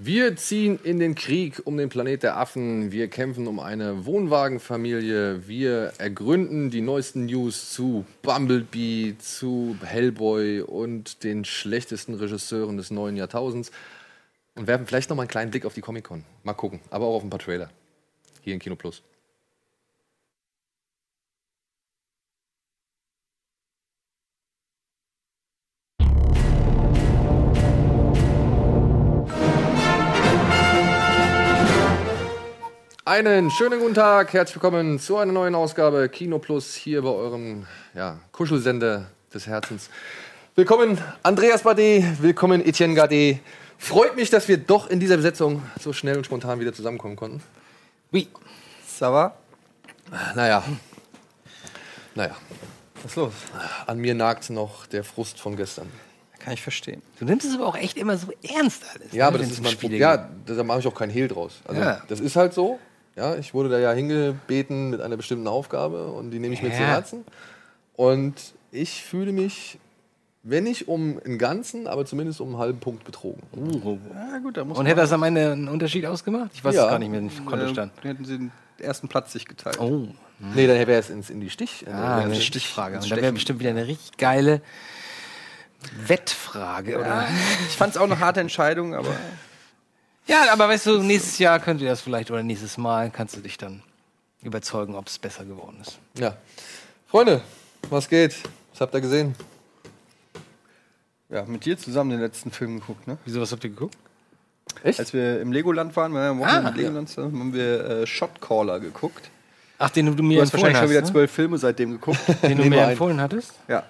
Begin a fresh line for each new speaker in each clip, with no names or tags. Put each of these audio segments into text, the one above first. Wir ziehen in den Krieg um den Planet der Affen. Wir kämpfen um eine Wohnwagenfamilie. Wir ergründen die neuesten News zu Bumblebee, zu Hellboy und den schlechtesten Regisseuren des neuen Jahrtausends. Und werfen vielleicht noch mal einen kleinen Blick auf die Comic-Con. Mal gucken. Aber auch auf ein paar Trailer. Hier in Kino Plus. Einen schönen guten Tag, herzlich willkommen zu einer neuen Ausgabe Kino Plus hier bei eurem ja, Kuschelsender des Herzens. Willkommen Andreas Bade, willkommen Etienne Gade. Freut mich, dass wir doch in dieser Besetzung so schnell und spontan wieder zusammenkommen konnten.
Oui. Ça va?
Naja, naja,
Was ist los?
an mir nagt noch der Frust von gestern.
Kann ich verstehen. Du nimmst es aber auch echt immer so ernst alles.
Ja,
ne,
aber das
wenn's
ist
um
mein
Spiele
Problem. Ja,
geht.
da da mache ich auch keinen Hehl draus. Also,
Ja.
Das ist halt so. Ja, ich wurde da ja hingebeten mit einer bestimmten Aufgabe und die nehme ich mir zu
Ja.
Herzen. Und ich fühle mich, wenn nicht um einen ganzen, aber zumindest um einen halben Punkt betrogen.
Ja, gut, da muss
Und hätte das am Ende einen Unterschied ausgemacht? Ich weiß
Ja.
es gar nicht mehr, den Kontostand.
Äh, hätten sie den ersten Platz sich geteilt.
Oh,
Nee, dann wäre es ins, in die Stich.
ah, eine Stichfrage. Und da wäre bestimmt wieder eine richtig geile Wettfrage. Ja, oder?
Äh, Ich fand es auch eine harte Entscheidung, aber
ja aber weißt du, nächstes Jahr könnt ihr das vielleicht oder nächstes Mal kannst du dich dann überzeugen, ob es besser geworden ist.
Ja. Freunde, was geht? Was habt ihr gesehen?
ja, mit dir zusammen den letzten Film geguckt, ne?
Wieso, was habt ihr geguckt?
Echt?
Als wir im Legoland waren, wir waren ja am Wochenende
Ah,
im Legoland, zusammen, haben wir äh, Shotcaller geguckt.
Ach, den du
Du
mir
hast
empfohlen
wahrscheinlich schon wieder
hast, ne?
zwölf Filme seitdem geguckt.
Den du
Nehmen wir
mir
ein.
empfohlen hattest?
ja.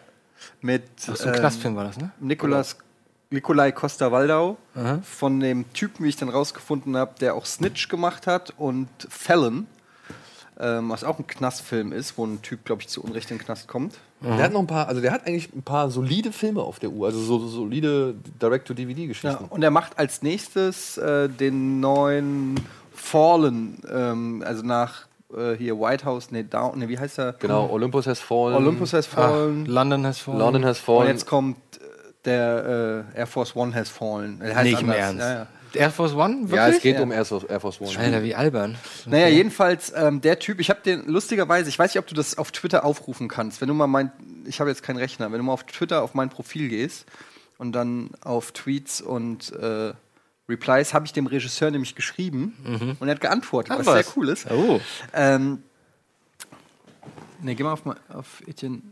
Mit
Ach, so ein
ähm,
Knastfilm war das, ne?
Nikolas, Nikolai Costa-Waldau von dem Typen, wie ich dann rausgefunden habe, der auch Snitch gemacht hat und Fallon, ähm, was auch ein Knastfilm ist, wo ein Typ, glaube ich, zu Unrecht in den Knast kommt.
Der hat noch ein paar, also der hat eigentlich ein paar solide Filme auf der Uhr, also so so solide
Ja,
Direct-to-DVD-Geschichten.
und er macht als nächstes äh, den neuen Fallen, ähm, also nach äh, hier White House, nee, Down, nee, wie heißt er?
Genau, Olympus has fallen.
Olympus has Fallen.
London has Ah, fallen.
London has
und
fallen.
jetzt kommt äh, der äh, Air Force One has fallen. Er heißt
Nicht im
anders.
Ernst.
Ja, ja.
Air Force One? Wirklich?
Ja, es geht
Ja.
um Air Force, Air Force One.
Alter, wie albern.
Naja, jedenfalls, ähm, der Typ, ich habe den lustigerweise, ich weiß nicht, ob du das auf Twitter aufrufen kannst. Wenn du mal mein, ich habe jetzt keinen Rechner, wenn du mal auf Twitter auf mein Profil gehst und dann auf Tweets und äh, Replies, habe ich dem Regisseur nämlich geschrieben und er hat geantwortet,
Mhm. Ach,
was,
was.
sehr cool ist.
Oh.
Ähm, ne, geh mal auf, mein- auf Etienne.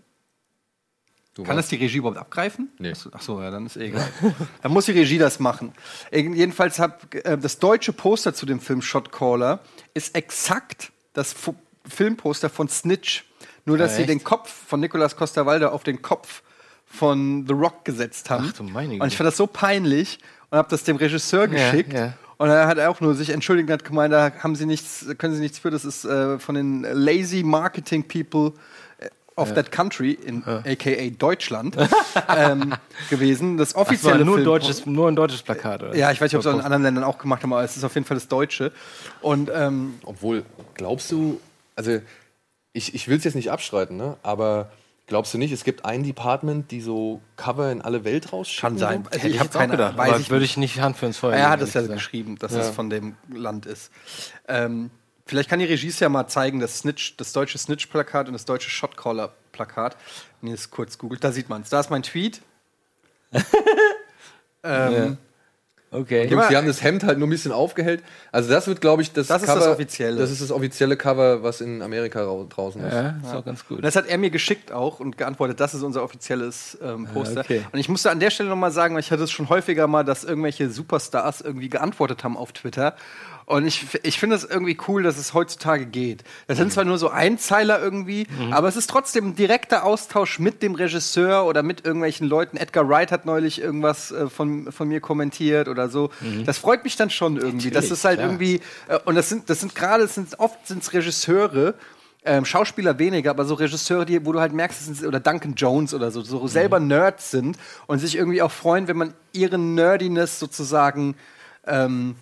Du
Kann das
warst-
die Regie überhaupt abgreifen?
Nee.
Achso, ach so, ja, dann ist eh egal. dann muss die Regie das machen. Irgend- Jedenfalls hat äh, das deutsche Poster zu dem Film Shotcaller ist exakt das Fu Filmposter von Snitch. Nur, dass sie
Echt?
den Kopf von Nicolas Costa-Waldau auf den Kopf von The Rock gesetzt haben.
Ach du meine Güte.
Und ich fand das so peinlich und habe das dem Regisseur geschickt.
ja.
Und er hat auch nur sich entschuldigt und hat gemeint, da haben sie nichts, können sie nichts für, das ist äh, von den lazy marketing people äh, of that country, in aka Deutschland, ähm, gewesen. Das
Das war
offizielle
nur, ein
Film-
deutsches, nur ein deutsches Plakat, oder?
Ja, ich weiß nicht, ob sie es in anderen Ländern auch gemacht haben, aber es ist auf jeden Fall das Deutsche. Und ähm,
Obwohl, glaubst du, also ich, ich will es jetzt nicht abstreiten, ne? aber glaubst du nicht, es gibt ein Department, die so Cover in alle Welt rausschicken?
kann sein.
so?
Also,
Hätte ich
hab
jetzt auch gedacht.
weiß
aber
ich
würde ich nicht Hand für ins Feuer
Er
legen,
hat es ja
ehrlich gesagt.
geschrieben, dass es von dem Land ist. Ähm, vielleicht kann die Regie es ja mal zeigen, das, Snitch, das deutsche Snitch-Plakat und das deutsche Shotcaller-Plakat. Wenn ihr es kurz googelt, da sieht man es. Da ist mein Tweet. ähm,
Okay.
Jungs, die haben das Hemd halt nur ein bisschen aufgehellt. Also das wird, glaube ich, das,
Das ist das offizielle.
Das ist das offizielle Cover, was in Amerika rau- draußen ist.
Ja, ist auch ganz
Und
gut.
das hat er mir geschickt auch und geantwortet, das ist unser offizielles ähm, Poster.
okay.
Und ich musste an der Stelle nochmal sagen, weil ich hatte es schon häufiger mal, dass irgendwelche Superstars irgendwie geantwortet haben auf Twitter. Und ich, f- ich finde es irgendwie cool, dass es heutzutage geht. Das sind zwar nur so Einzeiler irgendwie, aber es ist trotzdem ein direkter Austausch mit dem Regisseur oder mit irgendwelchen Leuten. Edgar Wright hat neulich irgendwas äh, von, von mir kommentiert oder so. Das freut mich dann schon irgendwie. das
Natürlich,
ist halt
klar.
irgendwie, äh, und das sind, das sind gerade, es sind oft sind es Regisseure, ähm, Schauspieler weniger, aber so Regisseure, die, wo du halt merkst, das sind, oder Duncan Jones oder so,
Mhm.
so selber Nerds sind und sich irgendwie auch freuen, wenn man ihren Nerdiness sozusagen ähm,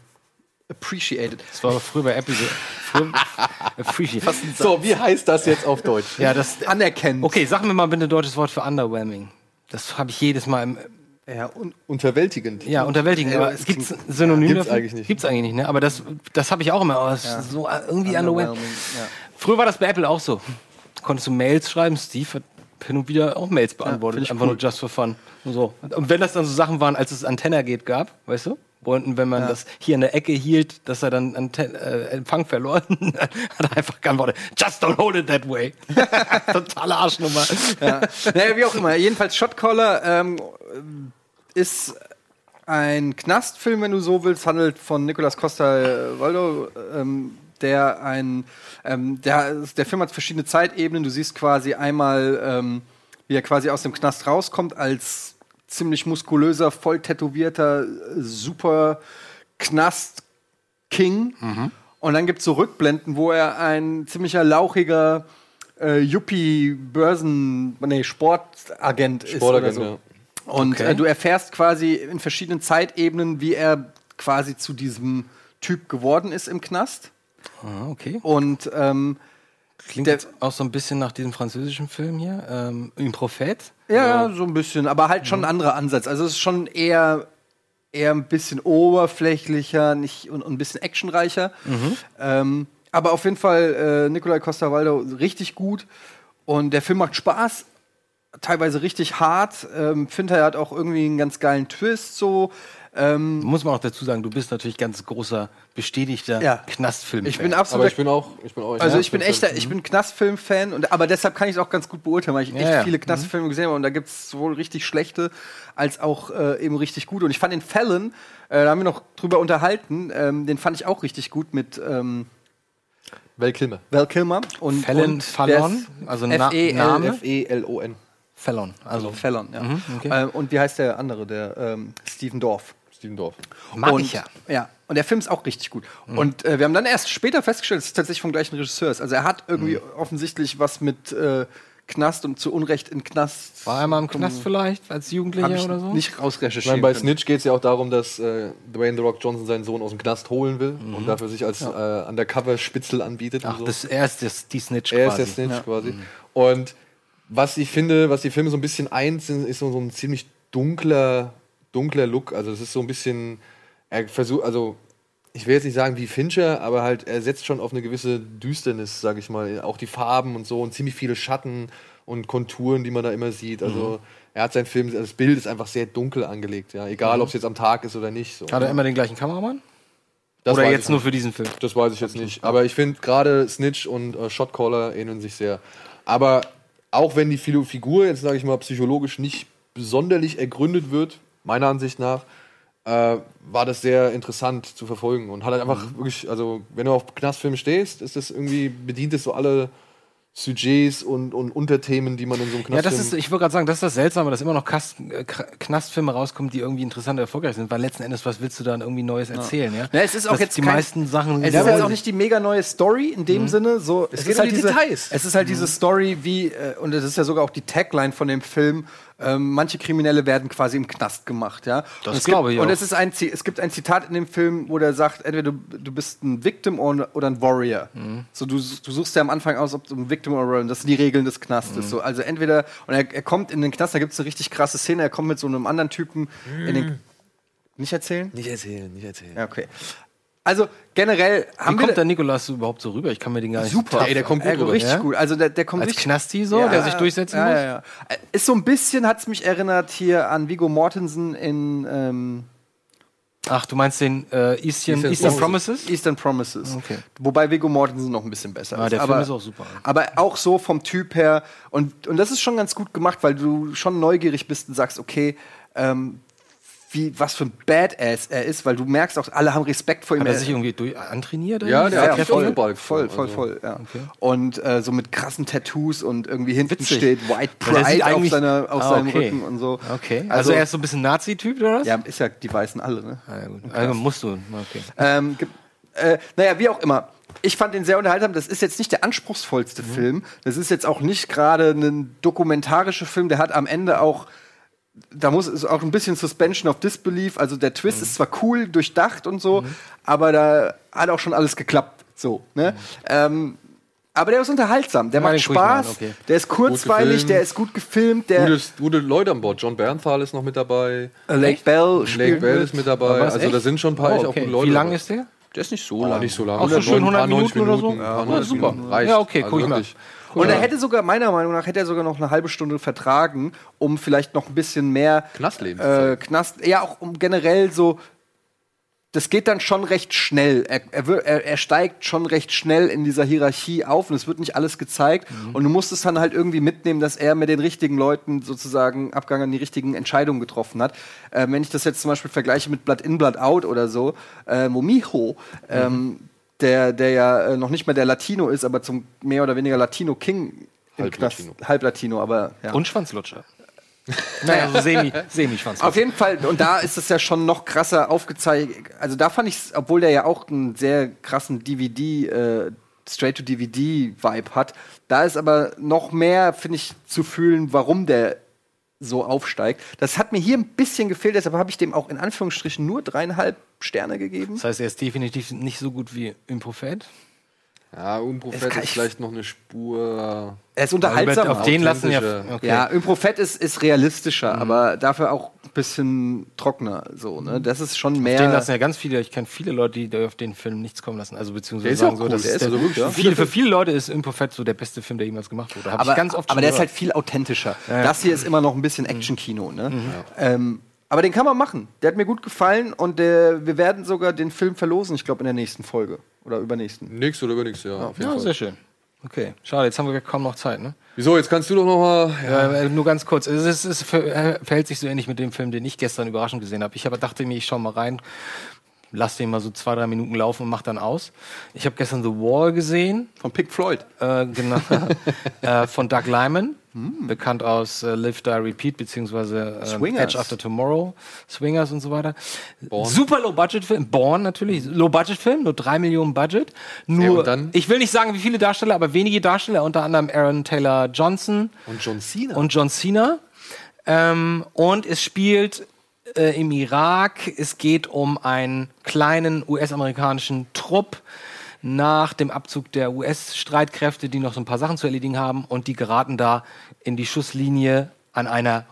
appreciated.
Das war aber früher bei Apple. so- Früher, Äh, appreciate.
So, wie heißt das jetzt auf Deutsch?
Ja, das. äh,
Anerkennt.
Okay, sag mir mal bitte ein deutsches Wort für underwhelming. Das habe ich jedes Mal im
Ja, und
Unterwältigend.
Ja, unterwältigend. Aber es gibt Synonyme.
Gibt's
dafür?
eigentlich nicht.
Gibt's eigentlich nicht, ne? Aber das, das habe ich auch immer. Oh, das ist so äh, irgendwie underwhelming.
Ja.
Früher war das bei Apple auch so. Konntest du Mails schreiben? Steve hat hin und wieder auch Mails beantwortet.
ich
einfach nur just for fun. Und So. Und wenn das dann so Sachen waren, als es Antenna-Gate gab, weißt du? Und wenn man das hier in der Ecke hielt, dass er dann Anten äh, Empfang verlor, hat er einfach geantwortet, just don't hold it that way. Totale Arschnummer.
Ja. Naja, wie auch immer. Jedenfalls Shotcaller ähm, ist ein Knastfilm, wenn du so willst, handelt von Nicolas Costa äh, Waldo, ähm, der ein, ähm, der, der Film hat verschiedene Zeitebenen. Du siehst quasi einmal, ähm, wie er quasi aus dem Knast rauskommt als ziemlich muskulöser, voll tätowierter, äh, super Knast King. Und dann gibt es so Rückblenden, wo er ein ziemlicher lauchiger äh, Yuppie-Börsen-, nee, Sportagent ist. Oder
Sportagent,
so.
ja.
Und
Okay.
äh, du erfährst quasi in verschiedenen Zeitebenen, wie er quasi zu diesem Typ geworden ist im Knast.
Ah, okay.
Und ähm,
Klingt
Der-
jetzt auch so ein bisschen nach diesem französischen Film hier, ähm, Im Prophet.
ja,
Ne?
so ein bisschen, aber halt
Mhm.
schon ein anderer Ansatz. Also es ist schon eher, eher ein bisschen oberflächlicher nicht, und, und ein bisschen actionreicher.
Mhm.
Ähm, aber auf jeden Fall äh, Nikolai Costa-Waldo richtig gut. Und der Film macht Spaß, teilweise richtig hart. Ähm, Finter hat auch irgendwie einen ganz geilen Twist so. Ähm,
Muss man auch dazu sagen, du bist natürlich ganz großer, bestätigter
Ja.
Knastfilm.
Ich bin
Aber
absoluter
ich bin auch, ich bin auch
Also ich bin echter,
mhm.
ich bin Knastfilm-Fan und aber deshalb kann ich es auch ganz gut beurteilen, weil ich echt
ja. Mhm.
viele Knastfilme gesehen habe und da gibt es sowohl richtig schlechte als auch äh, eben richtig gute. Und ich fand den Fallon, äh, da haben wir noch drüber unterhalten, ähm, den fand ich auch richtig gut mit ähm,
Val Kilmer.
Val Kilmer und
Fallon
und
Fallon? Also
also
Na-
F -E
Name?
-L F
F-E-L-O-N.
Fallon. Also
Fallon, ja.
okay.
Ähm, und wie heißt der andere, der ähm, Steven Dorff?
Steven Dorf.
mag
und,
ich ja. Mhm.
Ja, und der Film ist auch richtig gut. Und äh, wir haben dann erst später festgestellt, dass es tatsächlich vom gleichen Regisseur ist. Also er hat irgendwie
Mhm.
offensichtlich was mit äh, Knast und zu Unrecht in Knast.
War er mal im Knast vielleicht als
hab
Jugendlicher
ich
oder so?
nicht
Ich
rausrecherchiert.
meine, bei Snitch geht es ja auch darum, dass äh, Dwayne The Rock Johnson seinen Sohn aus dem Knast holen will und dafür sich als äh, Undercover-Spitzel anbietet.
Mhm. Ach,
und so.
das, er ist das, die Snitch
Er
quasi. Mhm.
ist der Snitch quasi. Und was ich finde, was die Filme so ein bisschen eins sind, ist so, so ein ziemlich dunkler, dunkler Look. Also es ist so ein bisschen, er versucht, also ich will jetzt nicht sagen wie Fincher, aber halt er setzt schon auf eine gewisse Düsternis, sage ich mal. Auch die Farben und so und ziemlich viele Schatten und Konturen, die man da immer sieht. Also
Mhm.
er hat sein Film, also das Bild ist einfach sehr dunkel angelegt, ja. Egal, ob es jetzt am Tag ist oder nicht. So.
Hat er immer den gleichen Kameramann?
Das
oder
weiß ich
jetzt nur für diesen Film?
das weiß ich jetzt nicht. Aber ich finde gerade Snitch und äh, Shotcaller ähneln sich sehr. Aber auch wenn die Filo- Figur jetzt, sage ich mal, psychologisch nicht besonderlich ergründet wird, meiner Ansicht nach, äh, war das sehr interessant zu verfolgen. Und hat halt einfach
Mhm.
wirklich, also wenn du auf Knastfilm stehst, ist das irgendwie, bedient es so alle Sujets und, und Unterthemen, die man in so einem
Ja,
Knastfilm...
das ist, ich wollte gerade sagen, das ist das Seltsame, dass immer noch Kast, äh, Kr- Knastfilme rauskommen, die irgendwie interessant und erfolgreich sind, weil letzten Endes, was willst du dann irgendwie Neues erzählen? Ja?
Na, es ist auch
Dass
jetzt
die
kein-
meisten Sachen.
es ist jetzt auch nicht die mega neue Story in dem Sinne. So, es,
geht
ist
um
halt
die
diese,
Details.
Es ist halt diese Story, wie, äh, und das ist ja sogar auch die Tagline von dem Film, ähm, manche Kriminelle werden quasi im Knast gemacht, ja.
Das
und es
glaube
gibt,
ich
Und
auch.
es, ist ein, Zi- es gibt ein Zitat in dem Film, wo der sagt, entweder du, du bist ein Victim or- oder ein Warrior. So, du, du suchst ja am Anfang aus, ob du ein Victim oder ein Warrior, das sind die Regeln des Knastes. So, also entweder, und er, er kommt in den Knast, da gibt es eine richtig krasse Szene, er kommt mit so einem anderen Typen in den... Nicht erzählen?
nicht erzählen, nicht erzählen.
Ja, okay. Also generell
Wie
haben
kommt
wir
der Nikolas überhaupt so rüber? Ich kann mir den gar nicht
super.
Ey, der kommt gut
Ey,
rüber,
richtig
ja?
gut. Also der, der kommt
Als
richtig
Knasti so, der sich durchsetzen
ja,
muss?
Ja, ja. Äh, Ist so ein bisschen hat's mich erinnert hier an Vigo Mortensen in ähm,
Ach, du meinst den äh, Eastern,
Eastern
Eastern, Promises?
Eastern Promises. Ah,
Okay.
Wobei Vigo Mortensen noch ein bisschen besser
Ah,
ist.
der Film
aber,
ist auch super.
Aber auch so vom Typ her. Und, und das ist schon ganz gut gemacht, weil du schon neugierig bist und sagst, okay, ähm, wie, was für ein Badass er ist, weil du merkst auch, alle haben Respekt vor ihm.
Hat er
Er-
sich irgendwie durch, antrainiert?
Ja, der
irgendwie?
hat sich
Kräfte?
auch
voll,
aufgebaut.
voll,
geballt.
voll, voll,
Also,
ja. Und äh, so mit krassen Tattoos und irgendwie hinten
Witzig.
steht White
Weil der sieht
Pride auf,
eigentlich-
seiner, auf
Ah,
seinem
okay.
Rücken und so.
Okay. Also,
Also,
er ist so ein bisschen Nazi-Typ, oder was?
ja, ist ja die Weißen alle, ne?
Ah, ja, gut. Also musst du. Okay.
Ähm, gibt- äh, naja, wie auch immer. Ich fand den sehr unterhaltsam. Das ist jetzt nicht der anspruchsvollste Film. Das ist jetzt auch nicht gerade ein dokumentarischer Film. Der hat am Ende auch, da muss es auch ein bisschen Suspension of Disbelief. Also der Twist ist zwar cool, Mhm. durchdacht und so, aber da hat auch schon alles geklappt. So, ne? Ähm, Aber der ist unterhaltsam, der
Martin
macht Spaß,
Kuchmann, okay.
der ist kurzweilig,
gefilmt.
der ist gut gefilmt, der
Gute, gute Leute an Bord. John Bernthal ist noch mit dabei.
Lake Bell
Blake
spielt
Bell ist mit dabei.
Was,
Also da
echt?
sind schon ein paar
Oh,
echt auch
okay.
gute Leute.
Wie lang ist der?
der? ist nicht so lang. Nicht so lang.
Auch so schön 100
190
Minuten oder so?
ein paar
Ja,
90
super.
Minuten. Reicht. Also
Ja, okay, guck ich mal.
wirklich.
Und er hätte sogar, meiner Meinung nach, hätte er sogar noch eine halbe Stunde vertragen, um vielleicht noch ein bisschen mehr äh,
Knastlebenszeit.
Knast, ja, auch um generell so, das geht dann schon recht schnell. Er, er, wir- er, er steigt schon recht schnell in dieser Hierarchie auf und es wird nicht alles gezeigt.
Mhm.
Und du musst es dann halt irgendwie mitnehmen, dass er mit den richtigen Leuten sozusagen Abgang an die richtigen Entscheidungen getroffen hat. Äh, wenn ich das jetzt zum Beispiel vergleiche mit Blood in, Blood out oder so, äh, Momiho,
Mhm.
ähm, der, der ja äh, noch nicht mehr der Latino ist, aber zum mehr oder weniger Latino King im
Halb
Knast.
Latino.
Halb Latino, aber ja.
Und Schwanzlutscher. naja, so semi, semi Schwanzlutscher.
Auf jeden Fall, und da ist es ja schon noch krasser aufgezeigt. Also da fand ich es, obwohl der ja auch einen sehr krassen DVD, äh, Straight-to-DVD-Vibe hat, da ist aber noch mehr, finde ich, zu fühlen, warum der so aufsteigt. Das hat mir hier ein bisschen gefehlt, deshalb habe ich dem auch in Anführungsstrichen nur dreieinhalb Sterne gegeben.
Das heißt, er ist definitiv nicht so gut wie im Prophet.
Ja,
Es
Unprofet
kann
ist
ich-
vielleicht noch eine Spur.
Er ist unterhaltsam.
auf den lassen ja.
authentische-
Okay. Mhm.
Ja, Improfet ist, ist realistischer, aber dafür auch ein bisschen trockener. So, ne? Das ist schon mehr.
Den lassen ja ganz viele, ich kenne viele Leute, die da auf den Film nichts kommen lassen. Also
Der
beziehungsweise
ist auch
so,
cool,
das
der
ist
ist
der,
also wirklich-
für,
ja.
viele, für viele Leute ist Imperfect so der beste Film, der jemals gemacht wurde. Hab
aber,
ich ganz oft
aber
schon
der ist halt
gehört.
viel authentischer. Das hier ist immer noch ein bisschen Action-Kino. Ne? Ähm, aber den kann man machen. Der hat mir gut gefallen und äh, wir werden sogar den Film verlosen, ich glaube, in der nächsten Folge oder übernächsten.
Nix oder über nix, ja. Auf jeden
Ja,
Fall.
sehr schön. Okay, schade, jetzt haben wir kaum noch Zeit, ne?
Wieso, jetzt kannst du doch noch mal.
Äh, äh, nur ganz kurz, es, ist, es ver- äh, verhält sich so ähnlich mit dem Film, den ich gestern überraschend gesehen habe. Ich hab, dachte mir, ich schau mal rein, lass den mal so zwei, drei Minuten laufen und mach dann aus. Ich habe gestern The Wall gesehen,
Von Pink Floyd.
äh, genau, äh, von Doug Lyman, bekannt aus äh, Live, Die, Repeat, beziehungsweise äh,
Swingers.
Edge After Tomorrow, Swingers und so weiter. Super Low-Budget-Film, Born natürlich, Low-Budget-Film, nur drei Millionen Budget.
Ja,
Nur,
und dann?
ich will nicht sagen, wie viele Darsteller, aber wenige Darsteller, unter anderem Aaron Taylor Johnson,
Und John Cena.
und John Cena. Ähm, und es spielt äh, im Irak. Es geht um einen kleinen US-amerikanischen Trupp nach dem Abzug der US-Streitkräfte, die noch so ein paar Sachen zu erledigen haben. Und die geraten da in die Schusslinie an einer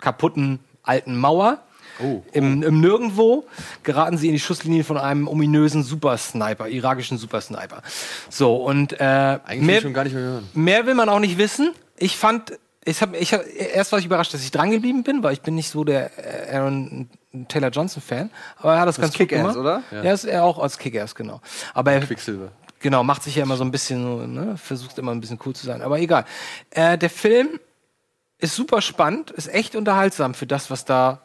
kaputten alten Mauer.
Oh.
Im, Im Nirgendwo geraten sie in die Schusslinie von einem ominösen Supersniper, irakischen Supersniper. So, und äh,
Eigentlich will ich schon gar nicht mehr hören.
Mehr will man auch nicht wissen. Ich fand, ich habe, ich hab, erst war ich überrascht, dass ich dran geblieben bin, weil ich bin nicht so der äh, Aaron Taylor Johnson Fan, aber er hat das ganz gut
Kick-Ass,
gemacht,
oder?
Ja, ist er auch als Kick-Ass, genau. Aber er,
Quicksilver.
genau macht sich ja immer so ein bisschen, so, ne, versucht immer ein bisschen cool zu sein, aber egal. Äh, der Film ist super spannend, ist echt unterhaltsam für das, was da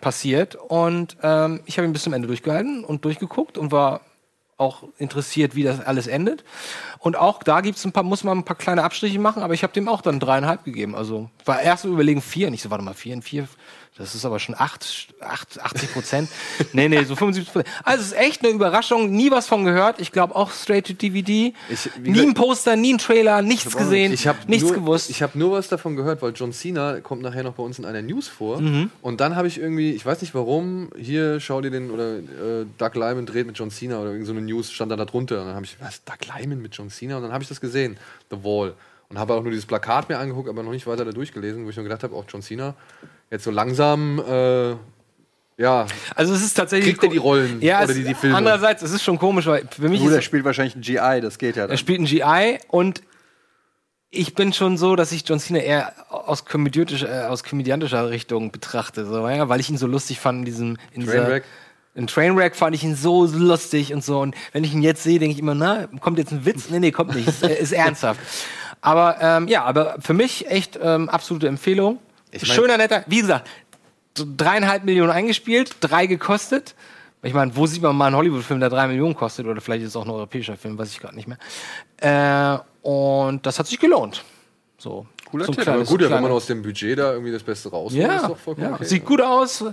passiert und ähm, ich habe ihn bis zum Ende durchgehalten und durchgeguckt und war auch interessiert, wie das alles endet. Und auch da gibt's ein paar, muss man ein paar kleine Abstriche machen, aber ich habe dem auch dann dreieinhalb gegeben. Also war erst so überlegen vier und ich so, warte mal, vier und vier, das ist aber schon acht, acht 80 Prozent. nee, nee, so 75 Prozent. Also es ist echt eine Überraschung, nie was von gehört. Ich glaube auch straight to DVD.
Ich- wie
nie ein
gesagt-
Poster, nie ein Trailer, nichts gesehen,
Ich hab
nichts
nur,
gewusst.
Ich habe nur was davon gehört, weil John Cena kommt nachher noch bei uns in einer News vor.
Mhm.
Und dann habe ich irgendwie, ich weiß nicht warum, hier schau dir den, oder äh, Doug Lyman dreht mit John Cena oder irgend so eine News stand da drunter. Und dann habe ich, was, Doug Lyman mit John Cena? Und dann habe ich das gesehen, The Wall. Und habe auch nur dieses Plakat mir angeguckt, aber noch nicht weiter da durchgelesen, wo ich nur gedacht habe, auch John Cena, jetzt so langsam, äh, ja,
also es ist tatsächlich
Kriegt er die Rollen
ja,
oder
es-
die- die Filme?
Andererseits, es ist schon komisch, weil für mich
Bruder
ist
spielt wahrscheinlich einen GI, das geht ja.
Er
Dann.
spielt einen GI und ich bin schon so, dass ich John Cena eher aus komödiantischer, äh, aus komödiantischer Richtung betrachte, so, ja? weil ich ihn so lustig fand in diesem in dieser-
Trainwreck.
In Trainwreck fand ich ihn so lustig und so. Und wenn ich ihn jetzt sehe, denke ich immer, na, kommt jetzt ein Witz? Nee, nee, kommt nicht. Ist, äh, ist ernsthaft. Aber ähm, ja, aber für mich echt ähm, absolute Empfehlung.
mein-
Schöner, netter, wie gesagt, so dreieinhalb Millionen eingespielt, drei gekostet. Ich meine, wo sieht man mal einen Hollywood-Film, der drei Millionen kostet? Oder vielleicht ist es auch ein europäischer Film, weiß ich gerade nicht mehr. Äh, und das hat sich gelohnt. So.
Cooler
so ein
Tipp,
aber
kleines-
gut, ja, wenn
kleines-
man aus dem Budget da irgendwie das Beste rausholt,
ja,
ne? ist doch vollkommen
ja.
okay.
sieht gut aus,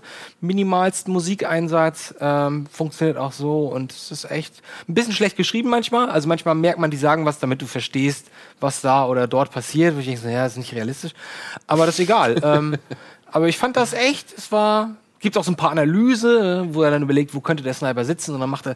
minimalsten Musikeinsatz, ähm, funktioniert auch so und es ist echt ein bisschen schlecht geschrieben manchmal. Also manchmal merkt man, die sagen was, damit du verstehst, was da oder dort passiert. Und ich denke so, ja, ist nicht realistisch, aber das ist egal. ähm, aber ich fand das echt, es war gibt auch so ein paar Analyse, wo er dann überlegt, wo könnte der Sniper sitzen und dann macht er,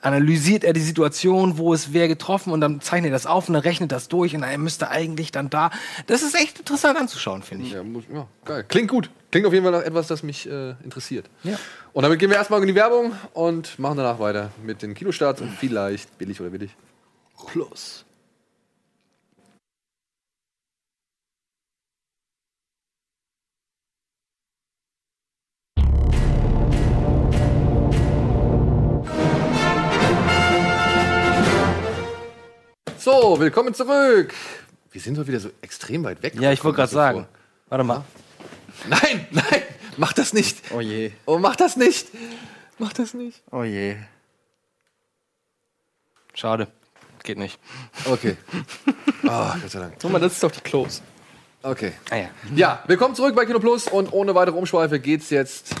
analysiert er die Situation, wo ist wer getroffen und dann zeichnet er das auf und dann rechnet das durch und er müsste eigentlich dann da. Das ist echt interessant anzuschauen, finde ich.
Ja, muss, ja, geil. Klingt gut. Klingt auf jeden Fall nach etwas, das mich äh, interessiert.
Ja.
Und damit gehen wir erstmal in die Werbung und machen danach weiter mit den Kinostarts und vielleicht billig oder billig.
Plus.
So, willkommen zurück. Wir sind heute wieder so extrem weit weg.
Ja, ich wollte
Kommt mir
gerade
so
sagen. Warte mal.
vor. Nein, nein, mach das nicht.
Oh je.
Oh, mach das nicht. Mach das nicht.
Oh je.
Schade. Geht nicht.
Okay. Ah, Gott sei Dank.
Guck mal, das ist doch die Klos.
Okay.
Ah ja.
Ja, willkommen zurück bei Kino Plus und ohne weitere Umschweife geht's jetzt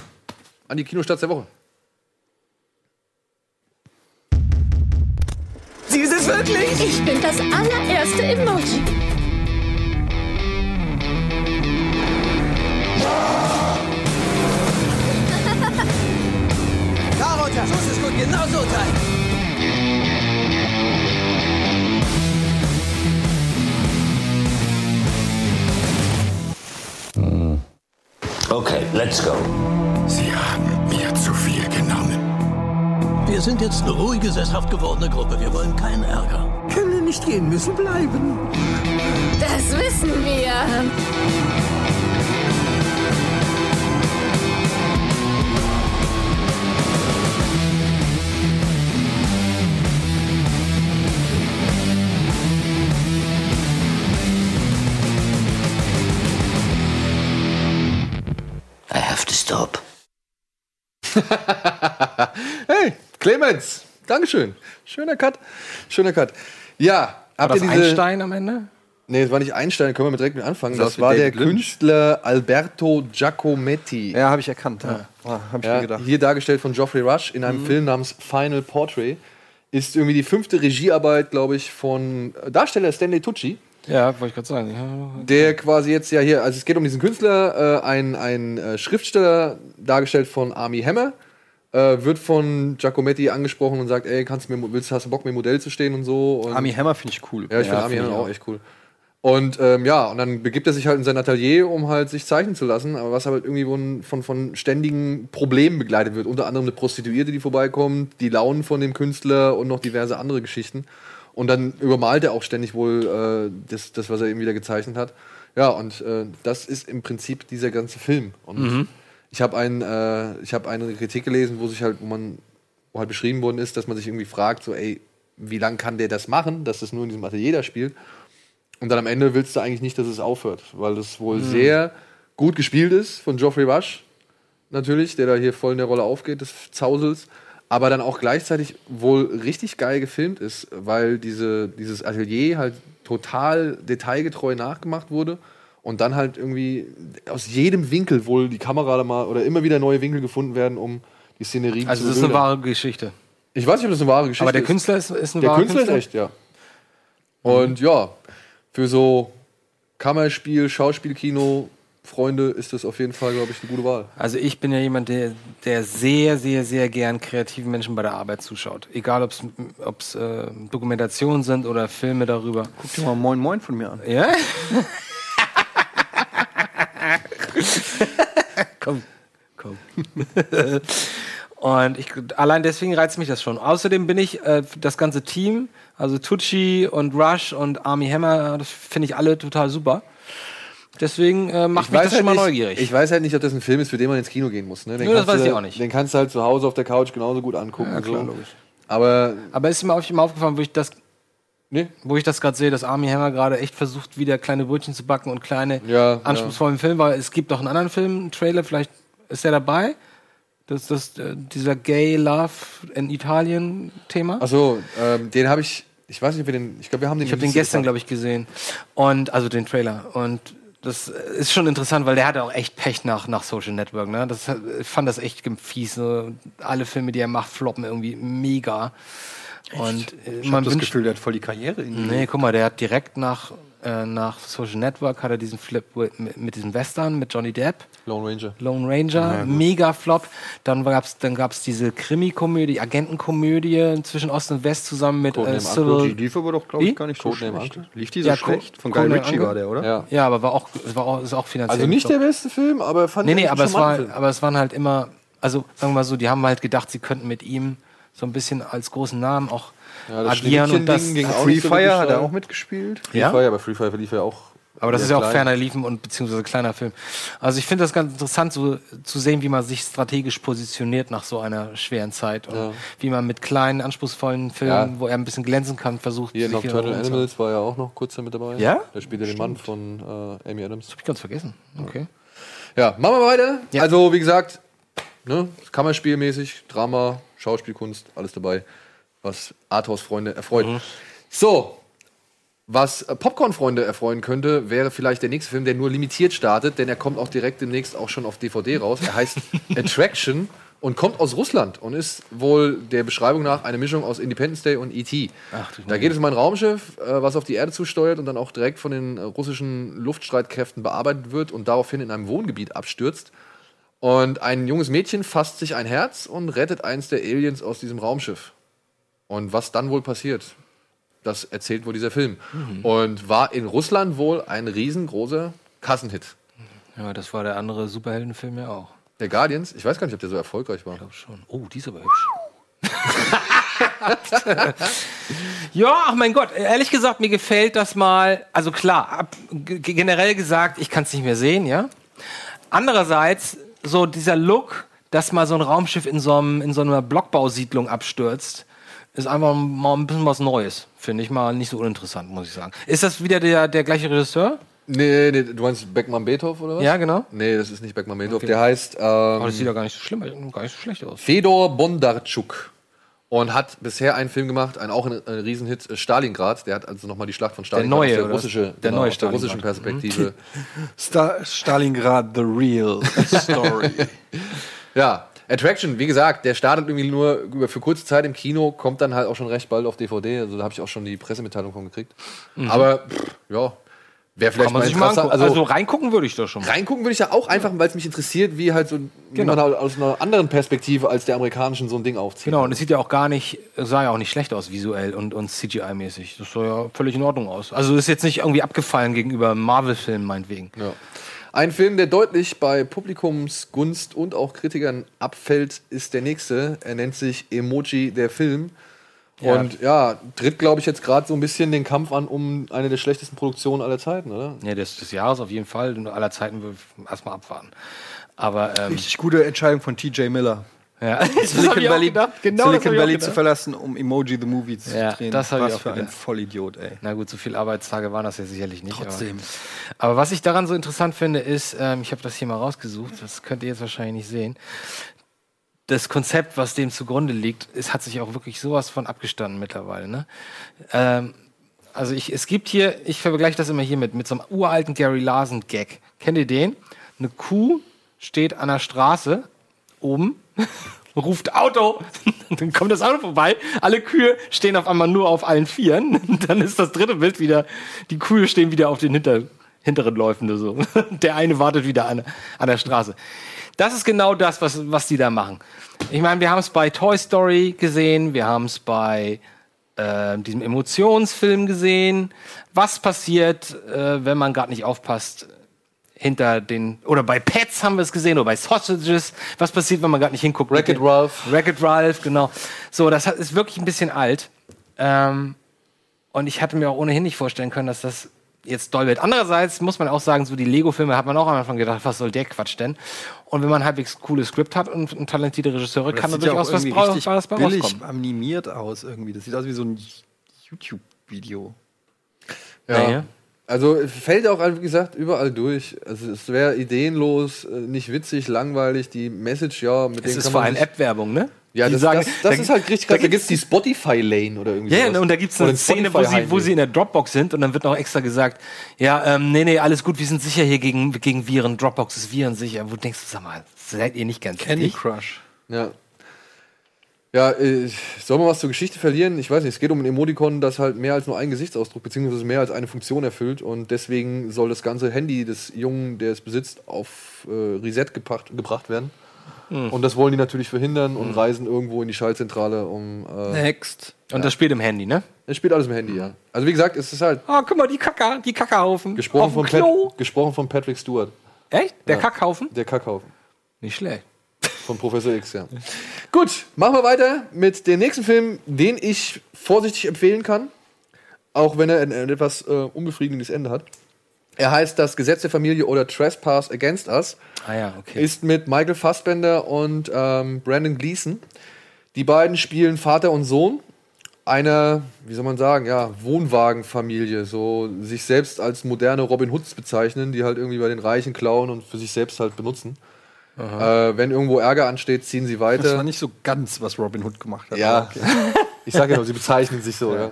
an die Kinostarts der Woche.
Sie ist es wirklich?
Ich bin das allererste Emoji.
Da runter. Schuss ist gut, genau so Teil.
Okay, let's go.
Sie haben mir zu viel genommen.
Wir sind jetzt eine ruhige, sesshaft gewordene Gruppe. Wir wollen keinen Ärger.
Können nicht gehen, müssen bleiben.
Das wissen wir.
I have to stop.
Hey, Clemens, Dankeschön. Schöner Cut. Schöner Cut. Ja, habt ihr
Das
diese.
Einstein am Ende?
Nee, das war nicht Einstein, können wir mit direkt mit anfangen.
Das
Das,
mit
war der
David Lynch.
Künstler Alberto Giacometti.
Ja, habe ich erkannt. Ja. Ah, hab ich mir
Ja,
gedacht.
hier dargestellt von Geoffrey Rush in einem Film namens Final Portrait. Ist irgendwie die fünfte Regiearbeit, glaube ich, von äh, Darsteller Stanley Tucci.
Ja, wollte ich gerade sagen. Ja.
Der quasi jetzt ja hier, also es geht um diesen Künstler, äh, ein, ein äh, Schriftsteller, dargestellt von Army Hammer, äh, wird von Giacometti angesprochen und sagt, ey, kannst du mir, willst, hast du Bock, mir Modell zu stehen und so. Und
Army Hammer finde ich cool.
ja, ich finde Army Hammer auch echt cool. Und ähm, ja, und dann begibt er sich halt in sein Atelier, um halt sich zeichnen zu lassen, aber was halt irgendwie von, von, von ständigen Problemen begleitet wird. Unter anderem eine Prostituierte, die vorbeikommt, die Launen von dem Künstler und noch diverse andere Geschichten. Und dann übermalt er auch ständig wohl äh, das, das, was er eben wieder gezeichnet hat. Ja, und äh, das ist im Prinzip dieser ganze Film. Und ich habe ein, äh, ich hab eine Kritik gelesen, wo sich halt, wo man wo halt beschrieben worden ist, dass man sich irgendwie fragt, so, ey, wie lange kann der das machen, dass das nur in diesem Atelier da spielt? Und dann am Ende willst du eigentlich nicht, dass es aufhört, weil das wohl
Mhm.
sehr gut gespielt ist von Geoffrey Rush, natürlich, der da hier voll in der Rolle aufgeht, des Zausels, aber dann auch gleichzeitig wohl richtig geil gefilmt ist, weil diese, dieses Atelier halt total detailgetreu nachgemacht wurde und dann halt irgendwie aus jedem Winkel wohl die Kamera da mal oder immer wieder neue Winkel gefunden werden, um die Szenerie
Also, das ist eine
bebildern.
wahre Geschichte.
Ich weiß nicht, ob das eine wahre Geschichte
Aber der
ist.
Künstler ist, ist ein
Der
wahrer
Künstler ist echt, ja. Und ja, für so Kammerspiel, Schauspielkino, Freunde ist das auf jeden Fall, glaube ich, eine gute Wahl.
Also ich bin ja jemand, der, der sehr, sehr, sehr gern kreativen Menschen bei der Arbeit zuschaut. Egal, ob es äh, Dokumentationen sind oder Filme darüber.
Guck dir mal Moin Moin von mir an.
Ja? komm, komm. Und ich, allein deswegen reizt mich das schon. Außerdem bin ich äh, das ganze Team, also Tucci und Rush und Army Hammer, das finde ich alle total super. Deswegen äh, macht mich das schon mal
halt nicht,
neugierig.
Ich weiß halt nicht, ob das ein Film ist, für den man ins Kino gehen muss. Ne? Den
Nö, das
kannst
weiß
du,
ich auch nicht.
Den kannst du halt zu Hause auf der Couch genauso gut angucken. Ja,
klar,
so.
logisch.
Aber ne?
Aber ist mir auf immer aufgefallen, wo ich das,
nee,
wo ich das gerade sehe, dass Army Hammer gerade echt versucht, wieder kleine Brötchen zu backen und kleine
Ja, ja.
anspruchsvollen Filme, weil es gibt auch einen anderen Film, einen Trailer, vielleicht ist der dabei. Das, das, äh, dieser Gay Love in Italien Thema.
also ähm, den habe ich, ich weiß nicht, ob wir den, ich glaube, wir haben den
ich habe den gestern, glaube ich, gesehen. Und also den Trailer. Und das ist schon interessant, weil der hatte auch echt Pech nach, nach Social Network. Ne? Das, ich fand das echt fies. Ne? Alle Filme, die er macht, floppen irgendwie mega. Und äh,
Ich
man
habe das
wünscht, Mhm.
Gefühl, der hat voll die Karriere in
Nee, guck mal, der hat direkt nach, äh, nach Social Network hat er diesen Flip wi- mit, mit diesem Western mit Johnny Depp,
Lone Ranger.
Lone Ranger, mega Flop. Dann gab's dann gab's diese Krimi-Komödie, Agentenkomödie zwischen Ost und West zusammen mit äh,
Codename
Die
Civil.
lief aber doch, glaube ich,
Wie?
gar nicht so
Codename
schlecht.
Uncle.
Lief die so
Ja, Co-
schlecht? Von Guy
Codename
Ritchie
Uncle.
war der, oder?
Ja.
Ja, aber war auch, es war auch, ist auch finanziell.
Also nicht
gefloppt.
der beste Film, aber fand
Nee,
ich
nee,
einen
aber es, war,
charmanten Film.
aber es waren halt immer, also sagen wir mal so, die haben halt gedacht, sie könnten mit ihm so ein bisschen als großen Namen auch
Ja, das
agieren. Und das,
Schneewittchen-Ding ging auch
Free
nicht so
Fire
wirklich
hat er
steil.
auch mitgespielt.
Free
Ja?
Fire, aber Free Fire lief ja auch.
Aber das
sehr
ist ja auch
klein.
ferner liefen und beziehungsweise kleiner Film. Also ich finde das ganz interessant, so zu sehen, wie man sich strategisch positioniert nach so einer schweren Zeit und wie man mit kleinen, anspruchsvollen Filmen,
Ja.
wo er ein bisschen glänzen kann, versucht.
Hier
sich wieder
Nocturnal
rumzu-
Animals war ja auch noch kurz damit dabei.
Ja?
Da spielt er den Mann von äh, Amy Adams.
Hab ich ganz vergessen. Okay.
Ja, machen wir weiter.
Ja.
Also, wie gesagt, ne, kammerspielmäßig, Drama, Schauspielkunst, alles dabei, was Arthouse-Freunde erfreut.
Mhm.
So, was äh, Popcorn-Freunde erfreuen könnte, wäre vielleicht der nächste Film, der nur limitiert startet, denn er kommt auch direkt demnächst auch schon auf DVD raus. Er heißt Attraction und kommt aus Russland und ist wohl der Beschreibung nach eine Mischung aus Independence Day und E.T. Da geht es um ein Raumschiff, äh, was auf die Erde zusteuert und dann auch direkt von den äh, russischen Luftstreitkräften bearbeitet wird und daraufhin in einem Wohngebiet abstürzt. Und ein junges Mädchen fasst sich ein Herz und rettet eins der Aliens aus diesem Raumschiff. Und was dann wohl passiert, das erzählt wohl dieser Film.
Mhm.
Und war in Russland wohl ein riesengroßer Kassenhit.
Ja, das war der andere Superheldenfilm ja auch.
Der Guardians, ich weiß gar nicht, ob der so erfolgreich war.
Schon. Oh, die ist aber hübsch. ja, ach mein Gott, ehrlich gesagt, mir gefällt das mal. Also klar, ab, g- generell gesagt, ich kann es nicht mehr sehen, ja. Andererseits, so dieser Look, dass mal so ein Raumschiff in so, einem, in so einer Blockbausiedlung abstürzt, ist einfach mal ein bisschen was Neues. Finde ich mal nicht so uninteressant, muss ich sagen. Ist das wieder der, der gleiche Regisseur?
Nee, nee, du meinst Beckmann Beethoven oder was?
Ja, genau.
Nee, das ist nicht Beckmann Beethoven. Der heißt ähm,
Aber das sieht ja gar nicht so schlimm, gar nicht so schlecht aus.
Fedor Bondarchuk und hat bisher einen Film gemacht, einen auch ein, ein Riesenhit, äh, Stalingrad. Der hat also nochmal die Schlacht von Stalingrad
neue,
aus
oder
der,
was?
russische, genau,
Der neue Mhm.
aus der russischen Perspektive.
Sta Stalingrad, The Real Story.
ja, Attraction, wie gesagt, der startet irgendwie nur über für kurze Zeit im Kino, kommt dann halt auch schon recht bald auf DVD. Also da habe ich auch schon die Pressemitteilung von gekriegt. Aber pff, ja, wäre vielleicht
Mhm. Kann man
mal
sich mal
interessant.
angucken.
Also,
Also, reingucken würde ich da schon mal.
Reingucken würde ich ja auch einfach, weil es mich interessiert, wie halt so wie man halt aus einer anderen Perspektive als der amerikanischen so ein Ding aufzieht.
Genau, und es sieht ja auch gar nicht, sah ja auch nicht schlecht aus visuell und, und CGI-mäßig. Das sah ja völlig in Ordnung aus. Also ist jetzt nicht irgendwie abgefallen gegenüber Marvel-Filmen, meinetwegen.
Ja. Ein Film, der deutlich bei Publikumsgunst und auch Kritikern abfällt, ist der nächste. Er nennt sich Emoji der Film. Und ja, tritt, glaube ich, jetzt gerade so ein bisschen den Kampf an um eine der schlechtesten Produktionen aller Zeiten, oder?
Ja, des, des Jahres auf jeden Fall. Und aller Zeiten will ich erstmal abwarten. Aber ähm,
Richtig gute Entscheidung von TJ Miller.
ja, das hab
Silicon
ich auch
Valley,
gedacht. Genau, das hab
Silicon
ich auch
Valley zu
gedacht.
verlassen, um Emoji the Movie zu
Ja,
drehen.
das hab ich
Was
auch
für ein
gedacht.
Vollidiot, ey.
Na gut, so viele Arbeitstage waren das ja sicherlich nicht. Trotzdem. Aber, aber was ich daran so interessant finde, ist, ähm, ich habe das hier mal rausgesucht, das könnt ihr jetzt wahrscheinlich nicht sehen. Das Konzept, was dem zugrunde liegt, es hat sich auch wirklich sowas von abgestanden mittlerweile. Ne? Ähm, also ich, es gibt hier, ich vergleiche das immer hier mit, mit so einem uralten Gary Larson-Gag. Kennt ihr den? Eine Kuh steht an der Straße oben, ruft Auto, dann kommt das Auto vorbei, alle Kühe stehen auf einmal nur auf allen Vieren, dann ist das dritte Bild wieder, die Kühe stehen wieder auf den hinter, hinteren Läufen oder so. Der eine wartet wieder an, an der Straße. Das ist genau das, was, was die da machen. Ich meine, wir haben es bei Toy Story gesehen, wir haben es bei äh, diesem Emotionsfilm gesehen. Was passiert, äh, wenn man gerade nicht aufpasst? hinter den oder bei Pets haben wir es gesehen oder bei Sausages. Was passiert, wenn man gerade nicht hinguckt?
Wreck-It Ralph.
Racket Ralph, genau. So, das hat, ist wirklich ein bisschen alt. Ähm, und ich hatte mir auch ohnehin nicht vorstellen können, dass das jetzt doll wird. Andererseits muss man auch sagen, so die Lego-Filme hat man auch am Anfang gedacht, was soll der Quatsch denn? Und wenn man halbwegs cooles Skript hat und, und talentierte Regisseure, kann da durchaus was brau- was bei rauskommen.
animiert aus irgendwie. Das sieht aus wie so ein YouTube-Video.
Naja.
Also fällt auch, wie gesagt, überall durch. Also es wäre ideenlos, äh, nicht witzig, langweilig. Die Message, ja, mit
Es
denen
ist
kann
vor
man
allem
sich-
App-Werbung, ne?
Ja,
Die
das,
sagen,
das, das
da-
ist halt richtig
da
krass. Da gibt's
gibt's-
die Spotify-Lane oder irgendwie
Ja,
sowas.
ja, und da gibt es
Oder
eine
den
Szene, wo sie, wo
Spotify-Heimweg.
sie in der Dropbox sind und dann wird noch extra gesagt, ja, ähm, nee, nee, alles gut, wir sind sicher hier gegen, gegen Viren, Dropbox ist virensicher. Wo du denkst du, sag mal, seid ihr nicht ganz
Candy
dicht?
Crush.
Ja. Ja, äh, soll man was zur Geschichte verlieren? Ich weiß nicht, es geht um ein Emoticon, das halt mehr als nur einen Gesichtsausdruck beziehungsweise mehr als eine Funktion erfüllt und deswegen soll das ganze Handy des Jungen, der es besitzt, auf äh, Reset gebracht, gebracht werden. Und das wollen die natürlich verhindern und reisen irgendwo in die Schaltzentrale, um. Äh,
Next.
Und das spielt im Handy, ne?
Es spielt alles im Handy, ja. Also wie gesagt, es ist halt
Ah, guck mal, die Kacker, die Kackerhaufen.
gesprochen, von,
Auf dem Klo.
Pat gesprochen von Patrick Stewart,
Echt? Der Kackhaufen?
der Kackhaufen.
Nicht schlecht.
Von Professor X, ja. Gut, machen wir weiter mit dem nächsten Film, den ich vorsichtig empfehlen kann. Auch wenn er ein, ein etwas äh, unbefriedigendes Ende hat. Er heißt Das Gesetz der Familie oder Trespass Against Us.
Ah ja, okay.
Ist mit Michael Fassbender und ähm, Brandon Gleason. Die beiden spielen Vater und Sohn einer, wie soll man sagen, ja, Wohnwagenfamilie, so sich selbst als moderne Robin Hoods bezeichnen, die halt irgendwie bei den Reichen klauen und für sich selbst halt benutzen. Äh, wenn irgendwo Ärger ansteht, ziehen sie weiter.
Äh,
Das war nicht so ganz, was Robin Hood gemacht hat.
Ja,
aber
ich sage ja, nur, sie bezeichnen sich so. Ja.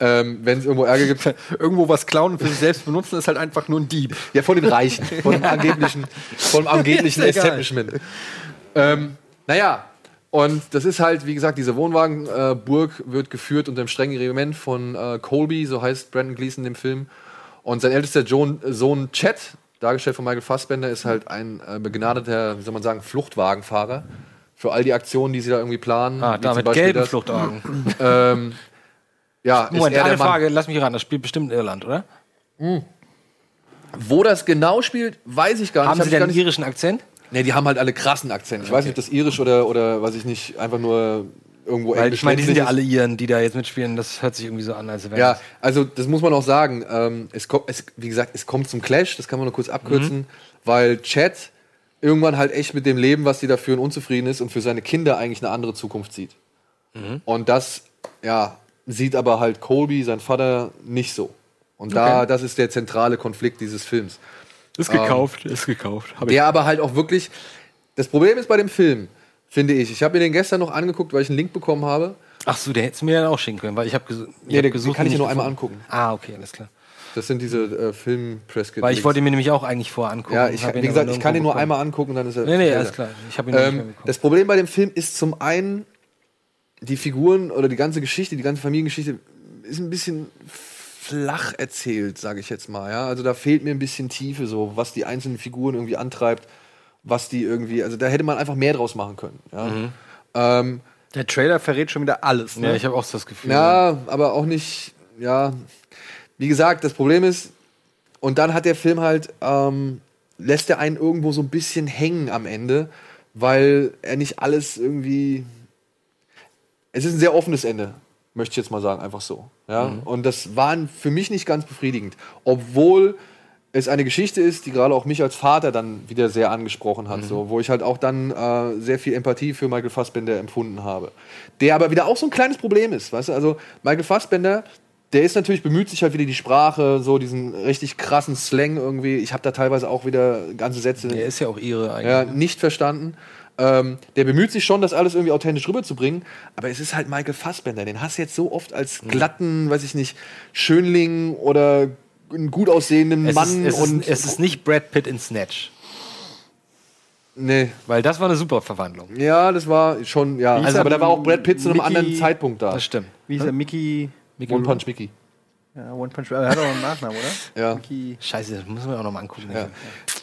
Ähm, Wenn es irgendwo Ärger gibt,
Irgendwo was klauen und für sich selbst benutzen, ist halt einfach nur ein Dieb.
ja, von den Reichen, von dem angeblichen, vom angeblichen
Ja, ist egal.
Establishment. Ähm, naja, und das ist halt, wie gesagt, diese Wohnwagenburg äh, Burg wird geführt unter dem strengen Regiment von äh, Colby, so heißt Brandon Gleason im Film. Und sein ältester John, äh, Sohn Chad, dargestellt von Michael Fassbender, ist halt ein äh, begnadeter, wie soll man sagen, Fluchtwagenfahrer. Für all die Aktionen, die sie da irgendwie planen.
ah,
wie
da
zum
mit
Beispiel
gelben
das.
Fluchtaugen.
Ähm, ja,
Moment,
ist er der
eine
Mann. Ah,
Frage, lass mich ran, das spielt bestimmt in Irland, oder?
Wo das genau spielt, weiß ich gar nicht.
Haben
Hab
Sie
ich
denn
gar
einen
nicht
irischen Akzent?
nee, die haben halt alle krassen Akzente. Ich weiß nicht, ob das irisch oder, oder weiß ich nicht, einfach nur irgendwo
Weil ich meine, die sind ja
letztlich
alle Iren, die da jetzt mitspielen, das hört sich irgendwie so an, als wäre
ist. Ja, also das muss man auch sagen. Ähm, es kommt, es, wie gesagt, es kommt zum Clash, das kann man nur kurz abkürzen, weil Chad irgendwann halt echt mit dem Leben, was die da führen, unzufrieden ist und für seine Kinder eigentlich eine andere Zukunft sieht.
Mhm.
Und das, ja, sieht aber halt Colby, sein Vater, nicht so. Und da, das ist der zentrale Konflikt dieses Films. Ähm,
Ist gekauft, ist gekauft. Hab ich.
Der aber halt auch wirklich. Das Problem ist bei dem Film, finde ich. Ich habe mir den gestern noch angeguckt, weil ich einen Link bekommen habe.
Ach so, der hättest du mir dann auch schicken können, weil ich habe gesucht.
Ja, den kann ich ja nur einmal angucken.
Ah, okay, alles klar.
Das sind diese äh, film press
Weil ich wollte ihn mir nämlich auch eigentlich vorher angucken.
Ja, ich,
hab ihn
wie gesagt,
aber
ich kann ihn nur
nirgendwo
einmal angucken, dann ist er.
bekommen. Nee, nee, alles klar. Ich habe ihn nicht mehr
Ähm,
bekommen.
das Problem bei dem Film ist zum einen, die Figuren oder die ganze Geschichte, die ganze Familiengeschichte ist ein bisschen flach erzählt, sage ich jetzt mal. Ja? Also da fehlt mir ein bisschen Tiefe, so was die einzelnen Figuren irgendwie antreibt, was die irgendwie. Also da hätte man einfach mehr draus machen können. Ja? Ähm,
Der Trailer verrät schon wieder alles. ne?
Ja, ich habe auch so das Gefühl.
Ja, aber auch nicht, ja. Wie gesagt, das Problem ist, und dann hat der Film halt, ähm, lässt er einen irgendwo so ein bisschen hängen am Ende, weil er nicht alles irgendwie. Es ist ein sehr offenes Ende, möchte ich jetzt mal sagen, einfach so. Ja? Und das war für mich nicht ganz befriedigend. Obwohl es eine Geschichte ist, die gerade auch mich als Vater dann wieder sehr angesprochen hat, so, wo ich halt auch dann äh, sehr viel Empathie für Michael Fassbender empfunden habe. Der aber wieder auch so ein kleines Problem ist, weißt du? Also Michael Fassbender, der ist natürlich bemüht sich halt wieder die Sprache, so diesen richtig krassen Slang irgendwie. Ich habe da teilweise auch wieder ganze Sätze
Der ist ja auch ihre eigentlich.
ja, nicht verstanden. Ähm, der bemüht sich schon, das alles irgendwie authentisch rüberzubringen, aber es ist halt Michael Fassbender. Den hast du jetzt so oft als
Mhm.
glatten, weiß ich nicht, Schönling oder einen gut aussehenden
Es,
Mann
ist, es,
und
ist, es ist nicht Brad Pitt in Snatch.
nee,
Weil das war eine super Verwandlung.
ja, das war schon ja, Also,
Wie hieß
aber
er?
da war auch Brad Pitt zu einem
Mickey-
anderen Zeitpunkt da.
Das stimmt.
Wie hieß er? Mickey.
One Punch Mickey.
Ja, One Punch Man. Er hat auch noch einen Nachnamen, oder?
Ja.
Mickey.
Scheiße, das müssen wir auch nochmal angucken.
Ja.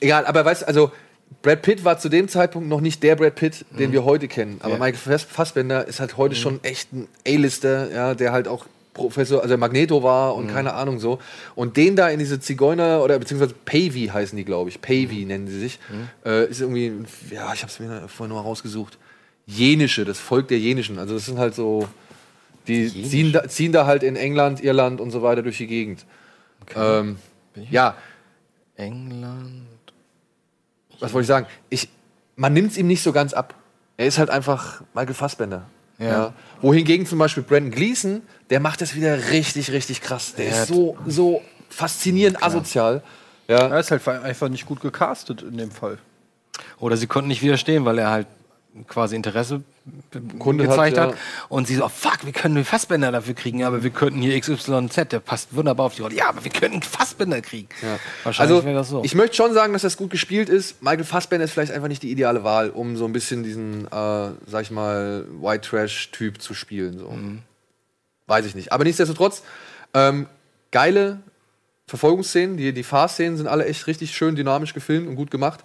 Egal, aber weißt du, also Brad Pitt war zu dem Zeitpunkt noch nicht der Brad Pitt, den wir heute kennen. Aber Michael Fass- Fassbender ist halt heute schon echt ein A-Lister, ja, der halt auch Professor, also Magneto war und keine Ahnung so. Und den da in diese Zigeuner oder beziehungsweise Pavey heißen die, glaube ich. Pavey nennen sie sich. Äh, ist irgendwie, ja, ich habe es mir vorhin noch mal rausgesucht. Jenische, das Volk der Jenischen. Also das sind halt so, die ziehen da, ziehen da halt in England, Irland und so weiter durch die Gegend. Ähm, ja,
England.
was wollte ich sagen? Ich, man nimmt es ihm nicht so ganz ab. Er ist halt einfach Michael Fassbender. Ja. Wohingegen zum Beispiel Brandon Gleason, der macht das wieder richtig, richtig krass. Der ist so, so faszinierend asozial. Ja.
Er ist halt einfach nicht gut gecastet in dem Fall.
Oder sie konnten nicht widerstehen, weil er halt quasi Interesse be-
Kunde hat,
gezeigt hat.
ja.
Und sie so, fuck, wir können den Fassbänder dafür kriegen, aber wir könnten hier XYZ, der passt wunderbar auf die Rolle. Ja, aber wir könnten Fassbänder kriegen. Wahrscheinlich
Also,
wäre das so.
ich möchte schon sagen, dass das gut gespielt ist. Michael Fassbender ist vielleicht einfach nicht die ideale Wahl, um so ein bisschen diesen, äh, sag ich mal, White Trash-Typ zu spielen. So.
Mhm.
Weiß ich nicht. Aber nichtsdestotrotz, ähm, geile Verfolgungsszenen, die, die Fahrszenen sind alle echt richtig schön dynamisch gefilmt und gut gemacht.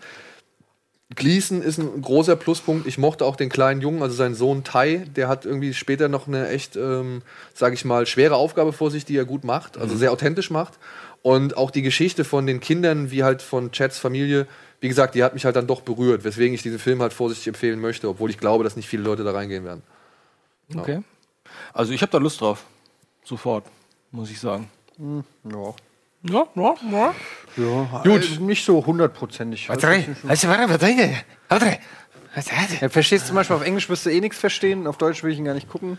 Gleason ist ein großer Pluspunkt. Ich mochte auch den kleinen Jungen, also seinen Sohn Tai, der hat irgendwie später noch eine echt, ähm, sage ich mal, schwere Aufgabe vor sich, die er gut macht, also sehr authentisch macht. Und auch die Geschichte von den Kindern, wie halt von Chads Familie, wie gesagt, die hat mich halt dann doch berührt, weswegen ich diesen Film halt vorsichtig empfehlen möchte, obwohl ich glaube, dass nicht viele Leute da reingehen werden.
okay. Also ich habe da Lust drauf. Sofort, muss ich sagen.
Ja.
Ja, ja, ja. Äh,
Gut. Nicht so hundertprozentig.
Also, warte, warte, warte.
Ja, verstehst du zum Beispiel, auf Englisch wirst du eh nichts verstehen, auf Deutsch will ich ihn gar nicht gucken.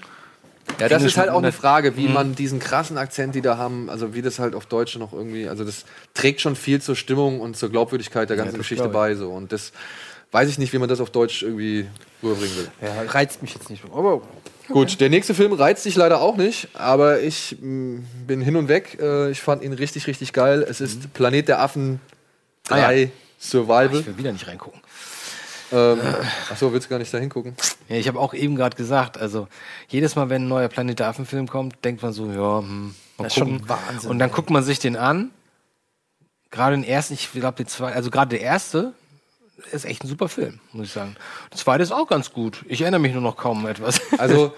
Ja, das ist halt auch eine
Englisch-
Frage, wie man diesen krassen Akzent, die da haben, also wie das halt auf Deutsch noch irgendwie, also das trägt schon viel zur Stimmung und zur Glaubwürdigkeit der ganzen Geschichte bei so und das weiß ich nicht, wie man das auf Deutsch irgendwie rüberbringen will.
Ja, reizt mich jetzt nicht. Aber
Gut, der nächste Film reizt dich leider auch nicht, aber ich mh, bin hin und weg. Äh, ich fand ihn richtig, richtig geil. Es ist Planet der Affen 3
Mhm. Ah, ja.
Survival.
Ich will wieder nicht reingucken.
Ähm, achso, willst du gar nicht da hingucken?
Ja, ich habe auch eben gerade gesagt, also jedes Mal, wenn ein neuer Planet der Affen-Film kommt, denkt man so, ja, hm, mal
Das ist
gucken.
schon Wahnsinn.
Und dann guckt man sich den an. Gerade den ersten, ich glaube, der zweite, also gerade der erste ist echt ein super Film, muss ich sagen. Der zweite ist auch ganz gut. Ich erinnere mich nur noch kaum etwas.
Also,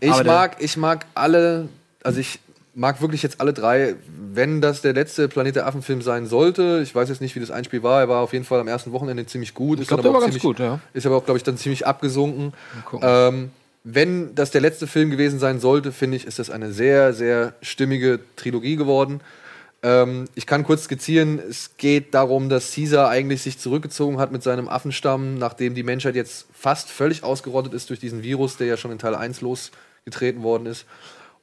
ich
Aber der-
mag, ich mag alle, also ich mag wirklich jetzt alle drei, wenn das der letzte Planet der Affen-Film sein sollte. Ich weiß jetzt nicht, wie das Einspiel war. Er war auf jeden Fall am ersten Wochenende ziemlich gut. Ich
glaub, der war ganz gut, ja.
Ist aber auch, glaube ich, dann ziemlich abgesunken.
gucken.
Ähm, wenn das der letzte Film gewesen sein sollte, finde ich, ist das eine sehr, sehr stimmige Trilogie geworden. Ähm, ich kann kurz skizzieren, es geht darum, dass Caesar eigentlich sich zurückgezogen hat mit seinem Affenstamm, nachdem die Menschheit jetzt fast völlig ausgerottet ist durch diesen Virus, der ja schon in Teil 1 losgetreten worden ist.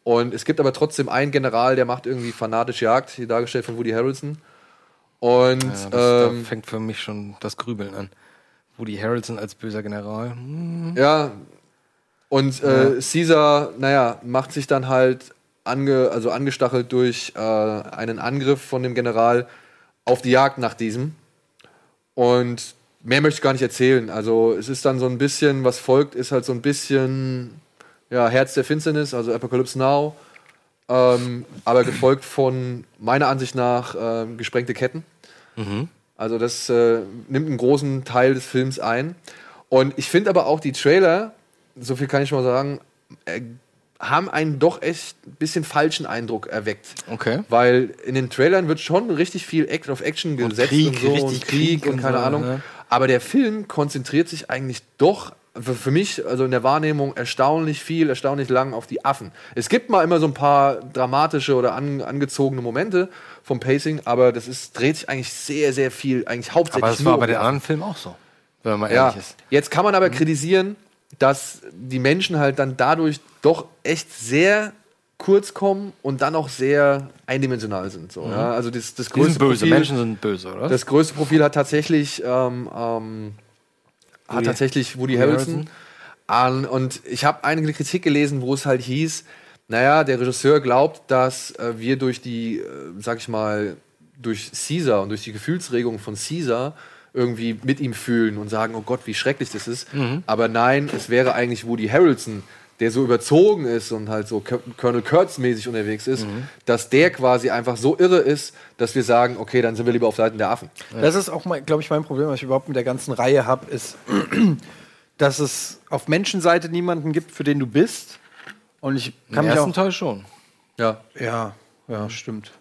Und es gibt aber trotzdem einen General, der macht irgendwie fanatisch Jagd, hier dargestellt von Woody Harrelson. Und
ja, das,
ähm,
da fängt für mich schon das Grübeln an. Woody Harrelson als böser General. Hm,
Ja. Und äh, Caesar, naja, macht sich dann halt ange, also angestachelt durch äh, einen Angriff von dem General auf die Jagd nach diesem. Und mehr möchte ich gar nicht erzählen. Also es ist dann so ein bisschen, was folgt, ist halt so ein bisschen ja, Herz der Finsternis, also Apocalypse Now. Ähm, aber gefolgt von meiner Ansicht nach ähm, gesprengte Ketten. Also das äh, nimmt einen großen Teil des Films ein. Und ich finde aber auch die Trailer, so viel kann ich schon mal sagen, äh, haben einen doch echt ein bisschen falschen Eindruck erweckt.
Okay.
Weil in den Trailern wird schon richtig viel Act auf Action gesetzt und,
Krieg,
so
richtig
und Krieg,
Krieg
und
und
keine
so,
Ahnung.
ne?
Aber der Film konzentriert sich eigentlich doch für, für mich, also in der Wahrnehmung, erstaunlich viel, erstaunlich lang auf die Affen. Es gibt mal immer so ein paar dramatische oder an, angezogene Momente vom Pacing, aber das ist, dreht sich eigentlich sehr, sehr viel, eigentlich hauptsächlich
Aber das
nur
war
um
bei
die
den anderen Mhm. Filmen auch so, wenn man mal
ja.
ehrlich ist.
Jetzt kann man aber kritisieren, dass die Menschen halt dann dadurch doch echt sehr kurz kommen und dann auch sehr eindimensional sind. So, ja? Also das, das
Mhm. Die sind
größte
böse,
Profil,
Menschen sind böse, oder?
das größte Profil hat tatsächlich ähm, ähm, hat tatsächlich Woody Harrelson. An, und ich habe eine Kritik gelesen, wo es halt hieß, naja, der Regisseur glaubt, dass äh, wir durch die, äh, sag ich mal, durch Caesar und durch die Gefühlsregung von Caesar irgendwie mit ihm fühlen und sagen, oh Gott, wie schrecklich das ist. Aber nein, es wäre eigentlich Woody Harrelson, der so überzogen ist und halt so Ke- Colonel Kurtz mäßig unterwegs ist, dass der quasi einfach so irre ist, dass wir sagen, okay, dann sind wir lieber auf Seiten der Affen.
Das ist auch, glaube ich, mein Problem, was ich überhaupt mit der ganzen Reihe habe, ist, dass es auf Menschenseite niemanden gibt, für den du bist. Und ich kann
Im
mich
ersten
auch.
Teil schon.
Ja,
Ja, ja, stimmt.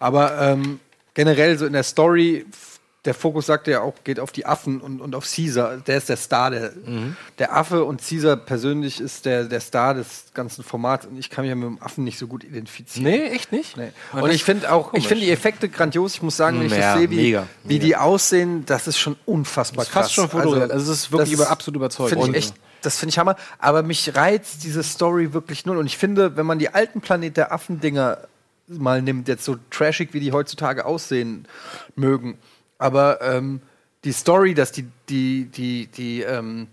Aber ähm, generell so in der Story, f- der Fokus sagt ja auch, geht auf die Affen und, und auf Caesar. Der ist der Star. Der,
Mhm.
der Affe und Caesar persönlich ist der, der Star des ganzen Formats. Und ich kann mich ja mit dem Affen nicht so gut identifizieren.
Nee, echt nicht?
Nee.
Ja,
Und
das
ich finde auch,
komisch. ne?
ich finde die Effekte grandios. Ich muss sagen, wenn ich
Ja,
das sehe, wie,
mega,
wie
mega.
die aussehen, das ist schon unfassbar
Ist fast
krass.
schon fotoreal. Also es ist wirklich über- absolut überzeugend.
Finde
Und-
ich echt, das finde ich Hammer. Aber mich reizt diese Story wirklich null. Und ich finde, wenn man die alten Planet der Affen-Dinger mal nimmt, jetzt so trashig, wie die heutzutage aussehen mögen, aber ähm, die Story, dass die, die, die, die, ähm,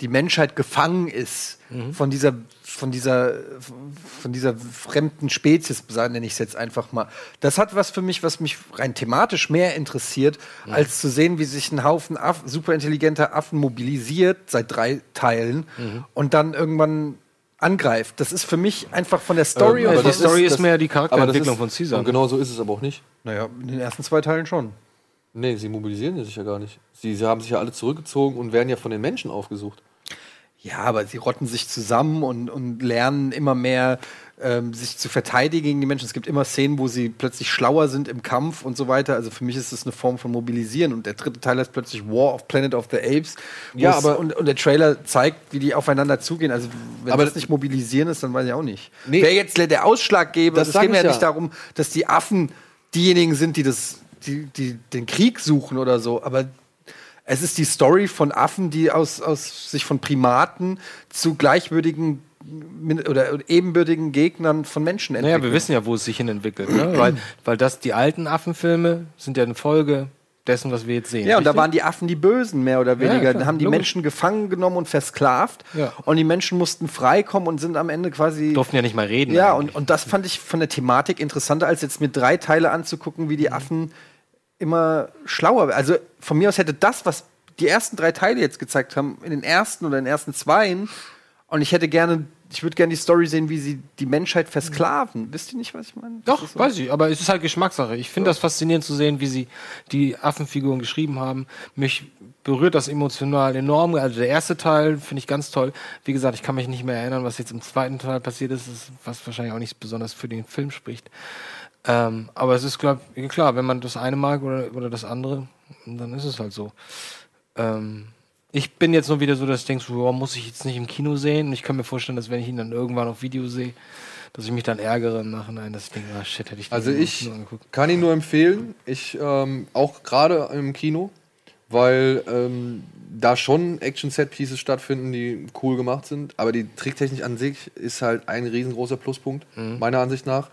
die Menschheit gefangen ist
Mhm.
von dieser von dieser von dieser fremden Spezies, nenne ich es jetzt einfach mal. Das hat was für mich, was mich rein thematisch mehr interessiert,
Mhm.
als zu sehen, wie sich ein Haufen Aff, superintelligenter Affen mobilisiert seit drei Teilen
Mhm.
und dann irgendwann angreift. Das ist für mich einfach von der Story
aber
und
die
von-
Story ist mehr die
Aber das
Charakterentwicklung
ist-
von Caesar. ne?
Und genau so ist es aber auch nicht.
naja, in den ersten zwei Teilen schon.
Nee, sie mobilisieren sich ja gar nicht. Sie, sie haben sich ja alle zurückgezogen und werden ja von den Menschen aufgesucht.
Ja, aber sie rotten sich zusammen und, und lernen immer mehr, ähm, sich zu verteidigen gegen die Menschen. Es gibt immer Szenen, wo sie plötzlich schlauer sind im Kampf und so weiter. Also für mich ist das eine Form von Mobilisieren. Und der dritte Teil heißt plötzlich War of Planet of the Apes. wo
Ja,
es-
aber-
und, und der Trailer zeigt, wie die aufeinander zugehen. Also wenn
Aber-
das nicht mobilisieren ist, dann weiß ich auch nicht.
Nee.
Wer jetzt der Ausschlaggeber
Das
ist, es
sag
geht mir
ich
ja
ja.
nicht darum, dass die Affen diejenigen sind, die das, die, die den Krieg suchen oder so. Aber es ist die Story von Affen, die aus, aus sich von Primaten zu gleichwürdigen min- oder ebenbürtigen Gegnern von Menschen entwickeln.
Naja, wir wissen ja, wo es sich hin entwickelt, ne? weil, weil das die alten Affenfilme sind ja eine Folge dessen, was wir jetzt sehen.
Ja, und da
richtig?
waren die Affen die Bösen, mehr oder weniger.
klar,
Dann haben die
logisch.
Menschen gefangen genommen und versklavt.
Ja.
Und die Menschen mussten freikommen und sind am Ende quasi.
durften ja nicht mal reden.
ja,
eigentlich.
und, und das fand ich von der Thematik interessanter, als jetzt mir drei Teile anzugucken, wie die
Mhm.
Affen immer schlauer werden. Also von mir aus hätte das, was die ersten drei Teile jetzt gezeigt haben, in den ersten oder in den ersten zweien, und ich hätte gerne, ich würde gerne die Story sehen, wie sie die Menschheit versklaven. Wisst ihr nicht, was ich meine?
Mhm. doch, weiß ich, aber es ist halt Geschmackssache. Ich finde das faszinierend zu sehen, wie sie die Affenfiguren geschrieben haben. Mich berührt das emotional enorm. Also der erste Teil finde ich ganz toll. Wie gesagt, ich kann mich nicht mehr erinnern, was jetzt im zweiten Teil passiert ist, ist was wahrscheinlich auch nicht besonders für den Film spricht. Ähm, aber es ist glaub, klar, wenn man das eine mag oder, oder das andere, dann ist es halt so. Ähm, ich bin jetzt nur wieder so, dass ich denke, so, ja, muss ich jetzt nicht im Kino sehen. Und ich kann mir vorstellen, dass wenn ich ihn dann irgendwann auf Video sehe, dass ich mich dann ärgere im Nachhinein, dass ich denke, ah shit, hätte ich den
Also
mal im
ich
Kino angeguckt.
kann ihn nur empfehlen. Ich ähm, auch gerade im Kino, weil ähm, da schon Action-Set-Pieces stattfinden, die cool gemacht sind. Aber die Tricktechnik an sich ist halt ein riesengroßer Pluspunkt,
Mhm.
meiner Ansicht nach.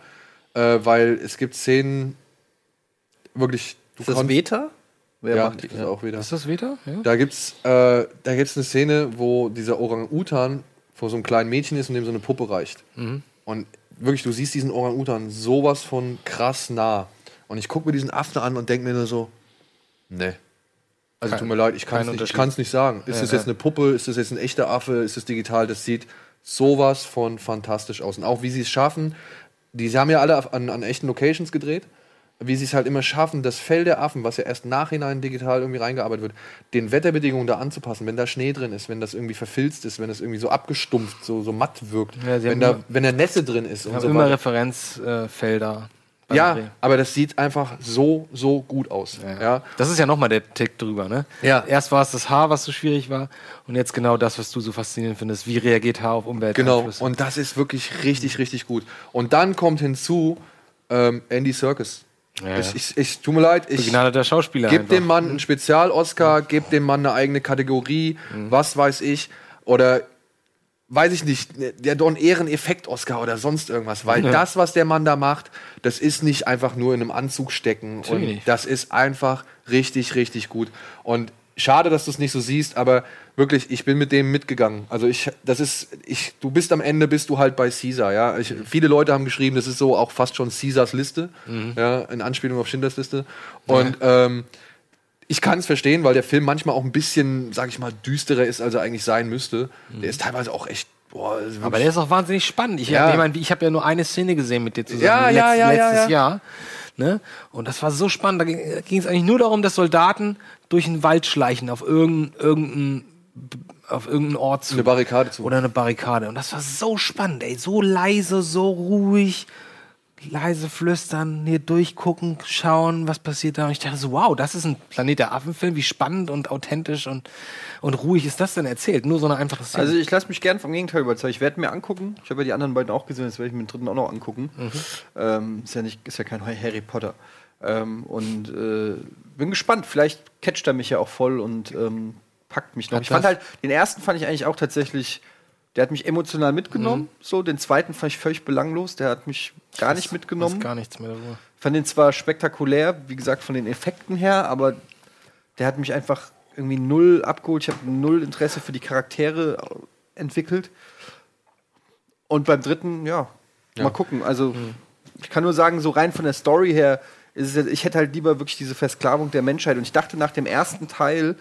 Äh, weil es gibt Szenen, wirklich. Du
Ist das
konntest-
Beta? Wer
Ja,
macht die?
das ist auch wieder.
Ist das Veta? Ja.
Da gibt's, äh, da gibt's eine Szene, wo dieser Orang-Utan vor so einem kleinen Mädchen ist und dem so eine Puppe reicht. Und wirklich, du siehst diesen Orang-Utan sowas von krass nah. Und ich gucke mir diesen Affen an und denke mir nur so, nee. Also tut mir leid, ich kann
kein
es nicht, ich
Unterschied.
kann's nicht sagen. Ist das jetzt eine Puppe? Ist das jetzt ein echter Affe? Ist das digital? Das sieht sowas von fantastisch aus. Und auch wie sie es schaffen, die sie haben ja alle an, an echten Locations gedreht wie sie es halt immer schaffen, das Fell der Affen, was ja erst nachhinein digital irgendwie reingearbeitet wird, den Wetterbedingungen da anzupassen, wenn da Schnee drin ist, wenn das irgendwie verfilzt ist, wenn das irgendwie so abgestumpft, so, so matt wirkt,
Ja, sie
wenn,
haben
da,
immer-
wenn da Nässe drin ist und
Haben
so
immer
weiter.
Referenzfelder. beim
Ja,
Dreh.
aber das sieht einfach so, so gut aus. Ja.
Das ist ja nochmal der Tick drüber, ne?
Ja.
Erst war es das Haar, was so schwierig war, und jetzt genau das, was du so faszinierend findest. Wie reagiert Haar auf Umwelt?
Genau, und das ist wirklich richtig, richtig gut. Und dann kommt hinzu ähm, Andy Serkis.
Ja,
ich,
ja.
ich, ich, tut mir leid, ich,
Begnadeter Schauspieler.
Gib
einfach. Mhm.
dem Mann einen Spezial-Oscar, gib dem Mann eine eigene Kategorie,
Mhm.
was weiß ich. Oder weiß ich nicht, der Don Ehren-Effekt-Oscar oder sonst irgendwas. Weil das, was der Mann da macht, das ist nicht einfach nur in einem Anzug stecken. Und
nicht.
das ist einfach richtig, richtig gut. Und schade, dass du es nicht so siehst, aber wirklich, ich bin mit dem mitgegangen. Also ich, das ist, ich, du bist am Ende, bist du halt bei Caesar, ja. Ich,
Mhm.
viele Leute haben geschrieben, das ist so auch fast schon Caesars Liste,
Mhm.
ja, in Anspielung auf Schindlers Liste. Und ähm, ich kann es verstehen, weil der Film manchmal auch ein bisschen, sag ich mal, düsterer ist, als er eigentlich sein müsste. Der ist teilweise auch echt, boah, das ist
Mhm. Aber
wirklich-
der ist auch wahnsinnig spannend. Ich,
Ja.
ich meine, ich habe ja nur eine Szene gesehen mit dir zusammen
Ja, ja, ja, ja,
letztes
ja.
Jahr. Ne? Und das war so spannend. Da ging es eigentlich nur darum, dass Soldaten durch den Wald schleichen auf irgendeinen irgendein, auf irgendeinen Ort zu.
Eine Barrikade zu.
Oder eine Barrikade. Und das war so spannend, ey. So leise, so ruhig. Leise flüstern, hier durchgucken, schauen, was passiert da. Und ich dachte so, wow, das ist ein Planet der Affen-Film. Wie spannend und authentisch und, und ruhig ist das denn erzählt? Nur so eine einfache Szene.
Also ich lasse mich gern vom Gegenteil überzeugen. Ich werde mir angucken. Ich habe ja die anderen beiden auch gesehen, jetzt werde ich mir den dritten auch noch angucken.
Mhm.
Ähm, ist, ja nicht, ist ja kein Harry Potter. Ähm, und äh, bin gespannt. Vielleicht catcht er mich ja auch voll und ähm, packt mich noch.
Hat
Ich fand
das-
halt, den ersten fand ich eigentlich auch tatsächlich. Der hat mich emotional
Mhm.
mitgenommen. So, den zweiten fand ich völlig belanglos. Der hat mich gar nicht
Ich
mitgenommen.
weiß gar nichts mehr darüber.
fand den zwar spektakulär, wie gesagt, von den Effekten her, aber der hat mich einfach irgendwie null abgeholt. Ich habe null Interesse für die Charaktere entwickelt. Und beim dritten, ja, mal gucken. Also, ich kann nur sagen, so rein von der Story her, ist es, jetzt- ich hätte halt lieber wirklich diese Versklavung der Menschheit. Und ich dachte nach dem ersten Teil,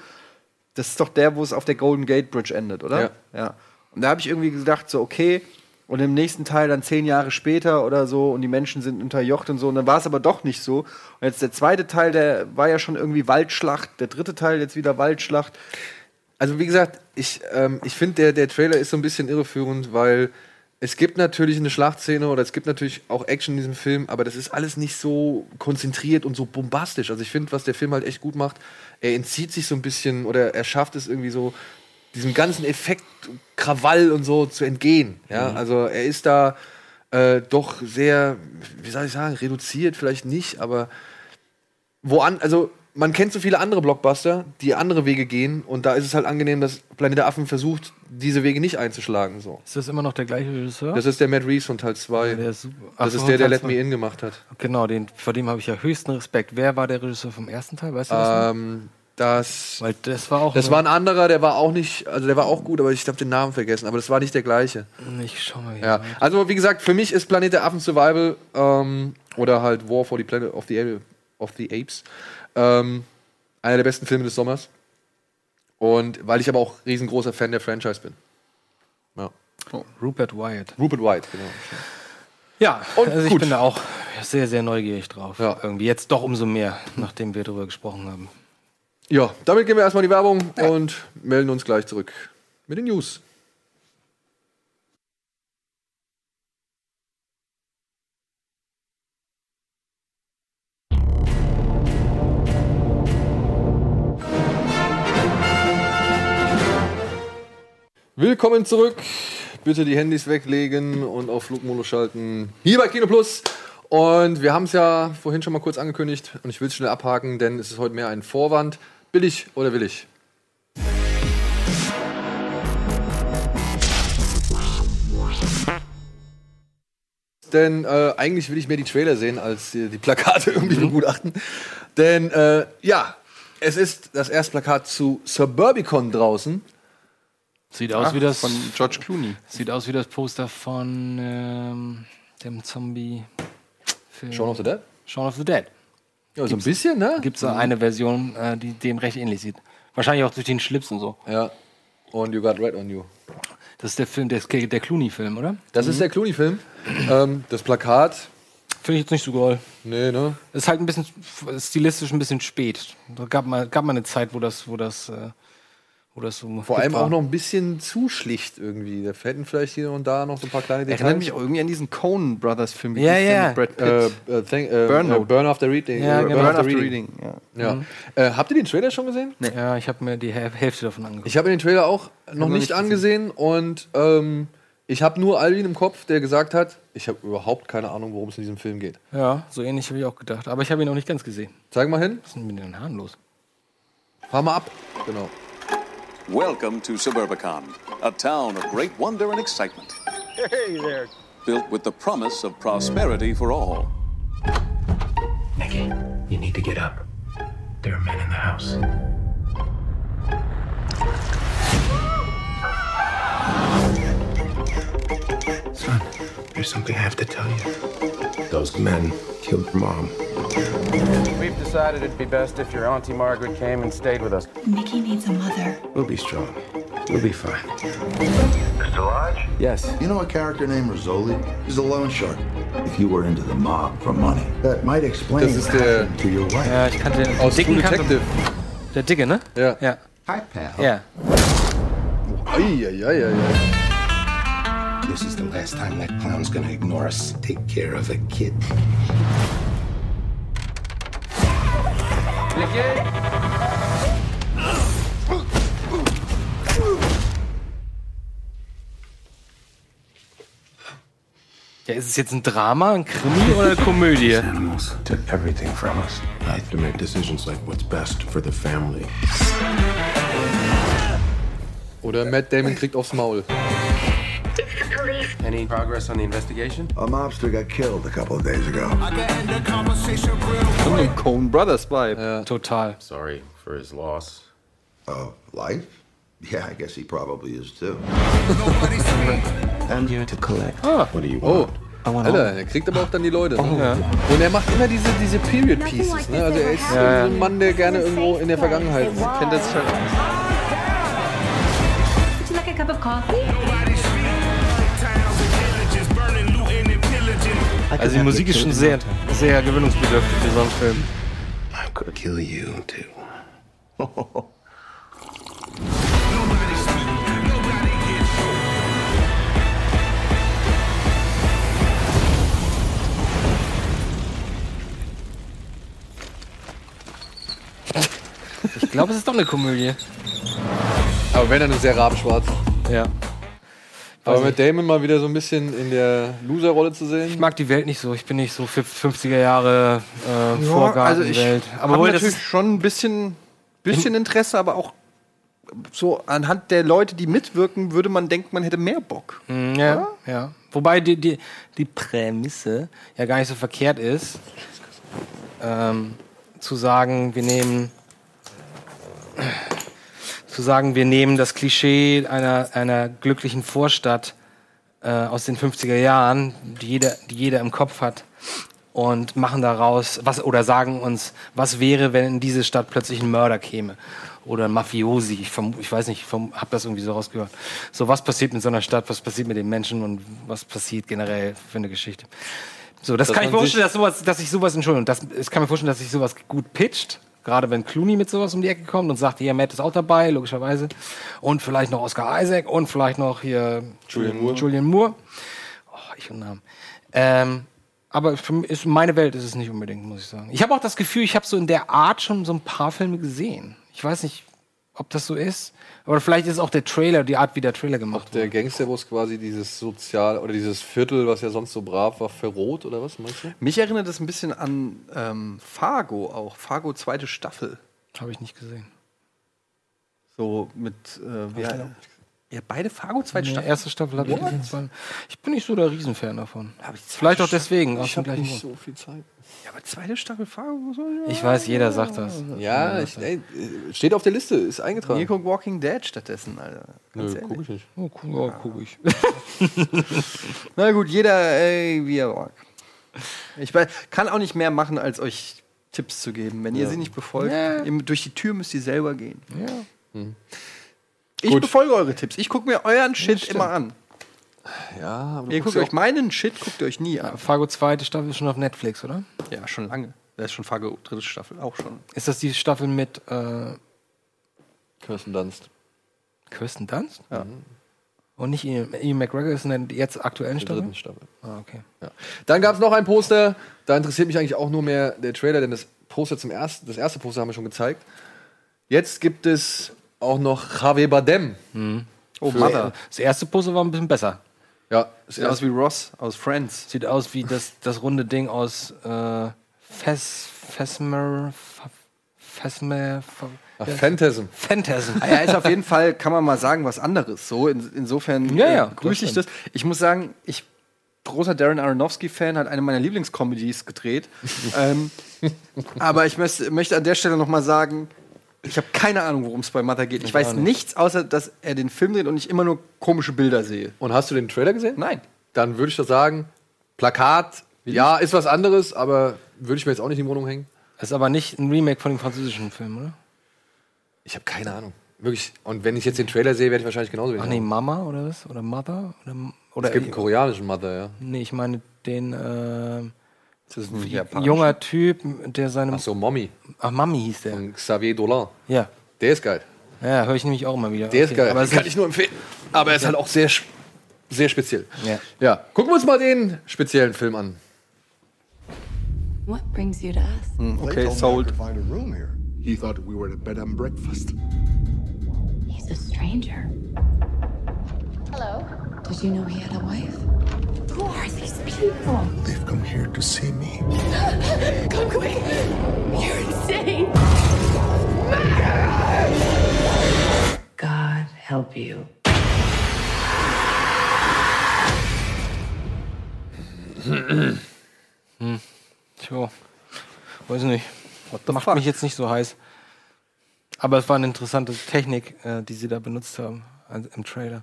das ist doch der, wo es auf der Golden Gate Bridge endet, oder? Ja. Und da habe ich irgendwie gedacht, so, okay, und im nächsten Teil dann zehn Jahre später oder so und die Menschen sind unterjocht und so. Und dann war es aber doch nicht so. Und jetzt der zweite Teil, der war ja schon irgendwie Waldschlacht. Der dritte Teil jetzt wieder Waldschlacht.
Also wie gesagt, ich, ähm, ich finde, der, der Trailer ist so ein bisschen irreführend, weil es gibt natürlich eine Schlachtszene oder es gibt natürlich auch Action in diesem Film, aber das ist alles nicht so konzentriert und so bombastisch. Also ich finde, was der Film halt echt gut macht, er entzieht sich so ein bisschen oder er schafft es irgendwie so, diesem ganzen Effekt Krawall und so zu entgehen. Ja, also er ist da äh, doch sehr, wie soll ich sagen, reduziert vielleicht nicht, aber wo an, also man kennt so viele andere Blockbuster, die andere Wege gehen und da ist es halt angenehm, dass Planet der Affen versucht, diese Wege nicht einzuschlagen. So.
Ist das immer noch der gleiche Regisseur?
Das ist der Matt Reeves von Teil 2.
der ist super. Ach
Das
so,
ist der, der
Teil
Let
zwei.
Me In gemacht hat.
Genau, den, vor dem habe ich ja höchsten Respekt. Wer war der Regisseur vom ersten Teil? Weißt du das? noch?
Ähm, das,
Weil das war auch.
das
eine-
war ein anderer, der war auch nicht, also der war auch gut, aber ich habe den Namen vergessen, aber das war nicht der gleiche.
Ich schau mal hier.
Ja, also wie gesagt, für mich ist Planet der Affen Survival ähm, oder halt War for the Planet of the, Ape- of the Apes ähm, einer der besten Filme des Sommers. Und weil ich aber auch riesengroßer Fan der Franchise bin. Ja.
Rupert Wyatt.
Rupert White, genau.
Ja,
Und
also ich
gut.
bin da auch sehr, sehr neugierig drauf.
Ja.
Irgendwie jetzt doch umso mehr, nachdem wir darüber gesprochen haben.
Ja, damit gehen wir erstmal in die Werbung und melden uns gleich zurück mit den News. Willkommen zurück. Bitte die Handys weglegen und auf Flugmodus schalten. Hier bei Kino Plus. Und wir haben es ja vorhin schon mal kurz angekündigt und ich will es schnell abhaken, denn es ist heute mehr ein Vorwand. Billig oder willig? Denn äh, eigentlich will ich mehr die Trailer sehen, als die, die Plakate irgendwie begutachten. Denn äh, ja, es ist das erste Plakat zu Suburbicon draußen.
Sieht
Ah,
aus, wie das,
Von George Clooney.
sieht aus wie das Poster von ähm, dem Zombie-Film.
Shaun of the Dead.
Shaun of the Dead.
Ja, so ein bisschen, ne?
Gibt es da eine Version, äh, die dem recht ähnlich sieht. Wahrscheinlich auch durch den Schlips und so.
Ja. Und You Got Red on You.
Das ist der Film, der, der Clooney-Film, oder?
Das ist der Clooney-Film. ähm, das Plakat.
Finde ich jetzt nicht so geil.
Nee, ne?
Ist halt ein bisschen stilistisch ein bisschen spät. Da gab mal, gab mal eine Zeit, wo das, wo das, äh, wo das so.
Vor allem auch noch ein bisschen zu schlicht irgendwie. Da fällten vielleicht hier und da noch so ein paar kleine Details.
Erinnert mich auch irgendwie an diesen Coen Brothers Film wie
Ja,
hieß der
ja.
mit Brad Pitt.
äh, äh, thank, äh,
Burn
Burn, äh,
Note.
Burn After Reading.
Ja,
äh, Burn
genau.
Burn
After
After
Reading.
Reading. Ja.
Ja. Äh, habt ihr den Trailer schon gesehen?
Ja, ich habe mir die Häl- Hälfte davon angeguckt.
Ich habe den Trailer auch noch nicht
nicht
angesehen und ähm, ich habe nur Alvin im Kopf, der gesagt hat, ich habe überhaupt keine Ahnung, worum es in diesem Film geht.
Ja, so ähnlich habe ich auch gedacht. Aber ich habe ihn noch nicht ganz gesehen.
Zeig mal hin.
Was ist denn mit den Haaren los?
Fahr mal ab. Genau.
Welcome to Suburbicon, a town of great wonder and excitement. Hey there. Built with the promise of prosperity for all.
Nikki, you need to get up. There are men in the house. Son, there's something I have to tell you. Those men killed your mom.
We've decided it'd be best if your Auntie Margaret came and stayed with us.
Nikki needs a mother. We'll be strong. We'll be fine.
Mr. Lodge?
Yes.
You know a character named Rizzoli? He's a loan shark. If you were into the mob for money, that might explain
Das ist
what
der-
happened to your wife.
Ja, ich kannte den
Aus True
Dicken kannte-
Detective.
Der Dicke, ne?
Ja.
Ja.
Hi, pal.
ja.
Eieieiei.
This is the last time that clown's gonna ignore us. Take care of a kid.
Ja, ist es jetzt ein Drama, ein Krimi oder eine Komödie?
Animals took everything from us. I have to make decisions like what's best for the family.
Oder Matt Damon kriegt aufs Maul.
Any progress on the investigation?
A mobster got killed a couple of days ago.
So ein Coen Brothers Vibe.
Total.
Sorry for his loss.
Of Uh, life? Yeah, I guess he probably is too. I'm here to collect.
What do you want? Oh. Alter, er kriegt aber auch dann die Leute. Ne? Und er macht immer diese, diese Period Pieces. Ne? Also er ist so
Ja, ja.
ein Mann, der gerne irgendwo in der Vergangenheit
Kennt das schon
Would you like a cup of coffee?
Also die Musik ist schon sehr, sehr gewöhnungsbedürftig für so einen Film.
I'm gonna kill you too.
Ich glaube, es ist doch eine Komödie.
Aber wenn, dann ist er rabenschwarz.
Ja.
Aber mit Damon mal wieder so ein bisschen in der Loser-Rolle zu sehen.
Ich mag die Welt nicht so. Ich bin nicht so für 50er Jahre äh, Vorgartenwelt.
aber
aber wohl, das
also natürlich
ist,
schon ein bisschen, bisschen Interesse, aber auch so anhand der Leute, die mitwirken, würde man denken, man hätte mehr Bock.
Mm, ja, ja. Wobei die, die, die Prämisse ja gar nicht so verkehrt ist, ähm, zu sagen, wir nehmen zu sagen, wir nehmen das Klischee einer, einer glücklichen Vorstadt äh, aus den 50er Jahren, die jeder, die jeder im Kopf hat, und machen daraus, was, oder sagen uns, was wäre, wenn in diese Stadt plötzlich ein Mörder käme? Oder ein Mafiosi, ich, vermu- ich weiß nicht, ich habe das irgendwie so rausgehört. So, was passiert mit so einer Stadt, was passiert mit den Menschen und was passiert generell für eine Geschichte? So, das
Dass
kann ich mir
man sich-
vorstellen, dass, sowas, dass ich sowas, Entschuldigung, das, ich kann mir vorstellen, dass sich sowas gut pitcht. Gerade wenn Clooney mit sowas um die Ecke kommt und sagt, hier, Matt ist auch dabei, logischerweise. Und vielleicht noch Oscar Isaac und vielleicht noch hier äh,
Julian Moore.
Julian Moore. Oh, ich und Namen. Ähm, aber für mich ist meine Welt ist es nicht unbedingt, muss ich sagen. Ich habe auch das Gefühl, ich habe so in der Art schon so ein paar Filme gesehen. Ich weiß nicht, ob das so ist. Aber vielleicht ist auch der Trailer, die Art, wie der Trailer gemacht
Der
wird.
Gangsterbus quasi dieses Sozial- oder dieses Viertel, was ja sonst so brav war, verrot oder was meinst du?
Mich erinnert das ein bisschen an ähm, Fargo auch. Fargo zweite Staffel.
Habe ich nicht gesehen.
So mit, äh, wie ja, ja, beide Fargo zweite
Die
Staffel.
erste Staffel habe ich gesehen. zweite- Ich bin nicht so der Riesenfan davon.
Hab ich zweite
Vielleicht auch
Staffel-
deswegen. Aus
Ich
dem
habe
gleichen
nicht
Grund.
so viel Zeit.
Ja, aber zweite Staffel Fargo. So, ja.
Ich weiß, jeder sagt das.
Ja, ich, ey, steht auf der Liste, ist eingetragen.
Mir guckt Walking Dead stattdessen, Alter. Ganz
Nö,
ehrlich.
guck ich nicht.
Oh, guck, oh, guck ich.
Na gut, jeder, ey, wie er mag. Ich wei- kann auch nicht mehr machen, als euch Tipps zu geben. Wenn ihr sie nicht befolgt, ihr, durch die Tür müsst ihr selber gehen. Ich
Gut.
befolge eure Tipps. Ich gucke mir euren Shit immer an.
Ja, aber
Ihr guckt euch meinen Shit, guckt ihr euch nie an.
Fargo zweite Staffel ist schon auf Netflix, oder?
Ja, schon lange. Da ist schon Fargo dritte Staffel, auch schon.
Ist das die Staffel mit äh,
Kirsten Dunst.
Kirsten Dunst? Ja. Und nicht Ian, Ian McGregor ist in der jetzt aktuellen
Der
Staffel?
dritten Staffel.
Ah, okay.
Ja. Dann gab es noch ein Poster, da interessiert mich eigentlich auch nur mehr der Trailer, denn das Poster zum ersten, das erste Poster haben wir schon gezeigt. Jetzt gibt es auch noch Javier Bardem.
Oh,
Mother. Das erste Puzzle war ein bisschen besser.
Ja, ist
Sieht aus
erst
wie Ross aus Friends.
Sieht aus wie das, das runde Ding aus äh, Fes, Fesmer. Fa- Fesmer. Fa-
Ach, Phantasm.
Phantasm.
Ah,
Er Ah ist auf jeden Fall, kann man mal sagen, was anderes. So, in, insofern
Ja, ja,
äh, grüße
das
ich das. Ich muss sagen, ich, großer Darren Aronofsky-Fan, hat eine meiner Lieblingscomedies gedreht. ähm, aber ich möß- möchte an der Stelle nochmal sagen, ich habe keine Ahnung, worum es bei Mother geht. Ich weiß nichts, außer dass er den Film dreht und ich immer nur komische Bilder sehe.
Und hast du den Trailer gesehen?
Nein.
Dann würde ich doch sagen, Plakat, ja, ist was anderes, aber würde ich mir jetzt auch nicht in die Wohnung hängen.
Ist aber nicht ein Remake von dem französischen Film, oder?
Ich habe keine Ahnung. Wirklich. Und wenn ich jetzt den Trailer sehe, werde ich wahrscheinlich genauso wenig.
Ach nee, Mama oder was? Oder Mother? Oder, oder
es gibt einen koreanischen Mother, ja.
nee, ich meine den ähm,
Das ist ein Japaner.
junger Typ, der seine.
Ach so, Mommy.
Ach, Mami hieß der.
Von Xavier Dolan.
Ja.
Der ist geil.
Ja, höre ich nämlich auch immer wieder.
Der ist geil.
Aber es
kann
ist
ich nur empfehlen. Aber er ist halt auch sehr, sch- sehr speziell.
Ja.
ja. Gucken wir uns mal den speziellen Film an.
What brings you to us?
Okay, sold.
Find a room here. He thought we were at a bed and breakfast.
He's a stranger.
Hello.
Did you know he had a wife? Who are these people?
They've come here to see me.
Come quick. You're insane.
God help you.
Tjo. Weiß nicht.
What the
Macht
fuck?
mich jetzt nicht so heiß. Aber es war eine interessante Technik, äh, die sie da benutzt haben also im Trailer.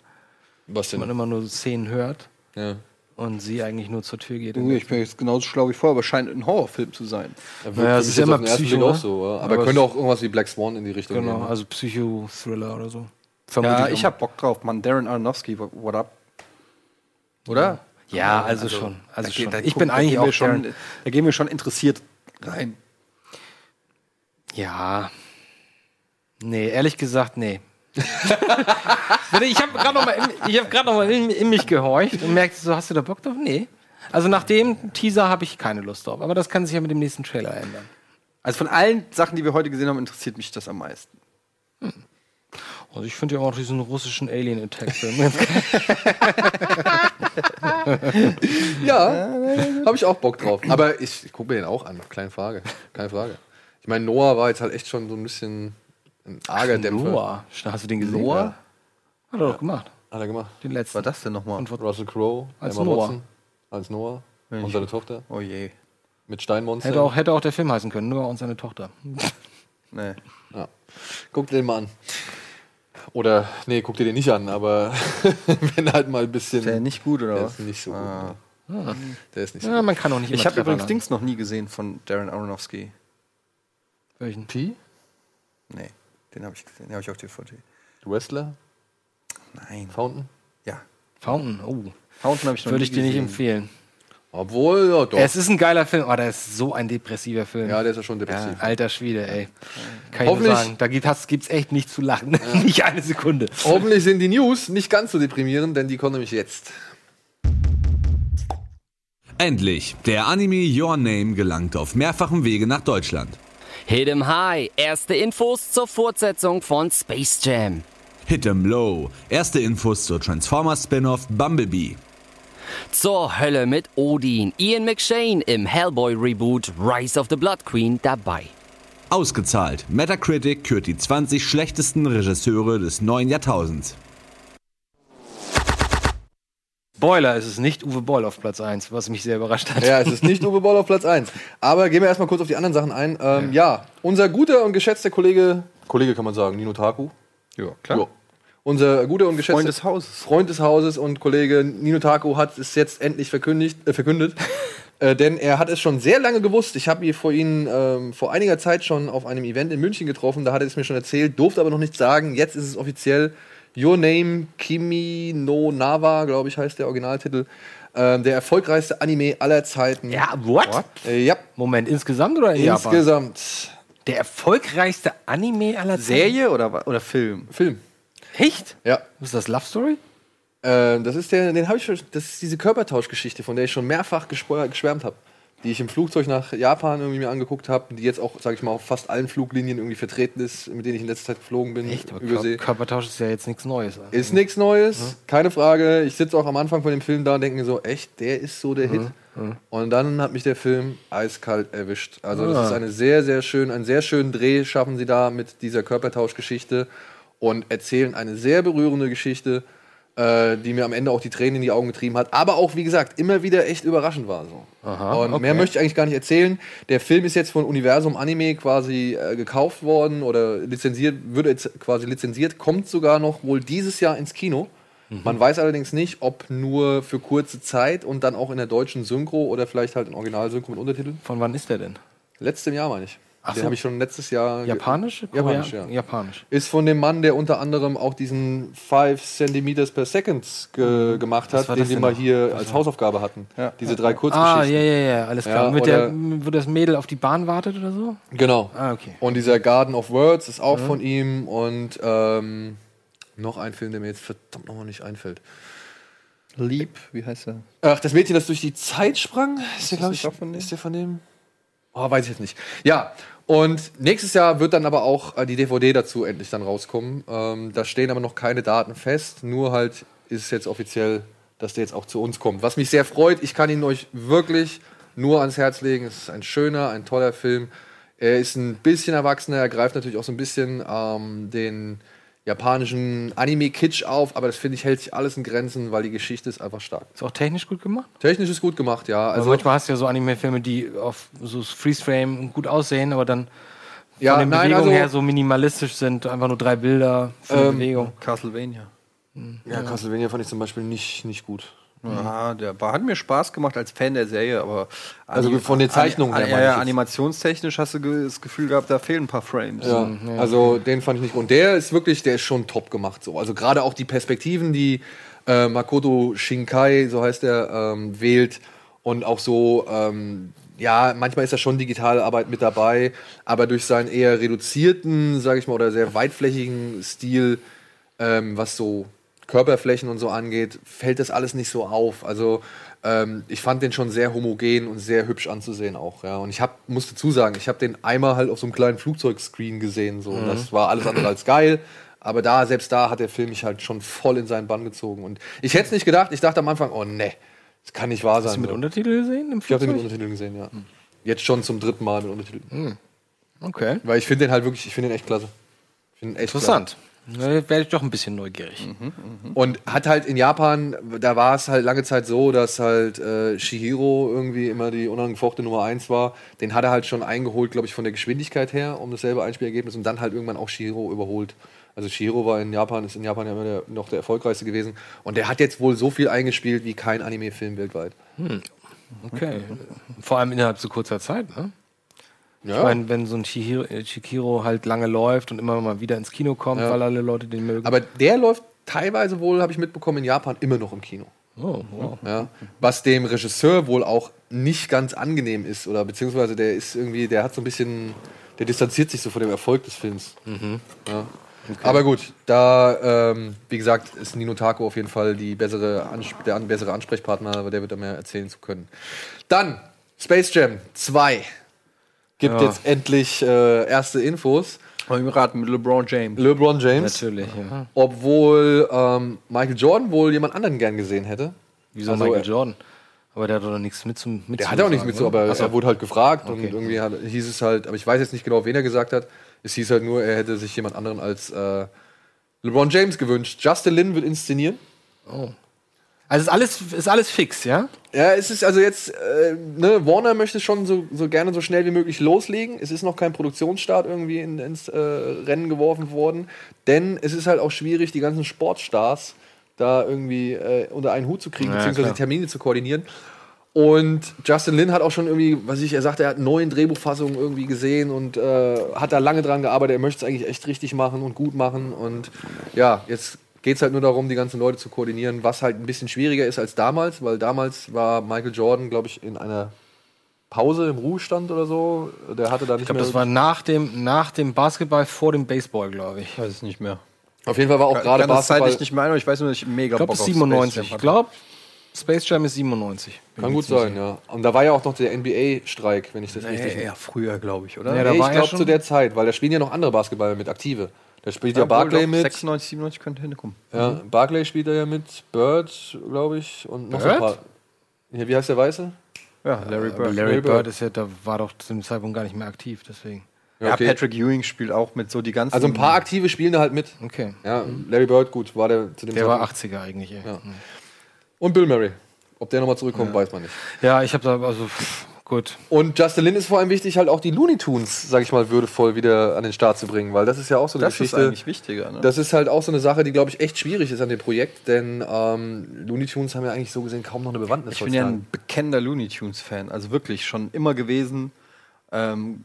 Was denn?
Man immer nur so Szenen hört
Ja.
und sie eigentlich nur zur Tür geht.
Ich bin jetzt genauso schlau wie vorher, aber scheint ein Horrorfilm zu sein.
Ja,
Naja, es ist ja immer Psycho,
auch
ne?
so, oder? aber,
Aber
könnte
es-
auch irgendwas wie Black Swan in die Richtung
genau,
gehen.
also Psycho-Thriller oder so.
ja,
Vermutlich
ich
auch.
hab Bock drauf, Mann. Darren Aronofsky, what- what up? Oder?
Ja, also, schon. Also
Ähm, Da geht-
schon.
da
ich
guck-
bin
da
eigentlich
gehen wir
auch
schon. Da gehen wir schon interessiert rein.
Ja. Nee, ehrlich gesagt, nee. Warte, ich habe gerade noch mal, in, ich hab grad noch mal in, in mich gehorcht und merkte so, hast du da Bock drauf? Nee. Also nach dem Teaser habe ich keine Lust drauf. Aber das kann sich ja mit dem nächsten Trailer ändern.
Also von allen Sachen, die wir heute gesehen haben, interessiert mich das am meisten.
Also ich finde ja auch diesen russischen Alien-Attack-Film.
Ja, habe ich auch Bock drauf. Aber ich, ich gucke mir den auch an, keine Frage. Keine Frage. Ich meine, Noah war jetzt halt echt schon so ein bisschen ein arger Dämpfer.
Noah. Hast du den gesehen?
Noah?
Ja. Hat er doch gemacht.
Hat er gemacht.
Den letzten.
Was war das denn nochmal?
Und was-
Russell Crowe,
Als
Emma
Noah.
Watson, als Noah und seine Tochter
Oh je.
mit Steinmonster.
Hätte auch, hätte auch der Film heißen können, nur und seine Tochter.
Nee.
Ja. Guck dir den mal an. Oder, nee, guck dir den nicht an, aber wenn halt mal ein bisschen.
Der nicht gut, oder
der
was?
ist nicht so gut. ne. Der ist nicht so
Ja, man kann auch nicht
Ich
immer
habe
Treffer
übrigens
landen.
Dings noch nie gesehen von Darren Aronofsky.
Welchen?
Pi?
Nee, den habe ich gesehen. Den habe ich auf DVD.
Wrestler?
Nein.
Fountain?
Ja.
Fountain, oh.
Fountain habe ich noch
Würde
nie
ich dir nicht
gesehen.
empfehlen.
Obwohl, ja, doch.
Es ist ein geiler Film, aber der ist so ein depressiver Film.
ja, der ist ja schon depressiv.
Alter Schwede, ey. Kann ich
Ah. Hoffentlich-
nur sagen, da gibt es gibt's echt nicht zu lachen. nicht eine Sekunde.
Hoffentlich sind die News nicht ganz so deprimierend, denn die kommen nämlich jetzt.
Endlich, der Anime Your Name gelangt auf mehrfachem Wege nach Deutschland.
Hit'em High, erste Infos zur Fortsetzung von Space Jam.
Hit'em Low, erste Infos zur Transformers Spin-off Bumblebee.
Zur Hölle mit Odin, Ian McShane im Hellboy-Reboot Rise of the Blood Queen dabei.
Ausgezahlt, Metacritic kürt die 20 schlechtesten Regisseure des neuen Jahrtausends.
Boiler ist es nicht, Uwe Boll auf Platz 1, was mich sehr überrascht hat.
Ja, es ist nicht Uwe Boll auf Platz 1. Aber gehen wir erstmal kurz auf die anderen Sachen ein. Ähm, ja. unser guter und geschätzter Kollege, Kollege kann man sagen, Nino Taku.
Ja, klar.
Ja. Unser guter und geschätzter
Freund des Hauses.
Freund des Hauses und Kollege Nino Taku hat es jetzt endlich verkündigt, äh, verkündet. äh, denn er hat es schon sehr lange gewusst. Ich habe ihn vor ihn ähm, vor einiger Zeit schon auf einem Event in München getroffen. Da hat er es mir schon erzählt, durfte aber noch nichts sagen. Jetzt ist es offiziell. Your Name Kimi no Nawa, glaube ich, heißt der Originaltitel. Ähm, der erfolgreichste Anime aller Zeiten.
Ja, what?
Äh, ja,
Moment, insgesamt oder in Japan?
insgesamt.
Der erfolgreichste Anime aller Zeiten?
Serie oder, wa- oder Film?
Film.
Echt?
Ja.
Ist das Love Story?
Ähm, das ist der, den habe ich schon, das ist diese Körpertauschgeschichte, von der ich schon mehrfach geschwör- geschwärmt habe. Die ich im Flugzeug nach Japan irgendwie mir angeguckt habe, die jetzt auch, sage ich mal, auf fast allen Fluglinien irgendwie vertreten ist, mit denen ich in letzter Zeit geflogen bin.
Echt? Aber
übersee.
Kör Hm. Körpertausch ist ja jetzt nichts Neues.
Ist nichts Neues, keine Frage. Ich sitze auch am Anfang von dem Film da und denke mir so, echt, der ist so der
Hm,
Hit. Und dann hat mich der Film eiskalt erwischt. Also das
Ah.
ist eine sehr, sehr schön, einen sehr schönen Dreh schaffen sie da mit dieser Körpertauschgeschichte und erzählen eine sehr berührende Geschichte, äh, die mir am Ende auch die Tränen in die Augen getrieben hat. Aber auch, wie gesagt, immer wieder echt überraschend war so. und mehr möchte ich eigentlich gar nicht erzählen. Der Film ist jetzt von Universum Anime quasi äh, gekauft worden oder lizenziert, würde jetzt quasi lizenziert, kommt sogar noch wohl dieses Jahr ins Kino.
Mhm.
Man weiß allerdings nicht, ob nur für kurze Zeit und dann auch in der deutschen Synchro oder vielleicht halt in Originalsynchro mit Untertiteln.
Von wann ist der denn?
Letztem Jahr meine ich.
Ach
Den
so.
habe ich schon letztes Jahr. ge-
Japanisch?
Japanisch, ja.
Korea- Japanisch.
Ist von dem Mann, der unter anderem auch diesen 5 cm per Second ge gemacht hat,
war
den
das
wir
denn
mal
noch?
hier als Hausaufgabe hatten. Diese drei Kurzgeschichten.
Ah, ja, ja, ja, alles klar.
Ja,
Mit der,
oder-
wo das Mädel auf die Bahn wartet oder so?
Genau.
Ah, okay.
Und dieser Garden of Words ist auch von ihm und ähm, noch ein Film, der mir jetzt verdammt nochmal nicht einfällt.
Lieb, wie heißt er?
Ach, das Mädchen, das durch die Zeit sprang, ist der,
das
glaube
nicht
ich,
auch von dem?
ist der von dem? Oh, weiß ich jetzt nicht. Ja, und nächstes Jahr wird dann aber auch äh, die DVD dazu endlich dann rauskommen. Ähm, da stehen aber noch keine Daten fest, nur halt ist es jetzt offiziell, dass der jetzt auch zu uns kommt. Was mich sehr freut, ich kann ihn euch wirklich nur ans Herz legen. Es ist ein schöner, ein toller Film. Er ist ein bisschen erwachsener, er greift natürlich auch so ein bisschen ähm, den japanischen Anime-Kitsch auf, aber das finde ich hält sich alles in Grenzen, weil die Geschichte ist einfach stark.
Ist auch technisch gut gemacht?
Technisch ist gut gemacht, ja.
Also
Also
manchmal hast du ja so Anime-Filme, die auf so Freeze-Frame gut aussehen, aber dann
Ja,
ja, von den
nein,
Bewegungen
also-
her so minimalistisch sind. Einfach nur drei Bilder für eine
Ähm,
Bewegung.
Castlevania.
Ja, Castlevania fand ich zum Beispiel nicht, nicht gut.
Mhm.
Ja, der war, hat mir Spaß gemacht als Fan der Serie, aber
Also
Ani-
von den Zeichnungen
Ani-
her
ja,
meine ich
ja,
jetzt.
animationstechnisch hast du ge- das Gefühl gehabt, da fehlen ein paar Frames.
Ja,
Mhm.
also den fand ich nicht gut. Und der ist wirklich, der ist schon top gemacht so. Also gerade auch die Perspektiven, die äh, Makoto Shinkai, so heißt er, ähm, wählt und auch so, ähm, ja, manchmal ist da schon Digitalarbeit mit dabei, aber durch seinen eher reduzierten, sage ich mal, oder sehr weitflächigen Stil, ähm, was so Körperflächen und so angeht, fällt das alles nicht so auf. Also ähm, ich fand den schon sehr homogen und sehr hübsch anzusehen auch. Ja. Und ich hab, muss dazu sagen, ich habe den einmal halt auf so einem kleinen Flugzeugscreen gesehen. So.
Mhm.
Das war alles andere als geil. Aber da, selbst da hat der Film mich halt schon voll in seinen Bann gezogen. Und ich hätte es nicht gedacht. Ich dachte am Anfang, oh nee, das kann nicht wahr sein.
Hast du mit
so.
Untertitel gesehen? Im
Ich habe den mit
Flugzeug?
Untertiteln gesehen, ja. Jetzt schon zum dritten Mal mit Untertiteln.
Hm. Okay.
Weil ich finde den halt wirklich, ich finde den echt klasse. Ich find ihn echt
Interessant. Da werde ich doch ein bisschen neugierig.
Mhm. Und hat halt in Japan, da war es halt lange Zeit so, dass halt äh, Shihiro irgendwie immer die unangefochtene Nummer 1 war. Den hat er halt schon eingeholt, glaube ich, von der Geschwindigkeit her, um dasselbe Einspielergebnis und dann halt irgendwann auch Shihiro überholt. Also Shihiro war in Japan, ist in Japan ja immer der, noch der erfolgreichste gewesen. Und der hat jetzt wohl so viel eingespielt wie kein Anime-Film weltweit.
Hm. Okay. Vor allem innerhalb so kurzer Zeit, ne?
Ja.
Ich meine, wenn so ein Shihiro, äh, Shikiro halt lange läuft und immer mal wieder ins Kino kommt,
Ja.
weil alle Leute den mögen.
Aber der läuft teilweise wohl, habe ich mitbekommen, in Japan immer noch im Kino.
oh, wow.
Ja, was dem Regisseur wohl auch nicht ganz angenehm ist oder beziehungsweise der ist irgendwie, der hat so ein bisschen, der distanziert sich so von dem Erfolg des Films.
Mhm.
Ja. Aber gut, da ähm, wie gesagt ist Nino Taco auf jeden Fall die bessere Ans der an bessere Ansprechpartner, aber der wird da mehr erzählen zu können. Dann Space Jam 2 gibt
Ja.
jetzt endlich äh, erste Infos.
Wollen wir raten mit LeBron James.
LeBron James.
Natürlich, ja.
Obwohl ähm, Michael Jordan wohl jemand anderen gern gesehen hätte.
Wieso
Also,
Michael Jordan? Aber der hat doch nichts mit zum mit
Der
zu
hat auch nichts
sagen,
mit zu,
oder?
aber
Ach so.
er wurde halt gefragt und
Okay.
irgendwie hat, hieß es halt, aber ich weiß jetzt nicht genau, wen er gesagt hat. Es hieß halt nur, er hätte sich jemand anderen als äh, LeBron James gewünscht. Justin Lin wird inszenieren.
Oh. Also ist alles, ist alles fix, ja?
Ja, es ist also jetzt, äh, ne, Warner möchte schon so, so gerne so schnell wie möglich loslegen. Es ist noch kein Produktionsstart irgendwie in, ins äh, Rennen geworfen worden, denn es ist halt auch schwierig, die ganzen Sportstars da irgendwie äh, unter einen Hut zu kriegen,
Ja,
beziehungsweise
klar.
Termine zu koordinieren. Und Justin Lin hat auch schon irgendwie, was ich, er sagt, er hat neun Drehbuchfassungen irgendwie gesehen und äh, hat da lange dran gearbeitet. Er möchte es eigentlich echt richtig machen und gut machen. Und ja, jetzt geht es halt nur darum, die ganzen Leute zu koordinieren, was halt ein bisschen schwieriger ist als damals, weil damals war Michael Jordan, glaube ich, in einer Pause im Ruhestand oder so. Der hatte da nicht
Ich glaube,
mehr
das war nach dem, nach dem Basketball, vor dem Baseball, glaube ich.
Weiß es nicht mehr.
Auf jeden Fall war auch
Gerade
gerade
kann das zeitlich
Basketball.
nicht mehr, ich weiß nur, dass ich mega
Ich glaube,
Bock
es ist
auf Space
97.
Jam
Ich
hatte.
glaube, Space Jam ist 97. Bin
Kann
mir
gut
ziemlich
sein, ja. Und da war ja auch noch der NBA-Streik, wenn ich das richtig.
eher früher, glaube ich, oder?
Nee,
da
ich
war er
glaube
schon.
zu der Zeit, weil da spielen ja noch andere Basketballer mit, aktive. Da spielt ja,
obwohl,
Barclay
doch,
mit.
96, 97 könnte hinkommen.
Ja, Barclay spielt da ja mit, Bird, glaube ich, und noch so ein
Bird?
paar. Ja, wie heißt der Weiße?
Ja, Larry
sicher. Aber
Bird.
Ah, Larry Bird ist ja, da war doch zu dem Zeitpunkt gar nicht mehr aktiv, deswegen.
Ja, okay.
Ja, Patrick Ewing spielt auch mit so die ganzen.
Also ein paar aktive spielen da halt mit.
Okay.
Ja, Larry Bird, gut, war der zu dem
Der war
Zeitpunkt.
80er eigentlich, ey.
Ja. Und Bill Murray. Ob der nochmal zurückkommt, weiß man nicht.
Ja, ich habe da, also, pff, gut.
Und Justin Lin ist vor allem wichtig, halt auch die Looney Tunes, sag ich mal, würdevoll wieder an den Start zu bringen, weil das ist ja auch so eine
Das ist
Geschichte.
eigentlich wichtiger, ne?
Das ist halt auch so eine Sache, die, glaube ich, echt schwierig ist an dem Projekt, denn ähm, Looney Tunes haben ja eigentlich so gesehen kaum noch eine Bewandtnis.
Ich bin ja
heutzutage.
ein bekennender Looney Tunes-Fan. Also wirklich schon immer gewesen. Ähm,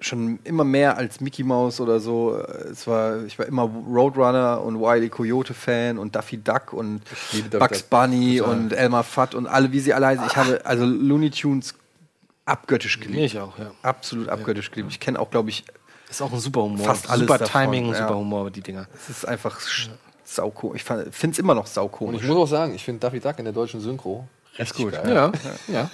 schon immer mehr als Mickey Mouse oder so. Äh, Es war, ich war immer Roadrunner und Wile E. Coyote-Fan und Daffy Duck und
liebe Daffy
Bugs
Duck. Ah.
Bunny
Total.
und Elmer Fudd und alle, wie sie alle heißen. Ich habe also Looney Tunes abgöttisch geliebt.
Ich auch, ja.
Absolut abgöttisch geliebt. Ich kenne auch, glaube ich,
Ist auch ein super Humor.
fast alles
super
davon,
Timing und
ja.
super Humor, die Dinger.
es ist einfach sch- sauko. Ich finde es immer noch
Und ich
saukomisch.
muss auch sagen, ich finde Daffy Duck in der deutschen Synchro richtig gut.
Ja, ja.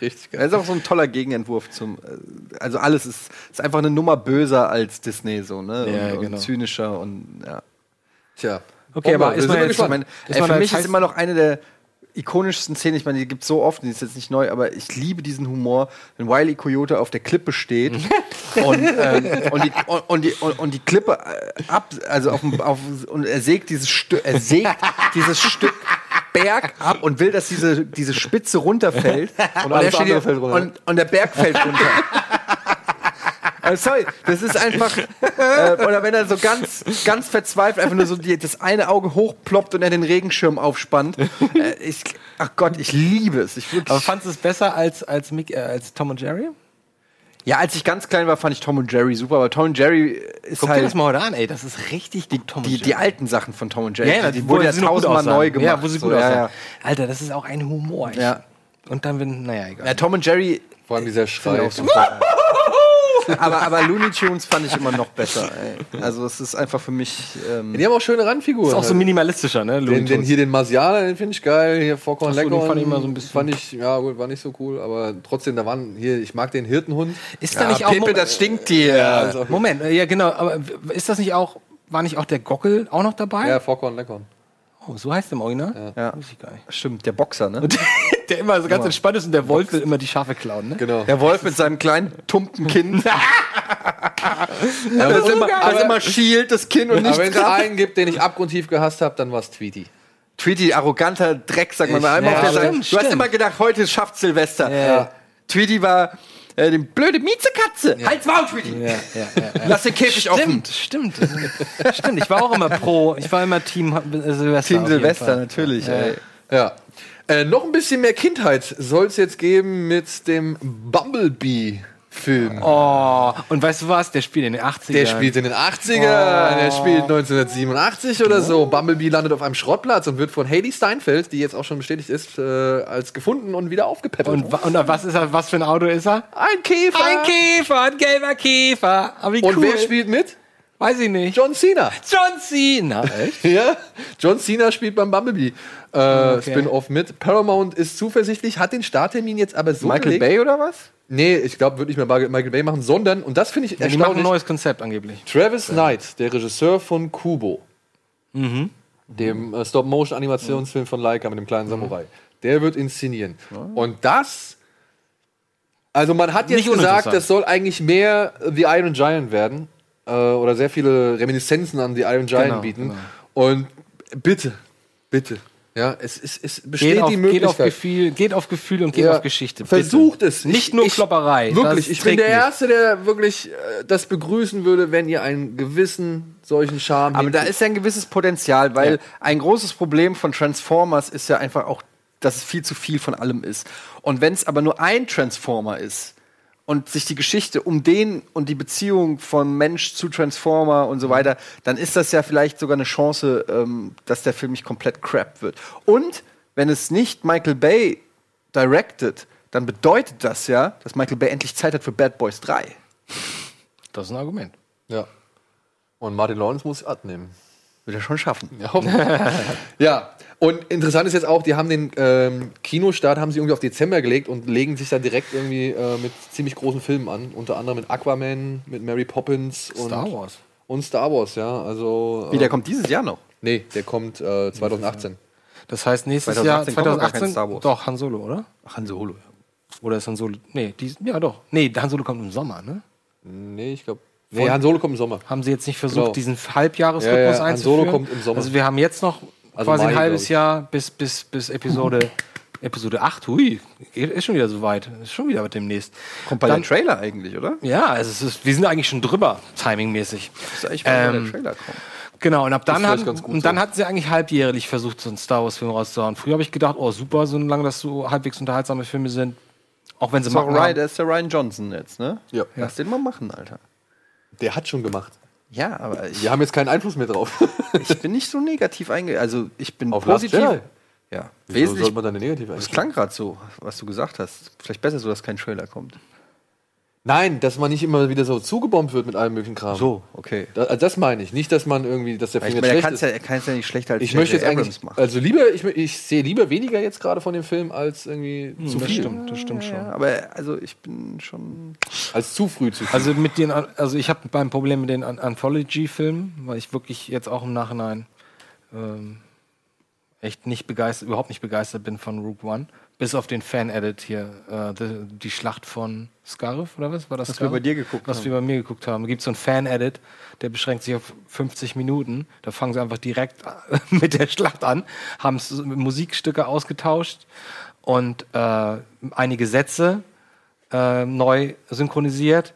richtig geil.
Er ist auch so ein toller Gegenentwurf zum. äh, Also alles ist, ist einfach eine Nummer böser als Disney so, ne?
Ja,
und,
genau.
und zynischer und ja.
Tja.
Okay, aber ist
wir
man
sind
jetzt-
gespannt.
ist
Ich meine, ey,
man
für
da
mich
jetzt
ist
heiß-
immer noch eine der ikonischsten Szenen. Ich meine, die gibt es so oft, die ist jetzt nicht neu, aber ich liebe diesen Humor, wenn Wiley Coyote auf der Klippe steht und, ähm, und, die, und, und, die, und, und die Klippe äh, ab, also auf, dem- auf und er sägt dieses Stück, er sägt dieses Stück. Berg ab und will, dass diese, diese Spitze runterfällt.
alles
er steht
andere
hier-
fällt runter.
Und, und der Berg fällt runter. Also, sorry, das ist einfach. Äh, oder wenn er so ganz, ganz verzweifelt einfach nur so die, das eine Auge hochploppt und er den Regenschirm aufspannt. Äh, ich, ach Gott, ich liebe es. Ich wirklich,
Aber fandst du es besser als, als, Mick, äh, als Tom und Jerry?
ja, als ich ganz klein war, fand ich Tom und Jerry super, aber Tom und Jerry ist
Guck
halt.
dir das mal heute an, ey. Das ist richtig gut, Tom und
die,
Jerry.
die alten Sachen von Tom und Jerry,
Ja, ja,
die, die wurden ja
sie noch gut
tausendmal
aussahen.
neu gemacht.
Ja, wo sie gut
so, ja,
aussahen.
ja.
Alter, das ist auch ein Humor. echt.
Ja.
Und dann, wenn, naja, egal.
Ja, Tom und Jerry.
Vor allem
Äh,
dieser Schrei.
Sind auch so aber, aber Looney Tunes fand ich immer noch besser. Ey. Also es ist einfach für mich. Ähm,
Die haben auch schöne Randfiguren.
ist auch so
halt.
minimalistischer, ne? Looney
den, den
Tunes.
hier den Marsianer, den finde ich geil. Hier Foghorn
Ach so, den
Leghorn.
fand ich immer so ein bisschen-
Fand ich, ja gut, war nicht so cool, aber trotzdem, da waren hier, ich mag den Hirtenhund.
Ist
ja,
da nicht auch.
äh, Pepe, das stinkt dir.
Ja, also, ist auch-
Moment, äh, ja, genau. Aber w- ist das nicht auch. War nicht auch der Gockel auch noch dabei?
ja, Foghorn Leghorn.
Oh, so heißt der im Original?
Ja.
Weiß ich gar nicht.
Stimmt, der Boxer, ne?
Der immer so ganz entspannt ist und der Wolf will immer die Schafe klauen, ne?
Genau.
Der Wolf mit seinem kleinen, tumpen Kinn.
Ja,
das
aber-
immer, das immer schielt das Kinn und
aber wenn
nicht
es
rein.
einen gibt, den ich abgrundtief gehasst habe, dann war es Tweety.
Tweety, arroganter Dreck, sag mal.
Ich-
mal einmal
ja,
auf der Seite.
stimmt,
Du hast
stimmt.
immer gedacht, heute schafft Silvester.
Ja.
Tweety war äh, die blöde Miezekatze. Halt's Maul, Tweety.
Ja, ja, ja.
Lass den Käfig offen.
Stimmt, stimmt. stimmt, ich war auch immer pro. Ich war immer Team Ha- äh, Silvester.
Team
auf jeden
Silvester,
Fall.
natürlich.
Ja.
Ey.
Ja. Äh, noch ein bisschen mehr Kindheit soll es jetzt geben mit dem Bumblebee-Film.
Oh, und weißt du was? Der spielt in den 80ern.
Der spielt in den 80ern,
Oh.
der spielt 1987
Genau.
oder so. Bumblebee landet auf einem Schrottplatz und wird von Haley Steinfeld, die jetzt auch schon bestätigt ist, äh, als gefunden und wieder aufgepäppelt.
Und, wa- und was ist er? Was für ein Auto ist er?
ein Käfer!
Käfer, ein gelber Käfer. Aber wie
und wer spielt mit?
Weiß ich nicht.
John Cena.
John Cena. Echt?
Ja, John Cena spielt beim Bumblebee äh, Spin-off mit. Paramount ist zuversichtlich, hat den Starttermin jetzt aber so
Michael
gelegt-
Bay oder was?
Nee, ich glaube, wird nicht mehr Michael Michael Bay machen, sondern, und das finde ich
Ja, die machen ein
erstaunlich,
neues Konzept angeblich.
Travis Knight, der Regisseur von Kubo,
Mhm.
dem äh, Stop-Motion-Animationsfilm von Leica mit dem kleinen Samurai, der wird inszenieren. Und das, also man hat jetzt
Oh. Nicht
gesagt,
uninteressant.
das soll eigentlich mehr The Iron Giant werden äh, oder sehr viele Reminiszenzen an The Iron Giant
Genau,
bieten.
genau.
Und bitte, bitte, ja, es, es, es besteht
Geht auf,
die
geht auf
Möglichkeit.
Gefühl, geht auf Gefühl und geht
Ja,
auf Geschichte. bitte.
Versucht es.
Nicht
Ich-
nur
ich-
Klopperei.
Wirklich,
Das
ich bin
trägt
der
nicht.
Erste, der wirklich äh, das begrüßen würde, wenn ihr einen gewissen solchen Charme
Aber da
hinkriegt.
ist ja ein gewisses Potenzial, weil ein großes Problem von Transformers ist ja einfach auch, dass es viel zu viel von allem ist. Und wenn es aber nur ein Transformer ist und sich die Geschichte um den und die Beziehung von Mensch zu Transformer und so weiter, dann ist das ja vielleicht sogar eine Chance, ähm, dass der Film nicht komplett crap wird. Und wenn es nicht Michael Bay directed, dann bedeutet das ja, dass Michael Bay endlich Zeit hat für Bad Boys 3.
Das ist ein Argument.
Ja. Und Martin Lawrence muss abnehmen.
Wird er schon schaffen.
Ja. ja. Und interessant ist jetzt auch, die haben den ähm, Kinostart haben sie irgendwie auf Dezember gelegt und legen sich dann direkt irgendwie äh, mit ziemlich großen Filmen an, unter anderem mit Aquaman, mit Mary Poppins und
Star Wars.
und Star Wars, ja. Also
Wie,
äh,
Oh.
der kommt dieses Jahr noch.
nee, der kommt äh, 2018.
Das heißt, nächstes
2018
Jahr
kommt doch gar
2018.
kein Star Wars.
Doch, Han Solo, oder?
Ach, Han Solo, ja.
Oder ist Han Solo. Nee, die, ja doch. Nee, Han Solo kommt im Sommer, ne?
Nee, ich glaube. Nee, Han Solo kommt im Sommer.
Haben sie jetzt nicht versucht,
Genau.
diesen Halbjahresrhythmus
Ja, ja, Han
einzuführen?
Solo kommt im Sommer.
Also wir haben jetzt noch
Also
quasi ein
Mai,
halbes
glaub ich.
Jahr bis, bis, bis Episode, Episode 8. Hui, geht- ist schon wieder so weit. Ist schon wieder demnächst.
Kommt bei
Dann-
der Trailer eigentlich, oder?
Ja, also es ist, wir sind eigentlich schon drüber, timingmäßig.
Ist eigentlich, wann soll
Ähm,
der Trailer kommt.
Genau, und ab dann,
vielleicht
haben,
ganz gut
und dann
so.
hatten sie eigentlich halbjährlich versucht, so einen Star Wars-Film rauszuhauen. Früher habe ich gedacht, oh super, solange das so halbwegs unterhaltsame Filme sind, auch wenn sie
Ist auch
Macken
Ryan,
haben.
der ist der Ryan Johnson jetzt, ne?
Ja.
Lass den mal machen, Alter.
Der hat schon gemacht.
Ja, aber ich,
Wir haben jetzt keinen Einfluss mehr drauf.
ich bin nicht so negativ einge... Also, ich bin
Auf
positiv.
Last Jedi?
Ja,
Wieso
wesentlich.
sollte man da eine negative
Das
einstellen?
klang gerade so, was du gesagt hast. Vielleicht besser so, dass kein Trailer kommt.
Nein, dass man nicht immer wieder so zugebombt wird mit allem möglichen Kram.
okay.
Da, also das meine ich. Nicht, dass man irgendwie, dass der
Ja,
Film
ich
jetzt
meine, er
schlecht
kann's
ist.
ja, er kann's ja nicht schlechter als
ich
J.J.
möchte jetzt
Abrams
eigentlich, also lieber, ich, ich sehe lieber weniger jetzt gerade von dem Film als irgendwie zu
Hm, Das
viel.
stimmt, das stimmt schon.
Ja, aber also ich bin schon.
Als zu früh zu viel.
Also mit den, also ich habe ein Problem mit den An- Anthology-Filmen, weil ich wirklich jetzt auch im Nachhinein ähm, echt nicht begeistert, überhaupt nicht begeistert bin von Rogue One. Bis auf den Fan-Edit hier, äh, the, die Schlacht von Scarif oder was war das?
Was wir
Scarif?
bei dir geguckt
was
haben.
wir bei mir geguckt haben. Gibt so einen Fan-Edit, der beschränkt sich auf 50 Minuten. Da fangen sie einfach direkt mit der Schlacht an, haben s- Musikstücke ausgetauscht und äh, einige Sätze äh, neu ähm, synchronisiert.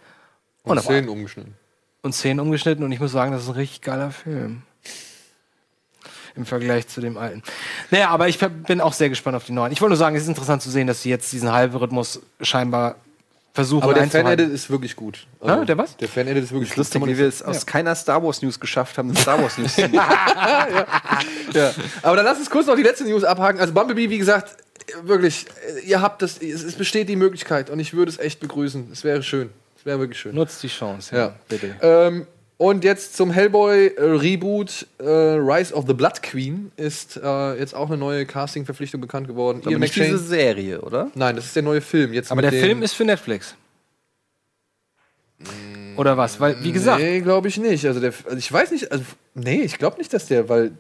Und
Wunderbar.
Szenen umgeschnitten.
Und Szenen umgeschnitten und ich muss sagen, das ist ein richtig geiler Film. Im Vergleich zu dem alten. Naja, aber ich bin auch sehr gespannt auf die neuen. Ich wollte nur sagen, es ist interessant zu sehen, dass sie jetzt diesen halben Rhythmus scheinbar versuchen
Aber der
einzuhalten.
Fan-Edit ist wirklich gut. Also,
Na, der was?
Der Fan-Edit ist wirklich
Lustig,
gut.
wie wir es aus keiner Star Wars News geschafft haben, eine Star Wars News zu machen.
ja. Aber dann lass uns kurz noch die letzte News abhaken. Also Bumblebee, wie gesagt, wirklich, ihr habt das, es es besteht die Möglichkeit und ich würde es echt begrüßen. Es wäre schön. Es wäre wirklich schön.
Nutzt die Chance,
Ja. Ähm, und jetzt zum Hellboy-Reboot äh, Rise of the Blood Queen ist äh, jetzt auch eine neue Casting-Verpflichtung bekannt geworden.
Aber
Ian
nicht
McShane-
diese Serie, oder?
Nein, das ist der neue Film. Jetzt
Aber
mit
der
dem-
Film ist für Netflix. Oder was? Weil, wie gesagt.
Nee, glaube ich nicht. Also, der, also ich weiß nicht, also, nee, ich glaube nicht, dass der, weil.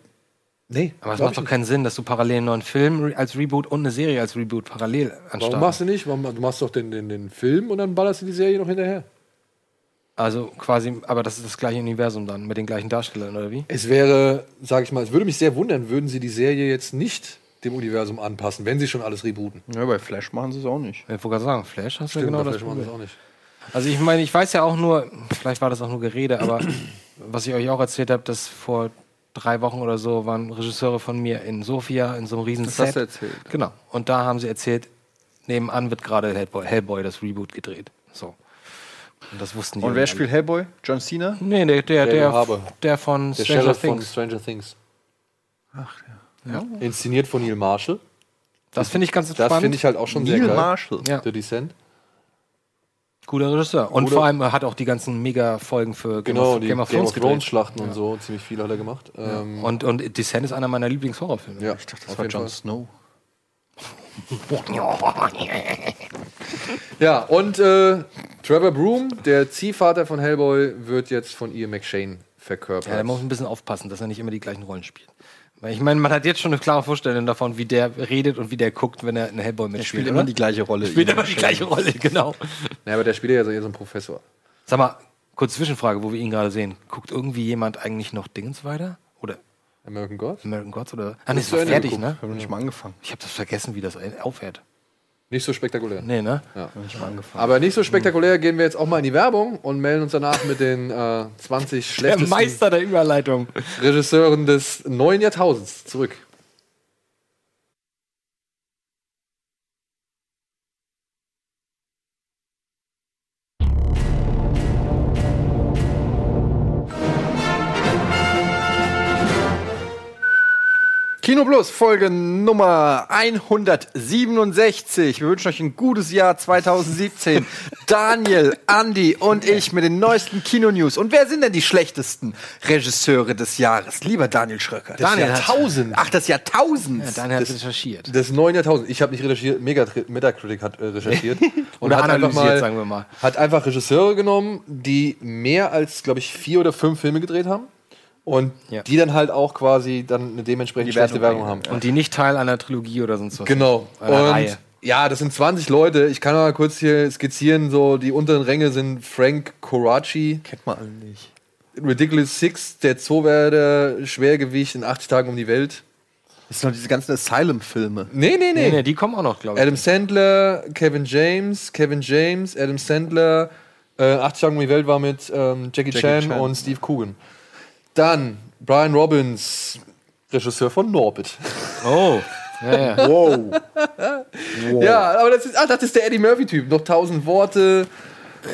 Nee.
Aber es
glaub
macht
ich
doch keinen Sinn, dass du parallel einen neuen Film re- als Reboot und eine Serie als Reboot parallel
Warum
anstarten.
machst du nicht? Warum, du machst doch den, den, den Film und dann ballerst du die Serie noch hinterher.
Also quasi, aber das ist das gleiche Universum dann mit den gleichen Darstellern, oder wie?
Es wäre, sage ich mal, es würde mich sehr wundern, würden sie die Serie jetzt nicht dem Universum anpassen, wenn sie schon alles rebooten.
Ja, bei Flash machen sie es auch nicht.
Ich wollte gerade sagen, Flash hast du ja
Stimmt,
genau
bei
das
Flash machen sie
Problem.
es auch nicht.
Also ich meine, ich weiß ja auch nur, vielleicht war das auch nur Gerede, aber was ich euch auch erzählt habe, dass vor drei Wochen oder so waren Regisseure von mir in Sofia in so einem riesen
Das
Set.
hast du erzählt.
Genau. Und da haben sie erzählt, nebenan wird gerade Hellboy, Hellboy das Reboot gedreht. So. Und das wussten die.
Und wer
alle.
spielt Hellboy? John Cena?
Nee, der, der,
Daniel
der,
Harbour.
der von
Der
Stranger
Sheriff von
Things.
Stranger Things. Ach ja. Inszeniert von Neil Marshall.
Das finde ich ganz
Das
spannend.
finde ich halt auch schon sehr
Neil
geil.
Marshall.
Ja.
The Descent.
Guter Regisseur. Und
Guter-
vor allem er hat auch die ganzen Mega-Folgen für Game,
Genau,
of,
die
Game of Thrones gedreht.
Schlachten und so, ziemlich viel hat er gemacht. Ja, ähm,
Und, und Descent ist einer meiner Lieblingshorrorfilme.
ja ich dachte,
Das war Jon Snow.
Ja, und äh, Trevor Broom, der Ziehvater von Hellboy, wird jetzt von Ian McShane verkörpert.
Ja, da muss man ein bisschen aufpassen, dass er nicht immer die gleichen Rollen spielt. Weil ich meine, man hat jetzt schon eine klare Vorstellung davon, wie der redet und wie der guckt, wenn er einen Hellboy mitspielt.
spielt
oder?
immer die gleiche Rolle.
Spielt
Ian
immer die gleiche Rolle, genau.
ja, aber der spielt ja so eher so einen Professor.
Sag mal, kurze Zwischenfrage, wo wir ihn gerade sehen. Guckt irgendwie jemand eigentlich noch Dingens weiter? Oder
American Gods?
American Gods? Oder? Ah, nee,
Hast
es
du
war
Ende
fertig,
geguckt?
ne?
Ich habe nicht mal angefangen.
Ich habe das vergessen, wie das aufhört.
Nicht so spektakulär.
Nee, ne?
Ja.
Ich hab mal angefangen.
Aber nicht so spektakulär gehen wir jetzt auch mal in die Werbung und melden uns danach mit den äh, 20
Der
schlechtesten
Meister der Überleitung.
Regisseuren des neuen Jahrtausends zurück.
Kino Plus, Folge Nummer 167. Wir wünschen euch ein gutes Jahr 2017. Daniel, Andy und ich mit den neuesten Kinonews. Und wer sind denn die schlechtesten Regisseure des Jahres? Lieber Daniel Schröcker. Das
Daniel
Jahr
hat-
Tausend. Ach, das Jahr Tausend.
Ja, Daniel hat recherchiert.
Des neuen Jahrtausends. Ich habe nicht recherchiert, Mega Metacritic hat äh, recherchiert. und
Oder
hat einfach
analysiert,
mal,
sagen wir mal.
Hat einfach Regisseure genommen, die mehr als, glaube ich, vier oder fünf Filme gedreht haben. Und
Ja.
die dann halt auch quasi dann eine dementsprechend
Die
schlechte
Wertung
Werbung haben.
Und die nicht Teil einer Trilogie oder sonst was.
Genau.
Einer
und
Reihe.
ja, das sind 20 Leute. Ich kann mal kurz hier skizzieren. So, die unteren Ränge sind Frank Coraci,
Kennt man alle nicht.
Ridiculous Six, der Zowerder, Schwergewicht in 80 Tagen um die Welt.
Das sind doch diese ganzen Asylum-Filme.
Nee, nee, nee.
Nee, nee, die kommen auch noch, glaube ich.
Adam Sandler, Kevin James, Kevin James, Adam Sandler, äh, 80 Tage um die Welt war mit ähm, Jackie, Chan,
Jackie Chan.
und Steve Coogan. Dann Brian Robbins, Regisseur von Norbit.
Oh. Ja, ja.
Wow.
Ja, aber das ist, ah, das ist der Eddie Murphy-Typ. Noch tausend Worte.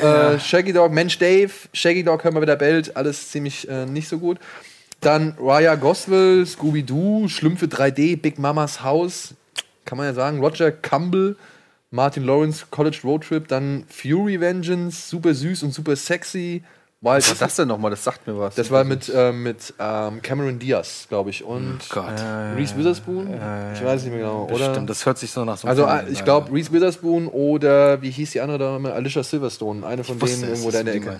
Äh, Shaggy Dog, Mensch Dave, Shaggy Dog, hör mal wieder bellt, alles ziemlich äh, nicht so gut. Dann Raya Goswell, Scooby-Doo, Schlimm für 3D, Big Mamas Haus, kann man ja sagen, Roger Campbell, Martin Lawrence, College Road Trip, dann Fury Vengeance, super süß und super sexy. Wild
Was war das denn nochmal? Das sagt mir was.
Das war mit, äh, mit ähm, Cameron Diaz, glaube ich, und äh,
Gott.
Reese Witherspoon. Ich weiß nicht mehr genau, oder?
Stimmt, das hört sich so nach so einem
Also
Film
äh, ich
an.
glaube Reese Witherspoon oder wie hieß die andere Dame? Alicia Silverstone, eine von denen
wusste es,
irgendwo
dass
da in der
du die
Ecke.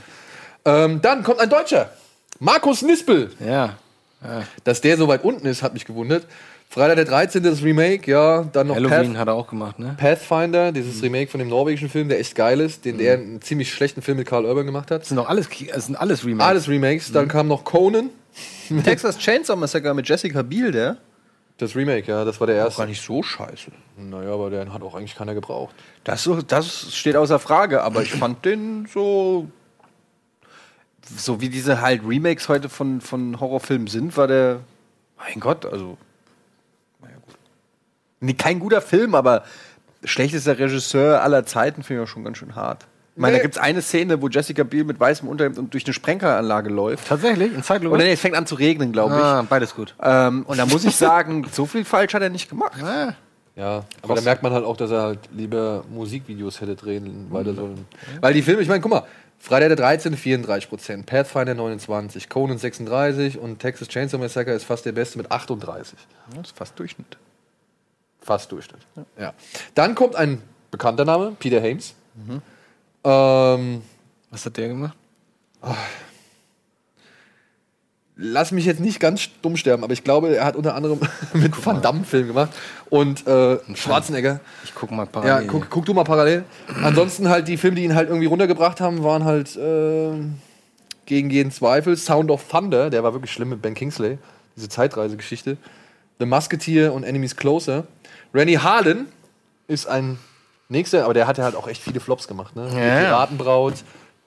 Ähm, dann kommt ein Deutscher, Markus Nispel.
Ja.
Dass der so weit unten ist, hat mich gewundert. Freitag der 13. das Remake, ja, dann noch
Halloween
Path,
hat Mhm. er auch gemacht, ne?
Pathfinder, dieses Remake von dem norwegischen Film, der echt geil ist, den der einen ziemlich schlechten Film mit Karl Urban gemacht hat.
Das sind doch alles, das sind alles Remakes.
Alles Remakes, dann kam noch Conan,
Mhm. Texas Chainsaw Massacre mit Jessica Biel, der?
das Remake, ja, das war der erste.
nicht so scheiße.
Naja, aber den hat auch eigentlich keiner gebraucht.
Das, so- das steht außer Frage, aber ich fand den so so wie diese halt Remakes heute von, von Horrorfilmen sind, war der. Mein Gott, also. Naja, gut. Nee, kein guter Film, aber schlechtester Regisseur aller Zeiten finde ich auch schon ganz schön hart. Ich meine,
Nee.
da gibt es eine Szene, wo Jessica Biel mit weißem Unterhemd und durch eine Sprenkelanlage läuft.
Tatsächlich, in Zeitlupe.
Und nee, es fängt an zu regnen, glaube ich.
Ah, beides gut.
Ähm, und da muss ich sagen, so viel falsch hat er nicht gemacht.
Ja, aber da merkt man halt auch, dass er halt lieber Musikvideos hätte drehen, weil, er so ein- Mhm. weil die Filme, ich meine, guck mal, Freitag der 13, 34 Prozent, Pathfinder 29, Conan 36 und Texas Chainsaw Massacre ist fast der beste mit 38.
Das ist fast Durchschnitt.
Fast Durchschnitt. Ja. Dann kommt ein bekannter Name, Peter Hames. Ähm,
Was hat der gemacht?
lass mich jetzt nicht ganz dumm sterben, aber ich glaube, er hat unter anderem mit Van Damme einen Film gemacht und äh, Schwarzenegger.
Ich gucke mal
Ja,
parallel.
guck, guck du mal parallel. Ansonsten halt die Filme, die ihn halt irgendwie runtergebracht haben, waren halt äh, gegen jeden Zweifel. Sound of Thunder, der war wirklich schlimm mit Ben Kingsley, diese Zeitreisegeschichte. The Musketeer und Enemies Closer. Rennie Harlan ist ein nächster, aber der hat ja halt auch echt viele Flops gemacht. Ne? Die
Ja. Oh,
Piratenbraut,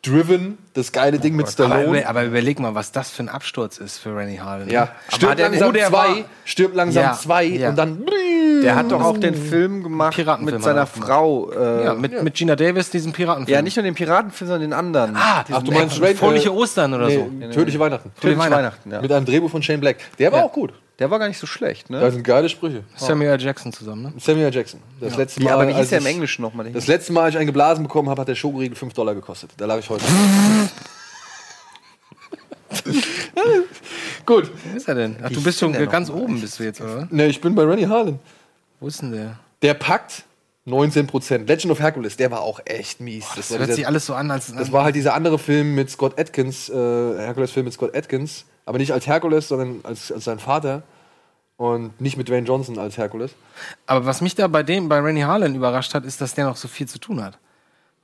Driven, das geile Ding mit Stallone.
Aber, aber überleg mal, was das für ein Absturz ist für Rennie Harlan.
Ja, stirbt langsam zwei, stirbt langsam zwei und dann.
Der hat doch auch den Film gemacht mit seiner Frau. äh,
ja, mit, mit Gina Davis, diesen Piratenfilm.
Ja, nicht nur den Piratenfilm, sondern den anderen.
Ah,
Diesen-
ach, du meinst Raid- Fröhliche Ostern oder so.
Tödliche Weihnachten.
Tödliche Weihnachten, ja.
Mit einem Drehbuch von Shane Black. Der war
Ja.
auch gut.
Der war gar nicht so schlecht, ne?
Da sind geile Sprüche.
Samuel L. Jackson zusammen, ne?
Samuel Jackson. Das
Ja.
letzte
Wie,
Mal.
aber wie hieß
als
der im
ich-
Englischen noch mal?
also Das letzte Mal, als ich einen geblasen bekommen habe, hat der Schokoriegel 5 Dollar gekostet. Da lag ich heute. Gut.
Wo ist er denn? Ach,
Wie
du bist
ist
schon
denn der
ganz
noch
oben, bist du jetzt, oder?
Ne, ich bin bei Rennie Harlan.
Wo ist denn der?
Der packt 19%. Legend of Hercules, der war auch echt mies.
Das, hört sich alles so an, als.
Das war halt dieser andere Film mit Scott Atkins, äh, Hercules-Film mit Scott Atkins, aber nicht als Hercules, sondern als, als sein Vater und nicht mit Dwayne Johnson als Hercules.
Aber was mich da bei dem, bei Rennie Harlan überrascht hat, ist, dass der noch so viel zu tun hat.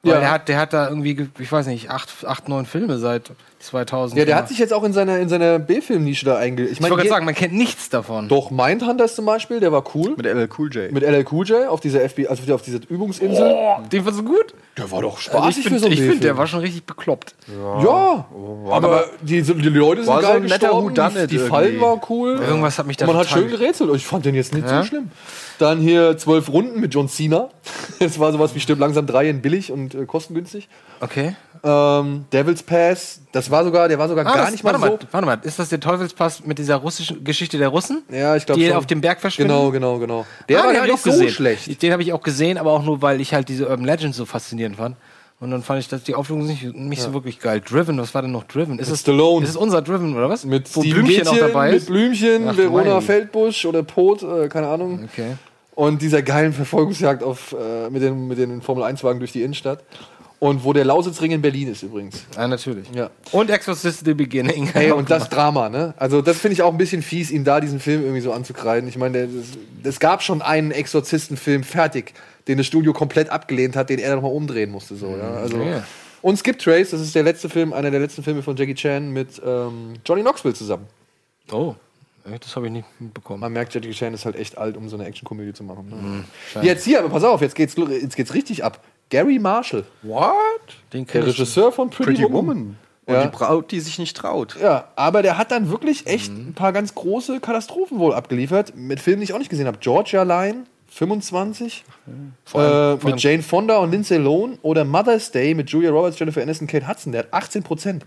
Weil
Ja.
der hat, der hat da irgendwie, ge- ich weiß nicht, acht, acht neun Filme seit 2000.
Ja, der hat
gemacht.
sich jetzt auch in seiner, in seiner B-Film-Nische da einge...
Genau. Ich wollte gerade sagen, man kennt nichts davon.
Doch, Mindhunters zum Beispiel, der war cool.
Mit LL Cool J.
Mit LL Cool J auf dieser FB, also auf dieser Übungsinsel.
Oh, den war so gut.
Der war doch spaßig
Also ich
für
finde,
so einen
ich find, der
B-Film.
war schon richtig bekloppt.
Ja, aber die, die Leute sind
War so
geil
ein netter
gestorben,
Whodunit
die, die
irgendwie.
Fallen waren cool.
Irgendwas hat mich da
Und Man hat
total
schön gerätselt. Ich fand den jetzt nicht
Ja?
so schlimm. Dann hier zwölf Runden mit John Cena. Das war sowas wie Stirb langsam 3 in billig und äh, kostengünstig.
Okay.
Ähm, Devil's Pass, das war sogar, der war sogar gar
Ah, das,
nicht mal
warte
so.
mal, warte mal, ist das der Teufelspass mit dieser russischen Geschichte der Russen?
Ja, ich glaub
Die
schon.
auf dem Berg verschwinden?
Genau, genau, genau. Der war
Ah, den
gar
hab
nicht
ich
so
gesehen.
schlecht.
Den habe ich auch gesehen, aber auch nur, weil ich halt diese Urban Legends so faszinierend fand. Und dann fand ich das, die Aufführung nicht, nicht so wirklich geil. Driven, was war denn noch Driven? Ist es
Stallone.
Ist es unser Driven oder was?
Mit
Wo
Steven
Blümchen auch
Gätjen,
dabei
Mit
ist?
Blümchen,
Ach, du meine
Verona
Güte.
Feldbusch oder Pot, äh, keine Ahnung.
Okay.
Und dieser geilen Verfolgungsjagd auf, äh, mit den, mit den Formel-1-Wagen durch die Innenstadt. Und wo der Lausitzring in Berlin ist übrigens.
Ah, natürlich.
Ja.
Und Exorcist The Beginning.
Ey, und das Drama, ne? Also, das finde ich auch ein bisschen fies, ihm da diesen Film irgendwie so anzukreiden. Ich meine, der- das- es gab schon einen Exorzistenfilm fertig, den das Studio komplett abgelehnt hat, den er dann nochmal umdrehen musste. So, ja? also,
Ja.
Und Skip Trace, das ist der letzte Film, einer der letzten Filme von Jackie Chan mit ähm, Johnny Knoxville zusammen.
Oh, ey, das habe ich nicht mitbekommen.
Man merkt, Jackie Chan ist halt echt alt, um so eine Actionkomödie zu machen. Ne?
schade.
jetzt hier, aber pass auf, jetzt geht's, jetzt geht's richtig ab. Gary Marshall,
What?
Den kenn
der
ich.
Regisseur von Pretty,
Pretty
Woman.
Woman. Und
Ja.
die Braut, die sich nicht traut.
Ja, aber der hat dann wirklich echt
Mhm.
ein paar ganz große Katastrophen wohl abgeliefert. Mit Filmen, die ich auch nicht gesehen habe. Georgia Line, 25. äh, mit Jane Fonda und Lindsay Lohan. Oder Mother's Day mit Julia Roberts, Jennifer Aniston, Kate Hudson. Der hat 18 Prozent.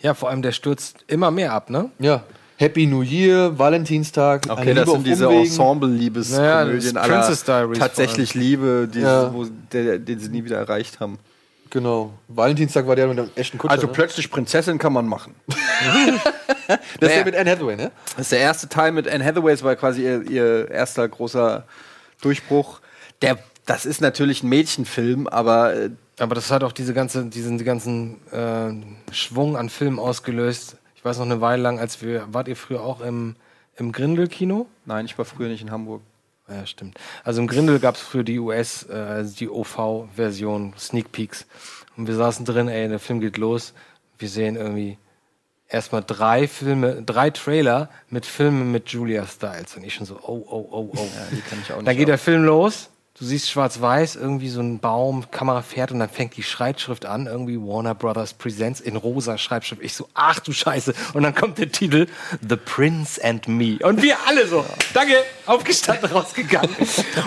Ja, vor allem der stürzt immer mehr ab, ne?
Ja. Happy New Year, Valentinstag. eine
Okay, das
Liebe auf
sind diese
Umwegen.
Ensemble-Liebeskomödien
Naja, das
aller
Princess Diaries
tatsächlich Liebe, die,
Ja.
wo, der, den sie nie wieder erreicht haben.
Genau. Valentinstag war der mit einem echten Kutscher.
Also
ne?
plötzlich Prinzessin kann man machen.
das ist
naja.
der mit Anne Hathaway, ne?
Das ist der erste Teil mit Anne Hathaway, das war quasi ihr, ihr erster großer Durchbruch. Der, das ist natürlich ein Mädchenfilm, aber äh,
Aber das hat auch diese ganze, diesen ganzen äh, Schwung an Filmen ausgelöst. Ich weiß noch eine Weile lang, als wir, wart ihr früher auch im, im Grindel-Kino?
nein, ich war früher nicht in Hamburg.
Ja, stimmt. Also im Grindel gab es früher die US, äh, also die OV-Version, Sneak Peeks. Und wir saßen drin, ey, der Film geht los. Wir sehen irgendwie erstmal drei Filme, drei Trailer mit Filmen mit Julia Stiles. Und ich schon so, oh, oh, oh, oh.
Die kann ich auch
Dann geht der Film los. du siehst schwarz-weiß, irgendwie so ein Baum, Kamera fährt und dann fängt die Schreibschrift an, irgendwie Warner Brothers Presents in rosa Schreibschrift. Ich so, ach du Scheiße. Und dann kommt der Titel The Prince and Me. Und wir alle so, danke, aufgestanden, rausgegangen.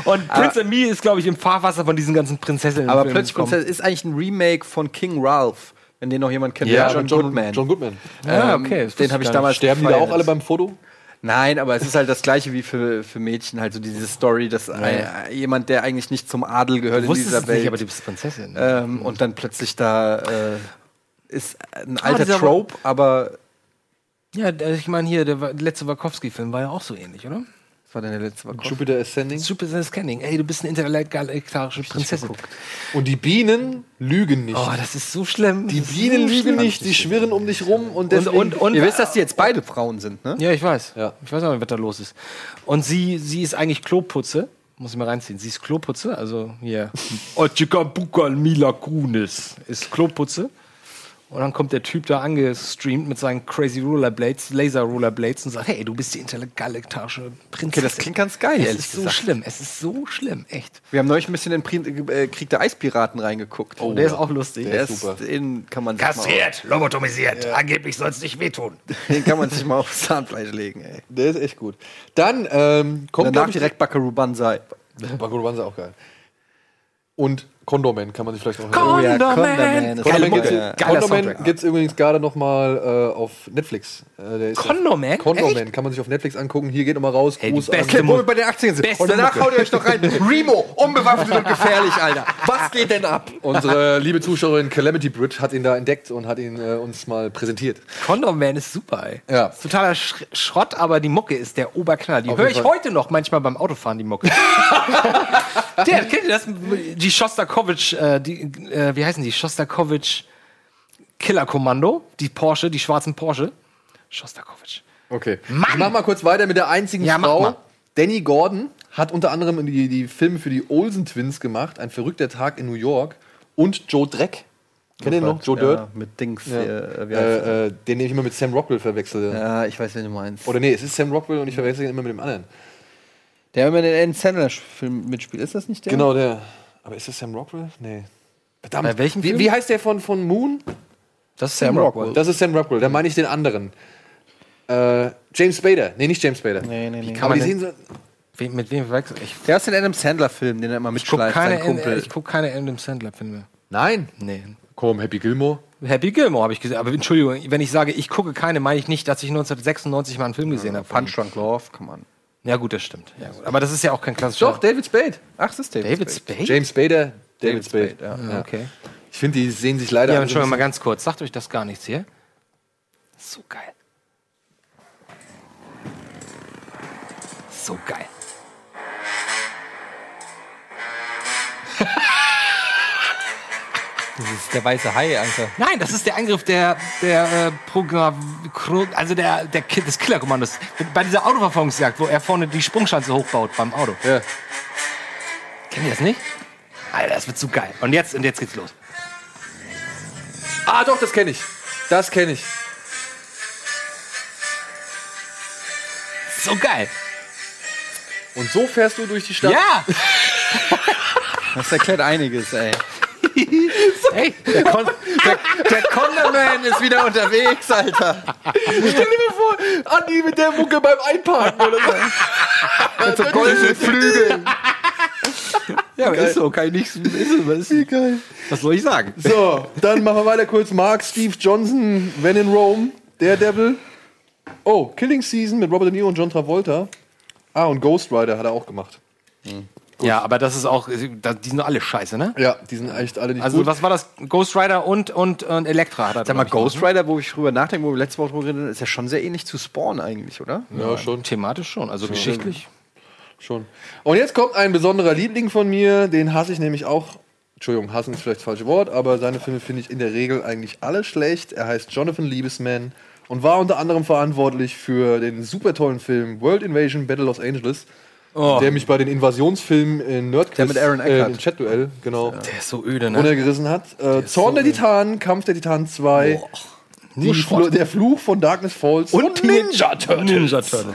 Und Prince and Me ist, glaube ich, im Fahrwasser von diesen ganzen Prinzessinnen.
Aber plötzlich Prinzessin ist eigentlich ein Remake von King Ralph, wenn den noch jemand kennt.
Ja,
der
John Goodman. John Goodman.
Ah, okay.
wusste
Den habe
ich
ich
gar
damals
nicht. Sterben die da auch alle beim Foto?
Nein, aber es ist halt das gleiche wie für, für Mädchen, halt so diese Story, dass ein, jemand, der eigentlich nicht zum Adel gehört in
wusstest
dieser
es
Welt.
nicht, aber du bist Prinzessin. ne?
Ähm, und dann plötzlich da äh, ist ein
Ah,
alter
dieser-
Trope, aber
Ja, der- ich meine hier, der wa- letzte Wachowski-Film war ja auch so ähnlich, oder?
Was war denn der letzte Wachowski?
Jupiter Ascending.
Jupiter Ascending. Ey, du bist eine intergalaktarische Prinzessin.
Und die Bienen lügen nicht.
Oh, das ist so schlimm.
Die Bienen lügen nicht, die schwirren um dich rum und
Und,
deswegen...
und, und,
Ihr wisst,
dass die jetzt beide Frauen sind, ne?
Ja, ich weiß. Ich weiß auch, was da los ist. Und sie, sie ist eigentlich Kloputze. Muss ich mal reinziehen. Sie ist Kloputze, also hier. Ochikabukal Mila Kunis ist Kloputze. Und dann kommt der Typ da angestreamt mit seinen crazy Rollerblades, Laser Rollerblades und sagt, hey, du bist die intergalaktarische Prinzessin.
Okay, das klingt ganz geil,
Es
ehrlich
ist so
gesagt.
schlimm, es ist so schlimm, echt.
Wir haben neulich ein bisschen in Pri- äh, Krieg der Eispiraten reingeguckt.
Oh, der ist auch lustig.
Der,
Der
ist
ist super.
Den kann man
Kastriert, lobotomisiert, angeblich soll es nicht wehtun.
Sich mal, den kann man sich mal aufs Zahnfleisch legen, ey.
Der ist echt gut. Dann ähm, kommt
Danach
glaub ich,
direkt Buckaroo Banzai.
Bakuro Banzai auch geil. Und Condorman kann man sich vielleicht noch
Condorman!
erinnern. Condorman
Condorman! Geile
gibt's-
Mucke. Geiler
Condorman
Soundtrack.
gibt es übrigens gerade noch mal äh, auf Netflix. Äh, der ist
Condorman?
Condorman kann man sich auf Netflix angucken. Hier geht nochmal raus.
Ey, die
Gruß
beste
an-
Mu-
Oh, bei den 18 sind.
Beste
Und danach
Mucke.
haut ihr euch noch rein. Remo, unbewaffnet und gefährlich, Alter. Was geht denn ab?
Unsere liebe Zuschauerin Calamity Bridge hat ihn da entdeckt und hat ihn äh, uns mal präsentiert.
Condom Man ist super, ey.
Ja.
Ist totaler Sch Schrott, aber die Mucke ist der Oberknaller. Die
Auf
höre
jeden
ich
Fall.
heute noch manchmal beim Autofahren, die Mucke. der, kennt ihr das? Die Shostakovich, äh, die, äh, wie heißen die? Shostakovich Killer Kommando, die Porsche, die schwarzen Porsche. Shostakovich.
Okay. Ich mach mal kurz weiter mit der einzigen
Ja, mach
Frau.
mal.
Danny Gordon hat unter anderem die, die Filme für die Olsen Twins gemacht, Ein verrückter Tag in New York und Joe Dreck. Kennt ihr den noch? Joe Dirt?
Mit Dings.
Ja.
Hier, wie heißt
Äh, äh, den nehme ich immer mit Sam Rockwell verwechsel.
er? ja, ich weiß, wen du meinst.
Oder nee, es ist Sam Rockwell und ich verwechsel ihn immer mit dem anderen.
Der immer in den Adam Sandler-Film mitspielt, ist das nicht der?
Genau der. Aber ist das Sam Rockwell? Nee. Verdammt.
Bei welchem
wie,
Film?
wie heißt der von, von Moon?
Das ist
Sam Rockwell.
Das ist Sam Rockwell, da meine ich den anderen. Äh, James Spader. Nee, nicht James Spader.
Nee, nee, nee.
Aber die
man
sehen so.
We mit wem verwechsel ich?
Der ist den Adam Sandler-Film, den er immer
Ich gucke
mitschleift,
keine,
sein
An-
Kumpel.
ich guck keine Adam Sandler-Filme.
Nein.
Nee.
Komm, Happy Gilmore.
Happy Gilmore habe ich gesehen. Aber Entschuldigung, wenn ich sage, ich gucke keine, meine ich nicht, dass ich 1996 mal einen Film gesehen habe.
Punch Drunk Love, kann man.
Ja, gut, das stimmt. Ja, gut. Aber das ist ja auch kein klassischer.
Doch, David Spade. Ach, das ist David,
David Spade?
James Spader, David,
Hm? David
Spade.
Spade, ja.
Ah, okay.
Ich finde, die sehen sich leider.
also
alle
Ja,
so
Entschuldigung, mal
ein
ganz kurz. Sagt euch das gar nichts hier? So geil. So geil.
Das ist der weiße Hai, Alter.
Nein, das ist der Angriff der, der äh, Programm, Kro- also der, der Ki- des Killerkommandos. Bei dieser Autoverfolgungsjagd, wo er vorne die Sprungschanze hochbaut beim Auto.
bisschen- Ja.
Kennt ihr das nicht? Alter, das wird zu geil. Und jetzt, und jetzt geht's los. Ah,
Ah, Doch, das kenne ich. Das kenne ich.
So geil.
Und so fährst du durch die Stadt.
Ja!
Das erklärt einiges, ey.
Ey,
Der, Con der, der Condorman ist wieder unterwegs, Alter.
Stell dir mal vor, Andi mit der Mucke beim Einparken oder so.
Mit so goldenen Flügeln. Ja, aber ist so, kann ich nichts. Ist so, was, ist,
Geil.
was soll ich sagen?
So, dann machen wir weiter kurz. Mark, Steve Johnson, When in Rome, Daredevil. Oh, Killing Season mit Robert De Niro und John Travolta. Ah, und Ghost Rider hat er auch gemacht.
Ja, aber das ist auch, da- die sind doch alle scheiße, ne?
Ja, die sind echt alle nicht
Also,
gut.
was war das? Ghost Rider und, und, und Elektra hat er,
Sag mal,
glaub ich, noch,
Ghost
ne?
Rider, wo ich drüber nachdenke, wo wir letzte Woche drüber geredet haben, ist ja schon sehr ähnlich zu Spawn eigentlich, oder?
Ja, schon.
Thematisch schon, also geschichtlich.
Schon. Und jetzt kommt ein besonderer Liebling von mir, den hasse ich nämlich auch. Entschuldigung, hassen ist vielleicht das falsche Wort, aber seine Filme finde ich in der Regel eigentlich alle schlecht. Er heißt Jonathan Liebesman und war unter anderem verantwortlich für den super tollen Film World Invasion Battle Los Angeles,
Oh.
der mich bei den Invasionsfilmen in Nerdquiz
Der mit Aaron
äh,
Eckhart.
im Chat-Duell genau
Der ist so öde, ne?
runtergerissen hat. Äh, Zorn der Titanen, Kampf der Titanen 2, Die Fl der Fluch von Darkness Falls
Und Teen- Ninja
Ninja
Turtle.
Turtle.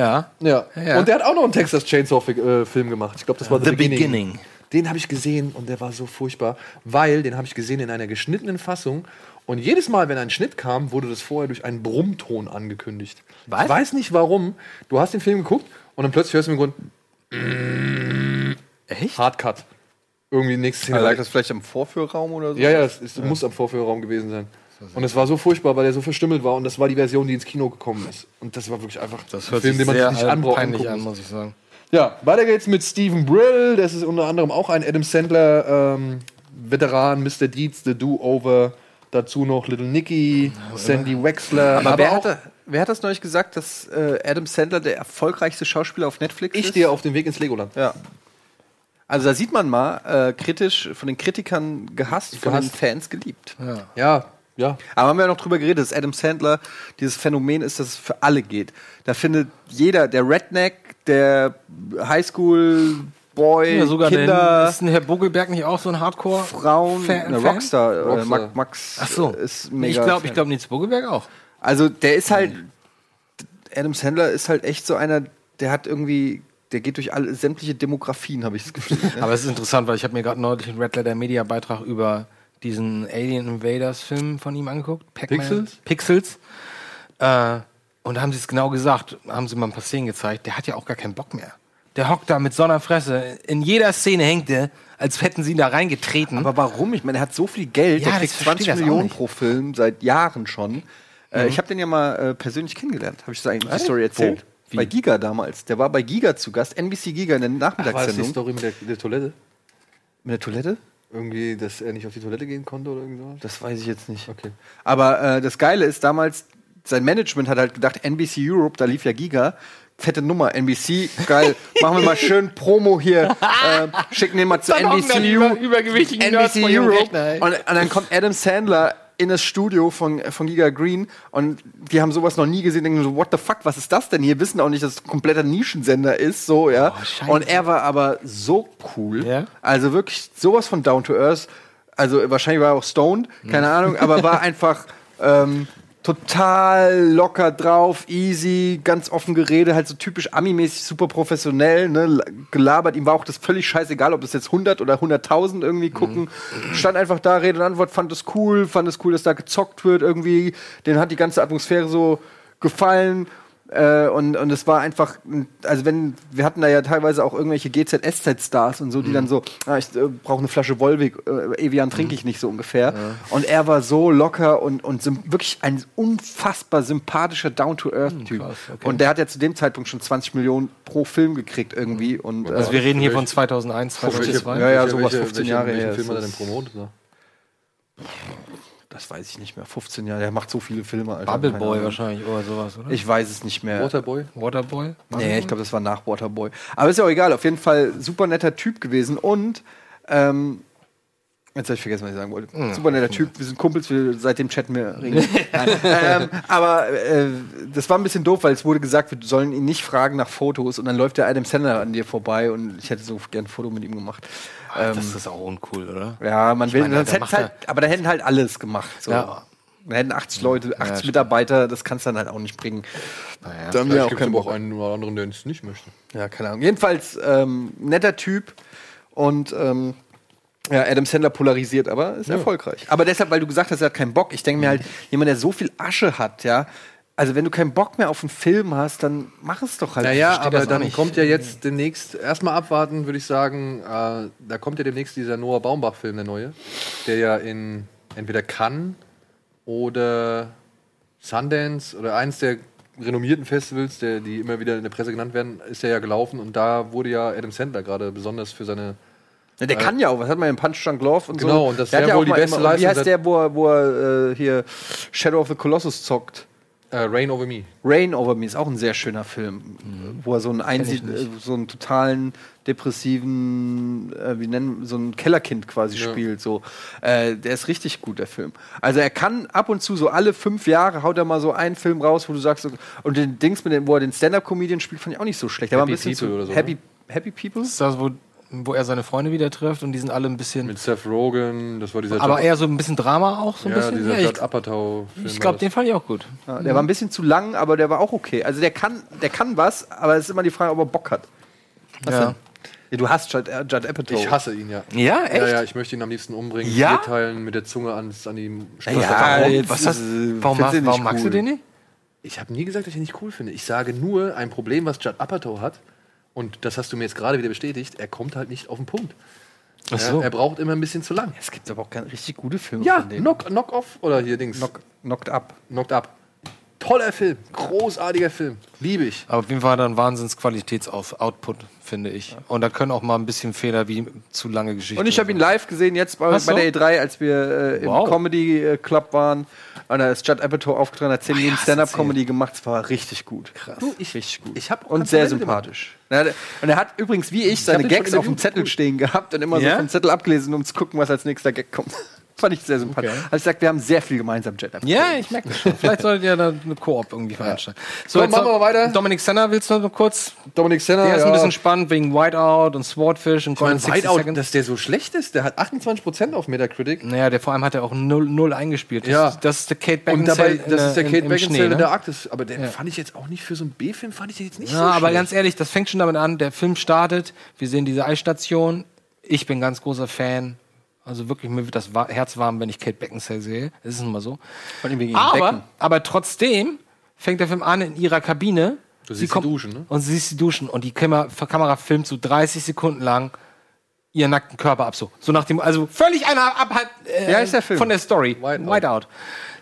Ja.
Ja.
Ja.
Und der hat auch noch einen Texas Chainsaw Fi- äh, Film gemacht. Ich glaube, das war
The Beginning.
Den habe ich gesehen und der war so furchtbar, weil den habe ich gesehen in einer geschnittenen Fassung. Und jedes Mal, wenn ein Schnitt kam, wurde das vorher durch einen Brummton angekündigt. Ich weiß nicht warum. Du hast den Film geguckt und dann plötzlich hörst du im Grund.
Äh, Echt?
Hardcut. Irgendwie nächste Szene.
Also lag das vielleicht am Vorführraum oder so?
Ja, ja, es, es muss am Vorführraum gewesen sein. Und es war so furchtbar, weil er so verstümmelt war und das war die Version, die ins Kino gekommen ist. Und das war wirklich einfach
Das
ein
hört sich sehr äh,
anbraucht
peinlich
angucken
an,
muss.
muss ich sagen.
Ja, weiter geht's mit Stephen Brill. Das ist unter anderem auch ein Adam Sandler ähm, Veteran, Mr. Deeds, The Do-Over. Dazu noch Little Nicky, Sandy Wexler.
Aber, wer,
auch
hatte, wer hat das neulich gesagt, dass äh, Adam Sandler der erfolgreichste Schauspieler auf Netflix ist?
ich dir auf dem Weg ins Legoland.
Ja. Also da sieht man mal, äh, kritisch von den Kritikern gehasst, von den
Gehasst.
Fans geliebt.
Ja.
Ja, ja.
Aber haben wir ja noch drüber geredet, dass Adam Sandler dieses Phänomen ist, dass es für alle geht. Da findet jeder, der Redneck, der Highschool-Boy,
Ja, sogar
Kinder,
den, ist ein Herr Bogelberg nicht auch so ein Hardcore?
Frauen,
Fan-
ne,
Fan?
Rockstar, äh,
Rockstar.
Max, Max
Ach so.
ist
Nee,
mega.
ich glaube, ich Hm.
Fan.
glaube, Nils Bogelberg auch.
Also der ist halt, Adam Sandler ist halt echt so einer, der hat irgendwie, der geht durch alle sämtliche Demografien, habe ich das Gefühl. ne?
Aber es ist interessant, weil ich habe mir gerade neulich einen Red Letter Media Beitrag über diesen Alien Invaders Film von ihm angeguckt. Pac-Man.
Pixels?
Pixels. Äh, und da haben sie es genau gesagt, haben sie mal ein paar Szenen gezeigt. Der hat ja auch gar keinen Bock mehr. Der hockt da mit so einer Fresse. In jeder Szene hängt der, als hätten sie ihn da reingetreten.
Aber warum? Ich meine, er hat so viel Geld,
Ja,
der
das
kriegt
verstehe
20
das auch
Millionen
nicht. Mhm.
pro Film seit Jahren schon. Äh, ich habe den ja mal äh, persönlich kennengelernt. Habe ich das eigentlich die Story erzählt? Bei Giga damals. Der war bei Giga zu Gast, NBC Giga in der
War das die
Nachmittagssendung.
Story mit der, der Toilette?
Mit der Toilette?
Irgendwie, dass er nicht auf die Toilette gehen konnte oder irgendwas?
Das weiß ich jetzt nicht.
Okay.
Aber äh, das Geile ist, damals, sein Management hat halt gedacht, NBC Europe, da lief ja Giga. Fette Nummer, NBC, geil, machen wir mal schön Promo hier, äh, schicken den mal zu
Dann hocken
NBC,
da die über- übergewichtigen Nerds vor
NBC
ihrem
Europe.
Rechner, ey.
und, und dann kommt Adam Sandler in das Studio von, von Giga Green und die haben sowas noch nie gesehen, denken so, what the fuck, was ist das denn hier? Wissen auch nicht, dass es ein kompletter Nischensender ist, so, ja. und er war aber so cool,
Oh, Ja?
also wirklich sowas von Down to Earth. Also wahrscheinlich war er auch stoned, keine Ahnung, aber war einfach ähm, total locker drauf, easy, ganz offen Gerede, halt so typisch Ami-mäßig, super professionell, ne, l- gelabert. Ihm war auch das völlig scheißegal, ob das jetzt 100 oder 100.000 irgendwie gucken. Stand einfach da, Rede und Antwort, fand es cool, fand es cool, dass da gezockt wird irgendwie. Den hat die ganze Atmosphäre so gefallen. Äh, und, und es war einfach, also wenn, wir hatten da ja teilweise auch irgendwelche GZSZ-Stars und so, die
Mhm.
dann so, ah, ich äh, brauche eine Flasche Wolwig, äh, Evian trinke ich nicht so ungefähr. Und er war so locker und, und sim- wirklich ein unfassbar sympathischer
Hm,
Down-to-Earth-Typ. Und der hat ja zu dem Zeitpunkt schon 20 Millionen pro Film gekriegt irgendwie. Und, äh,
also wir reden hier von 2001, 2002.
ja, ja,
Welche-
sowas,
welche-
15
welche-
Jahre
Welchen
her.
Film hat er
Das
denn
ist-
promotet? So?
Das weiß ich nicht mehr, 15 Jahre, der macht so viele Filme. Alter,
Bubble
keine
Boy
Ahnung.
wahrscheinlich oder sowas, oder?
Ich weiß es nicht mehr.
Waterboy?
Waterboy?
Nee, ich glaube, das war nach Waterboy. Aber ist ja auch egal. Auf jeden Fall super netter Typ gewesen. Und, ähm, jetzt habe ich vergessen, was ich sagen wollte.
Hm.
super netter Typ. Wir sind Kumpels, wir seitdem chatten wir regelmäßig. Nein. ähm, aber äh, das war ein bisschen doof, weil es wurde gesagt, wir sollen ihn nicht fragen nach Fotos. Und dann läuft der Adam Sandler an dir vorbei. Und ich hätte so gern ein Foto mit ihm gemacht. Ähm,
das ist auch uncool, oder?
ja, man will.
meine,
sonst
da
hätten's
macht er-
halt, aber da hätten halt alles gemacht. So.
Ja.
Da hätten 80 Leute, 80
stimmt.
Mitarbeiter, das kannst du dann halt auch nicht bringen. Da haben wir
Vielleicht
auch
gibt's
keinen
aber
Bock.
einen oder anderen, der es nicht möchte.
Ja, keine Ahnung. Jedenfalls ähm, netter Typ und ähm, ja, Adam Sandler polarisiert, aber ist erfolgreich. Aber deshalb, weil du gesagt hast, er hat keinen Bock. Ich denke mir halt,
Mhm.
jemand, der so viel Asche hat, ja. Also wenn du keinen Bock mehr auf einen Film hast, dann mach es doch halt.
Naja,
Ich versteh
aber
das auch
dann
nicht.
kommt ja jetzt demnächst, erstmal abwarten, würde ich sagen, äh, da kommt ja demnächst dieser Noah Baumbach-Film, der neue, der ja in entweder Cannes oder Sundance oder eins der renommierten Festivals, der, die immer wieder in der Presse genannt werden, ist der ja gelaufen und da wurde ja Adam Sandler gerade besonders für seine
Ja, der kann ja auch, was hat man im Punch Drunk Love und so.
Genau, und das
Der hat
wär
ja
wohl
auch
die
mal
beste
immer- und Wie
Leistung
heißt
seit-
der, wo er, wo er äh, hier Shadow of the Colossus zockt?
äh, Rain Over Me.
Rain Over Me ist auch ein sehr schöner Film,
Mhm.
wo er so einen, Einsie äh, so einen totalen depressiven, äh, wie nennen, so ein Kellerkind quasi spielt. So, äh, der ist richtig gut der Film. Also er kann ab und zu so alle fünf Jahre haut er mal so einen Film raus, wo du sagst so, und den Dings mit dem, wo er den Stand-up Comedian spielt, fand ich auch nicht so schlecht. Der war ein
Happy
bisschen
People
zu
oder so, ne?
Happy Happy People.
Ist das, wo wo er seine Freunde wieder trifft und die sind alle ein bisschen.
Mit Seth Rogen, das war dieser
aber
Judd-
eher so ein bisschen Drama auch, so ein
ja,
bisschen.
dieser
Ja,
Judd Apatow.
ich ich glaube, den fand ich auch gut.
Ja,
Mhm.
der war ein bisschen zu lang, aber der war auch okay. Also der kann, der kann was, aber es ist immer die Frage, ob er Bock hat. Was
Ja.
denn? ja. Du hast Judd, äh, Judd Apatow.
Ich hasse ihn ja.
Ja, echt?
Ja, ja, ich möchte ihn am liebsten umbringen,
Ja?
vierteilen, mit der Zunge ans, an ihm
warum, was
Findest
hast, warum, hast,
du ihn
warum
äh, eh nicht
magst du
cool?
den nicht?
Ich habe nie gesagt, dass ich ihn nicht cool finde. Ich sage nur ein Problem, was Judd Apatow hat. Und das hast du mir jetzt gerade wieder bestätigt. Er kommt halt nicht auf den Punkt.
Ach so.
Er, er braucht immer ein bisschen zu lang.
Es gibt aber auch keine richtig gute Filme
Ja,
von dem.
knock, knock Off oder hier Dings. Knock,
knocked Up.
Knocked Up. Toller Film. Großartiger Film. Liebe ich.
Aber auf jeden Fall hat er einen Wahnsinnsqualitätsoutput, finde ich. Und da können auch mal ein bisschen Fehler wie zu lange Geschichten.
Und ich habe ihn live gesehen, jetzt bei,
Ach so.
bei der E3, als wir äh, im
Wow.
Comedy äh, Club waren. Und da ist Judd Apatow aufgetreten, hat 10 Minuten Stand-Up-Comedy gemacht. Es war richtig gut. Krass.
ich,
richtig gut.
Ich hab
und sehr sympathisch. Ja, der- Und er hat übrigens, wie ich, seine
hab den
Gags
schon
auf dem
interviewt.
Zettel stehen gehabt und immer
Ja?
so vom Zettel abgelesen, um zu gucken, was als nächster Gag kommt. Fand ich sehr sympathisch.
Okay.
Also ich sag, wir haben sehr viel gemeinsam, Judd Apatow.
Ja, ich merke das schon. Vielleicht solltet ihr da eine Koop irgendwie veranstalten.
Komm, machen wir
noch-
weiter.
Dominik Senna, willst du noch kurz?
Dominik Senna,
Der ist ein
ja.
bisschen spannend wegen Whiteout und Swordfish und
Ich meine,
Golden 60
Whiteout,
Seconds.
dass der so schlecht ist, der hat 28% auf Metacritic.
Naja, der vor allem hat er auch null, null eingespielt. Das,
Ja.
ist- das ist der Kate
Und
Beckinsale. äh,
dabei, das ist der Kate Beckinsale in der
Akt.
Arktis. Aber den fand ich jetzt auch nicht für so einen B-Film, fand ich den jetzt nicht
ne? Ja,
so
aber
schlecht.
ganz ehrlich, das fängt schon damit an, der Film startet, wir sehen diese Eisstation. Ich bin ganz großer Fan. Also wirklich, mir wird das wa- Herz warm, wenn ich Kate Beckinsale sehe. Das ist nun mal so.
Von ihm wegen
Aber, aber trotzdem fängt der Film an in ihrer Kabine.
Du siehst sie
kommt-
duschen, ne?
Und sie siehst sie duschen. Und die Kamera, Kamera filmt so 30 Sekunden lang ihren nackten Körper ab. So, so nach dem, also völlig einer Abhalt äh,
Wie heißt der Film?
von der Story. Whiteout.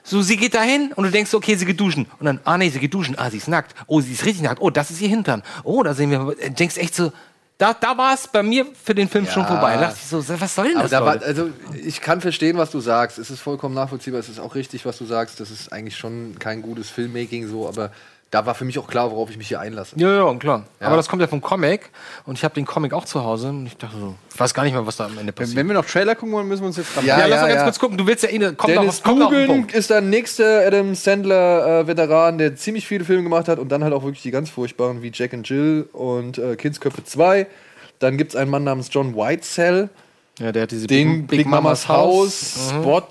So, sie geht dahin und du denkst, okay, sie geht duschen. Und dann, ah nee, sie geht duschen. Ah, sie ist nackt. Oh, sie ist richtig nackt. Oh, das ist ihr Hintern. Oh, da sehen wir, äh, denkst echt so, da, da war es bei mir für den Film schon vorbei. Da dachte ich so, was soll denn
Aber
das?
da war,
Leute?
also ich kann verstehen, was du sagst. Es ist vollkommen nachvollziehbar. Es ist auch richtig, was du sagst. Das ist eigentlich schon kein gutes Filmmaking so, aber da war für mich auch klar, worauf ich mich hier einlasse.
Ja, ja, klar.
Ja.
Aber das kommt ja vom Comic und ich habe den Comic auch zu Hause und ich dachte so, ich weiß gar nicht mehr, was da am Ende passiert.
Wenn wir noch Trailer gucken wollen, müssen wir uns jetzt dran
ja,
Ja,
lass
ja,
mal ganz
ja.
kurz gucken. Du willst ja eh, ne- komm doch
Dennis
auf, komm doch auf den
Coogan
Punkt.
ist der nächste Adam Sandler-Veteran, der ziemlich viele Filme gemacht hat und dann halt auch wirklich die ganz furchtbaren wie Jack and Jill und äh, Kindsköpfe 2. Dann gibt es einen Mann namens John Whitesell,
Ja, der hat diese
den Big, Mamas Haus,
Mhm.
Spot,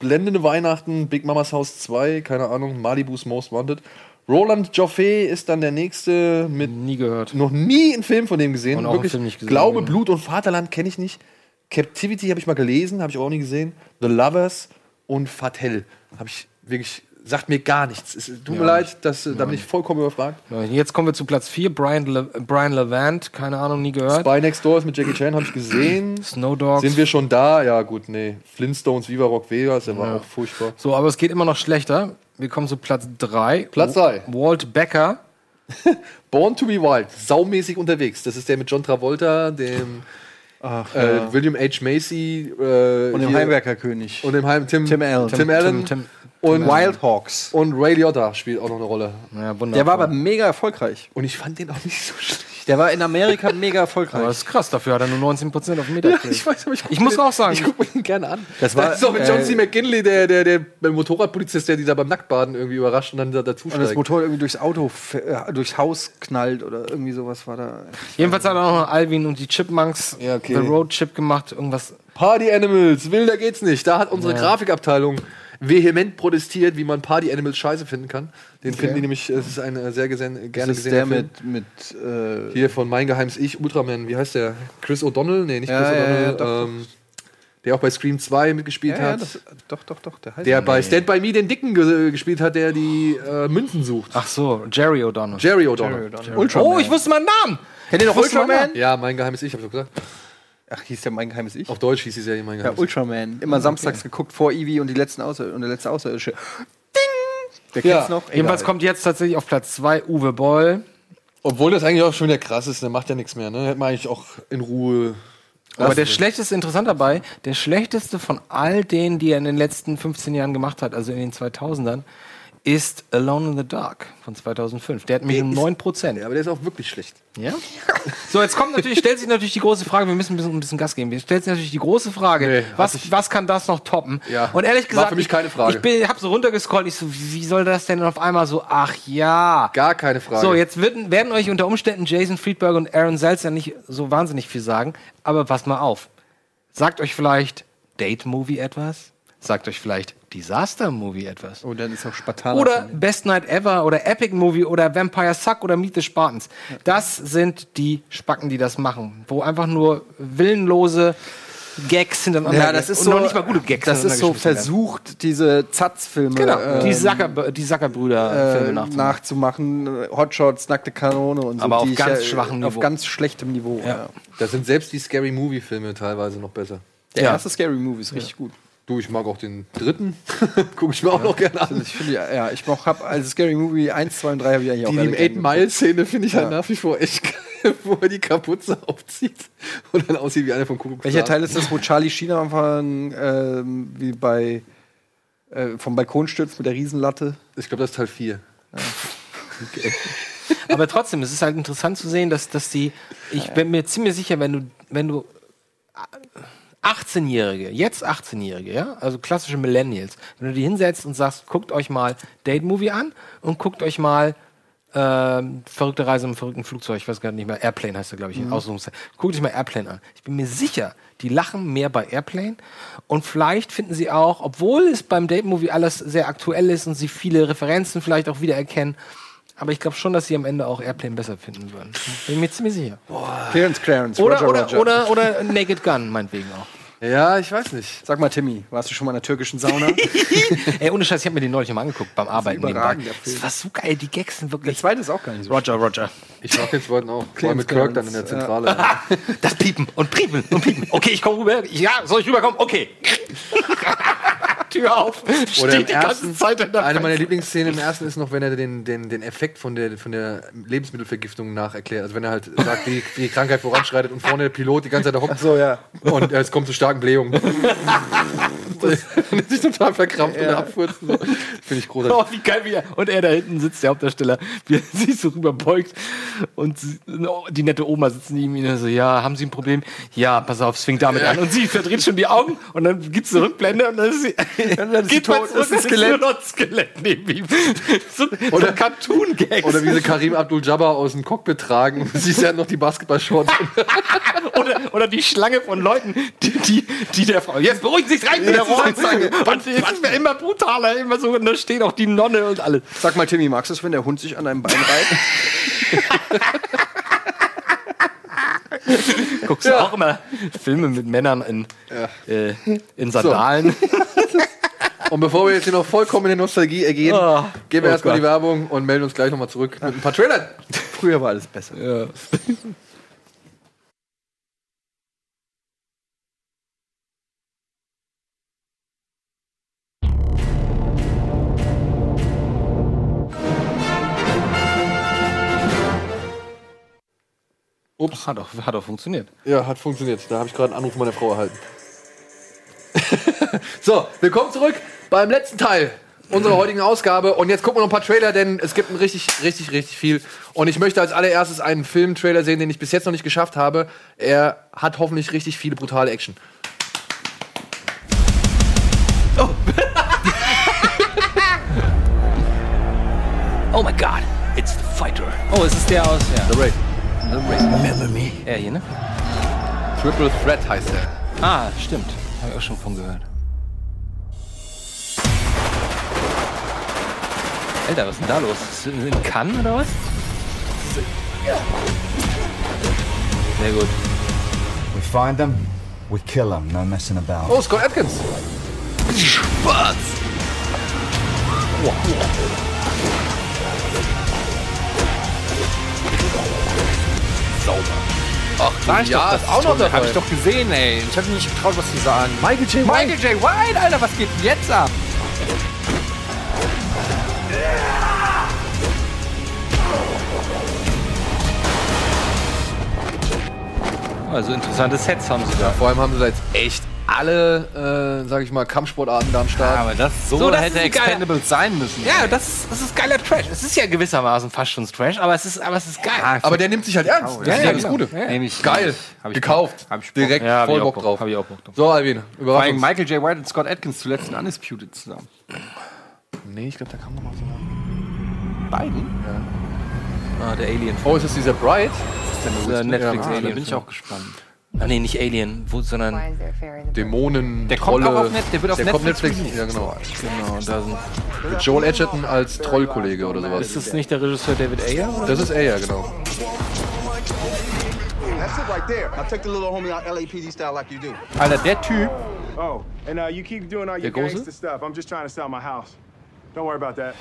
Blendende Weihnachten, Big Mamas Haus 2, keine Ahnung, Malibu's Most Wanted. Roland Joffé ist dann der nächste mit
nie gehört.
noch nie einen Film von dem gesehen.
Und auch einen
Wirklich,
Film nicht gesehen,
Glaube,
genau.
Blut und Vaterland kenne ich nicht. Captivity habe ich mal gelesen, habe ich auch nie gesehen. The Lovers und Fatel habe ich wirklich sagt mir gar nichts. Es tut mir leid, dass äh, da bin ich vollkommen überfragt.
Ja, Jetzt kommen wir zu Platz 4, Brian, Le Brian Levant, keine Ahnung, nie gehört.
Spy Next Door ist mit Jackie Chan habe ich gesehen.
Snow Dogs.
Sind wir schon da? Ja gut, nee. Flintstones, Viva Rock Vegas, der war auch furchtbar.
so, aber es geht immer noch schlechter. Wir kommen zu Platz 3.
Platz drei.
Walt Becker.
Born to be Wild, saumäßig unterwegs. Das ist der mit John Travolta, dem äh, William H. Macy äh,
Und dem
hier-
Heimwerkerkönig.
und dem Heim Tim,
Tim Allen.
Tim Allen.
Tim-
und
Wild Hawks.
Und Ray Liotta spielt auch noch eine Rolle.
Ja, wunderbar.
Der war aber mega erfolgreich.
Und ich fand den auch nicht so schlecht.
Der war in Amerika mega
aber
erfolgreich.
das ist krass, dafür hat er nur 19% auf dem Meter.
weiß, aber ich, guck
Ich
mir
muss
den-
auch sagen-
Ich gucke mir den gerne an.
Das war,
ist doch mit
äh,
John C. McKinley, der, der, der, der Motorradpolizist, der die da beim Nacktbaden irgendwie überrascht und dann da, dazu
Und das
steigt.
Motorrad irgendwie durchs Auto, f- äh, durchs Haus knallt oder irgendwie sowas war da.
Jedenfalls hat er auch noch Alvin und die Chipmunks,
Ja, okay.
The Road Chip gemacht, irgendwas.
Party Animals, wilder geht's nicht. Da hat unsere
Ja.
Grafikabteilung vehement protestiert, wie man Party Animals scheiße finden kann. Den finden die nämlich, es ist ein äh, sehr gesen, gerne
Das ist
gesehener
der
Film.
mit, mit äh,
Hier von Mein Geheimes Ich, Ultraman, wie heißt der? Chris O'Donnell? Nee, nicht
Ja,
Chris
ja, ja,
O'Donnell.
doch, doch.
ähm, der auch bei Scream 2 mitgespielt
ja, ja,
hat.
das, doch, doch, doch, der heißt
der bei Stand By Me den Dicken ge äh, gespielt hat, der die äh, Münzen sucht.
Ach so, Jerry O'Donnell.
Jerry O'Donnell.
Ultraman.
oh, ich wusste meinen Namen!
Kennt ihr noch Ultraman?
Ja, Mein Geheimes Ich, hab ich doch gesagt.
Ach, hieß der mein geheimes Ich?
Auf Deutsch hieß die Serie Mein
Ja,
Geheimes Ich.
Ultraman. Ah, Immer samstags geguckt vor Eevee und, die letzten Außer und der letzte Außerirdische. Ding! Der
Ja.
kennt's noch.
Jedenfalls
Egal.
kommt jetzt tatsächlich auf Platz 2 Uwe Boll.
Obwohl das eigentlich auch schon wieder krass ist, der macht ja nichts mehr. Ne? Hätte man eigentlich auch in Ruhe.
Aber der schlechteste, interessant dabei, der schlechteste von all denen, die er in den letzten 15 Jahren gemacht hat, also in den 2000ern, ist Alone in the Dark von 2005. Der hat mich um 9%. Ja,
aber der ist auch wirklich schlecht.
Ja? So, jetzt kommt natürlich, stellt sich natürlich die große Frage, wir müssen ein bisschen, ein bisschen Gas geben. Jetzt Stellt sich natürlich die große Frage, was, was kann das noch toppen?
Ja.
Und ehrlich
War
gesagt,
für mich keine Frage.
ich, bin- ich habe so runtergescrollt, ich so, wie soll das denn auf einmal so, ach ja.
Gar keine Frage.
So, jetzt werden, werden euch unter Umständen Jason Friedberg und Aaron Seltzer nicht so wahnsinnig viel sagen, aber passt mal auf. Sagt euch vielleicht Date Movie etwas? Sagt euch vielleicht Disaster Movie etwas?
Oh, dann ist auch Spartaner.
Oder Best Night Ever oder Epic Movie oder Vampire Suck oder Meet the Spartans. Das sind die Spacken, die das machen. Wo einfach nur willenlose Gags hintereinander
Ja, das
und
ist so.
noch nicht mal gute Gags
Das ist so
hintereinander geschmissen werden.
versucht, diese Zatzfilme.
Genau, die
ähm,
Sacker, die Sackerbrüder-Filme
äh,
nachzumachen.
nachzumachen. Hotshots, nackte Kanone und so.
Aber auf
die ich
ganz
ja,
schwachem
Auf
Niveau.
ganz schlechtem Niveau. Ja.
Da sind selbst die Scary Movie-Filme teilweise noch besser.
Der erste Scary Movie ist richtig gut.
Du, ich mag auch den dritten. Gucke ich mir auch noch gerne an.
Ich finde, ja, ja, ich mach, hab, also Scary Movie 1, 2 und 3 habe ich eigentlich auch
Die
alle
im 8
gerne
Mile Szene finde ich ja.
Ja.
nach wie vor echt geil, wo er die Kapuze aufzieht und dann aussieht wie einer von Kuckuck.
Welcher Teil ist das, wo Charlie Sheen am Anfang ähm, wie bei äh, vom Balkon stürzt mit der Riesenlatte?
Ich glaube, das ist Teil 4.
Aber trotzdem, es ist halt interessant zu sehen, dass, dass die, ich bin mir ziemlich sicher, wenn du, wenn du 18-Jährige, jetzt 18-Jährige, ja, also klassische Millennials, wenn du die hinsetzt und sagst, guckt euch mal Date Movie an und guckt euch mal ähm, verrückte Reise im verrückten Flugzeug, ich weiß gar nicht mehr, Airplane heißt er, glaube ich,
Mhm.
mhm. Guckt euch mal Airplane an. Ich bin mir sicher, die lachen mehr bei Airplane und vielleicht finden sie auch, obwohl es beim Date Movie alles sehr aktuell ist und sie viele Referenzen vielleicht auch wiedererkennen, aber ich glaube schon, dass sie am Ende auch Airplane besser finden würden. Bin mir ziemlich sicher.
Clarence Clarence,
Oder,
Roger
oder, oder,
Roger.
oder Naked Gun, meinetwegen auch.
Ja, ich weiß nicht.
Sag mal, Timmy, warst du schon mal in der türkischen Sauna?
Ey, ohne Scheiß, ich habe mir den neulich mal angeguckt beim Arbeiten. nebenbei.
überragender Film.
Das war so geil, die Gags sind
der
wirklich.
zweite ist auch gar nicht so.
Roger, Roger.
Ich mag den zweiten auch. Vor allem mit
Clemens
Kirk dann in der
Clemens,
Zentrale.
Das Piepen und Piepen und Piepen. Okay, ich komme rüber. Ja, soll ich rüberkommen? Okay. Tür auf.
Oder im
Steht die ganze
ersten,
Zeit in der
eine meiner Lieblingsszenen im ersten ist noch, wenn er den, den, den Effekt von der, von der Lebensmittelvergiftung nacherklärt. Also wenn er halt sagt, wie wie die Krankheit voranschreitet und vorne der Pilot die ganze Zeit da hockt.
So, ja.
Und es kommt zu starken Blähungen. das findet sich total verkrampft und abfurzt. und So. Finde ich
Oh,
großartig.
wie geil, wie er, und er da hinten sitzt, der Hauptdarsteller, wie er sich so rüberbeugt und sie- oh, die nette Oma sitzt neben ihm und so, ja, haben Sie ein Problem? Ja, pass auf, es fängt damit an. Und sie verdreht schon die Augen und dann gibt's eine Rückblende und dann ist sie,
dann ist sie
geht man
tot,
zurück,
ist ein
ist
Skelett.
nur noch ein Skelett neben ihm. So, so Cartoon-Gags.
Oder wie sie Karim Abdul-Jabbar aus dem Cockpit tragen und sie sehen noch die Basketballshorts.
oder, oder die Schlange von Leuten, die, die, die der Frau. Jetzt beruhigen Sie sich rein, mit der Rohrenzange. Und es wird immer brutaler, immer so. Und da stehen auch die Nonne und alles.
Sag mal, Timmy, magst du es, wenn der Hund sich an deinem Bein reibt?
Guckst du auch immer Filme mit Männern in, äh, in Sandalen?
Und bevor wir jetzt hier noch vollkommen in die Nostalgie ergehen,
Oh,
gehen wir
oh
erstmal die
Gott.
Werbung und melden uns gleich nochmal zurück mit ein paar Trailern.
Früher war alles besser.
Ja.
Ups.
Hat, doch, hat doch funktioniert.
Ja, hat funktioniert. Da habe ich gerade einen Anruf meiner Frau erhalten. so, willkommen zurück beim letzten Teil unserer heutigen Ausgabe. Und jetzt gucken wir noch ein paar Trailer, denn es gibt ein richtig, richtig, richtig viel. Und ich möchte als allererstes einen Film-Trailer sehen, den ich bis jetzt noch nicht geschafft habe. Er hat hoffentlich richtig viele brutale Action.
Oh my god, it's the fighter. Oh, es ist der aus. Ja.
The Raid.
The Raid. Remember me. Er hier, ne?
Triple Threat heißt er.
Ah, stimmt. Habe ich auch schon von gehört. Alter, was ist denn da los? Ist das in Cannes oder was? Sehr gut.
We find them, we kill them, no messing about.
Oh, Scott Atkins.
But
Sauber.
Ach,
war ich
ja,
doch, das
ist
ist
auch noch dabei.
Hab ich doch gesehen, ey. Ich habe nicht getraut, was zu sagen.
Michael J.
White. Michael J. White, Alter, was geht denn jetzt ab?
Also interessante Sets haben sie da.
Also
Vor allem haben sie da jetzt echt alle, äh, sag ich mal, Kampfsportarten da am Start. aber
das,
so hätte Expendables
sein müssen. Ja, das ist, das ist geiler Trash. Es ist ja gewissermaßen fast schon Trash, aber es ist, aber es ist geil.
aber der nimmt sich halt ernst. Das
Ja,
ist
ja,
ja, das
genau.
Gute.
Ja, ja. Nehm ich-
Geil.
hab ich
Gekauft.
Hab ich Bock.
Direkt
Ja, hab
voll
ich auch
Bock
Bock.
drauf.
Hab ich auch Bock drauf.
So, Alvin,
Vor allem
überraschung uns.
Michael J. White und Scott Atkins zuletzt in Undisputed zusammen.
Nee, ich glaube, da kam noch mal so
Beiden?
Ah, der Alien.
Oh, ist das dieser Bright?
Dieser
Ah,
Netflix-Alien.
da bin ich auch gespannt.
Ah, nee, nicht Alien, wo, sondern
Dämonen,
Der kommt
Trolle.
auch auf Net- der wird auf
der kommt
Netflix
Netflix. Ja, genau.
Genau, da sind.
Mit Joel Edgerton als Trollkollege oder sowas.
Ist das nicht der Regisseur David Ayer? Oder?
Das ist Ayer, genau.
That's it right there. Now take the little homie out LAPD style like you do.
Alter, der Typ.
Oh, and uh, you keep doing all your
goes
gangster stuff. I'm just trying to sell my house. Don't worry about that.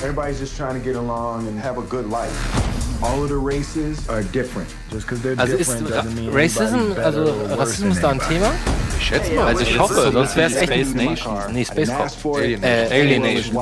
Everybody's just trying to get along and have a good life. All of the races are different. Just because they're
Also ist
different
Ra-
doesn't mean
Racism,
anybody's better
also
or worse
Rassismus da
than
ein
anybody.
Thema?
Ich
schätze mal. Also ich hoffe, sonst wär's echt ein Nation. Nee, Space Cop. Alien- äh, Alien Nation.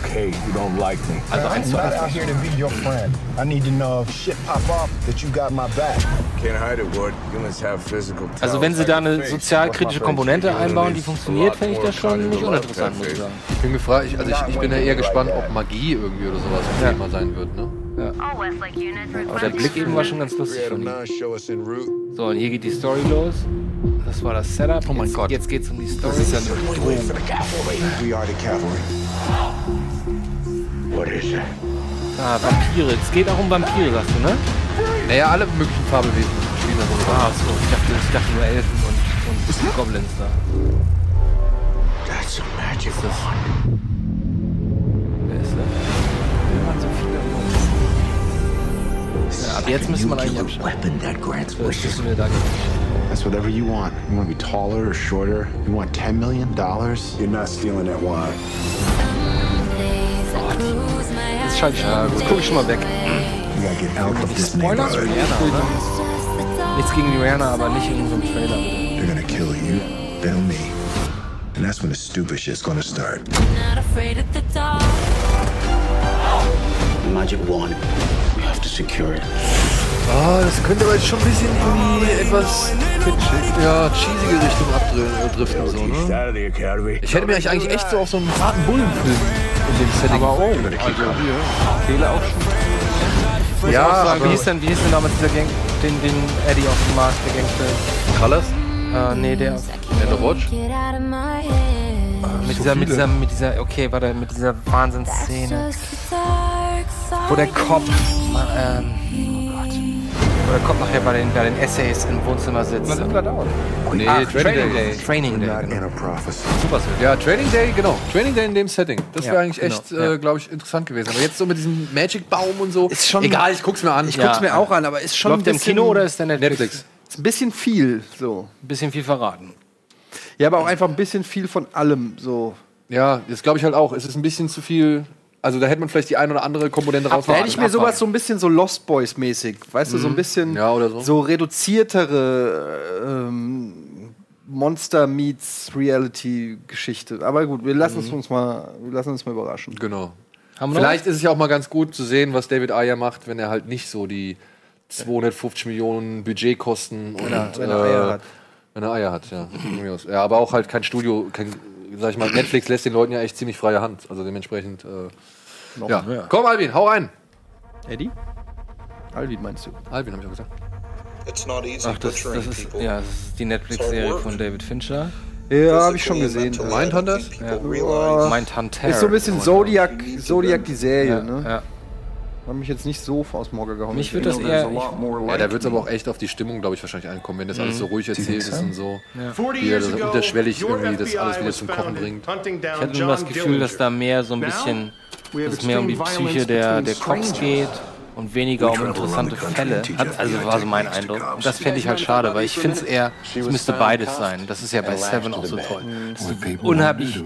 Okay, you don't like me.
Also
I'm
eins zu
not
eins.
out here to be your friend. I need to know if shit pop off that you got my back.
Can't hide it, Wood. Humans have physical
Also wenn sie da eine sozialkritische Komponente einbauen, die funktioniert, fände ich das schon nicht uninteressant, muss ich sagen.
Ich bin gefragt, ich, also ich, ich bin ja eher gespannt, ob Magie irgendwie oder sowas ein Thema sein wird, ne?
Aber der Blick eben war schon ganz lustig von ihm. So, und hier geht die Story los. Das war das Setup. Oh mein jetzt, Gott. Jetzt geht's um die Story. Das ist ja eine
We are the cavalry. What is it?
Ah, Vampire. Es geht auch um Vampire, sagst du, ne?
Naja, alle möglichen Fabelwesen spielen da so.
Ah, so. Ich dachte, ich dachte nur Elfen und, und Goblins da.
That's a magic
Wer ist das? Ja, ab jetzt müssen wir eigentlich abschalten. Das müssen wir da
That's whatever you want. You want to be taller or shorter? You want $10 million? You're not stealing that wine.
Jetzt schalte ich schon mal. Jetzt gucke ich schon mal weg.
You gotta get out of this
Spoiler?
neighborhood.
Rihanna, ne? Nichts gegen Rihanna, aber nicht in so einem Trailer.
They're gonna kill you, then me. And that's when the stupid shit's gonna start.
Not afraid of the dark.
Magic wand. We have to secure it.
Ah, das könnte aber jetzt schon ein bisschen irgendwie etwas kitschig- ja, cheesige Richtung abdriften, so, ne?
of the academy.
Ich hätte mir eigentlich echt so auf so einen harten Bullenfilm in dem Setting
Aber oh,
also
Fehler auch schon.
Ja,
Muss ja, auch sagen,
aber-
Ah, wie hieß denn, wie hieß denn damals dieser Gang, den, den Eddie auf dem Mars, der Gangster?
Colors?
Äh, nee, der.
Der The
Ah,
Watch?
Get out of my head.
Mit
So
dieser, mit
viele.
dieser, mit dieser, okay, warte, mit dieser Wahnsinnsszene.
Just the dark side.
Wo der Cop, ma- ähm, oh Gott. Wo der Cop nachher bei den, bei den Essays im Wohnzimmer sitzt.
Nee,
Ah,
Training, Day.
Training Day. genau. Super Sylvester.
Ja, Training Day, genau. Training Day in dem Setting. Das wäre
Ja,
eigentlich
genau,
echt,
ja.
äh, glaube ich, interessant gewesen. Aber jetzt so mit diesem Magic-Baum und so. Ist
schon-
Egal, ich guck's mir an.
Ich guck's mir auch an, aber ist schon
Läuft der im Kino oder ist der Netflix?
Netflix.
Ist ein bisschen viel, so.
Ein bisschen viel verraten.
Ja, aber auch einfach ein bisschen viel von allem, so.
Ja, das glaube ich halt auch. Es ist ein bisschen zu viel. Also da hätte man vielleicht die ein oder andere Komponente
Da
rausnehmen
hätte ich mir sowas so ein bisschen so Lost Boys mäßig, weißt du, so ein
Mhm.
bisschen
Ja, oder so.
reduziertere ähm, Monster meets Reality Geschichte. Aber gut, wir lassen
Mhm.
es uns mal, wir lassen uns mal überraschen.
Genau.
Haben wir noch
Vielleicht ist es ja auch mal ganz gut zu sehen, was David Ayer macht, wenn er halt nicht so die 250 Millionen Budgetkosten und
er- wenn er Eier
äh,
hat.
Wenn er Eier hat, ja. Von mir aus. ja. Aber auch halt kein Studio, kein, sag ich mal, Netflix lässt den Leuten ja echt ziemlich freie Hand. Also dementsprechend. Äh, ja.
mehr.
Komm, Alvin, hau rein.
Eddie? Alvin meinst du?
Alvin, hab ich auch gesagt.
It's not easy
Ach, das, das ist, ja, das ist die Netflix-Serie von David Fincher.
Ja, habe ich schon gesehen.
Mindhunters?
Ja.
Mindhunter.
Ist so ein bisschen Zodiac, Zodiac die Serie,
Ja,
ne?
ja.
Hat mich jetzt nicht so aus Morgen gehauen.
Mich würd das eher-
Ja, da wird es aber auch echt auf die Stimmung, glaube ich, wahrscheinlich ankommen, wenn das alles so ruhig erzählt ist und so.
Mhm. Ja.
Wie er das unterschwellig irgendwie das alles wieder zum Kochen bringt.
Ich hatte nur das Gefühl, dass da mehr so ein bisschen, dass es mehr um die Psyche der, der Cops geht und weniger um interessante Fälle. Hat, also war so mein Eindruck. Und das fände ich halt schade, weil ich finde es eher, es müsste beides sein. Das ist ja bei Seven auch so toll. Dass du unheimlich,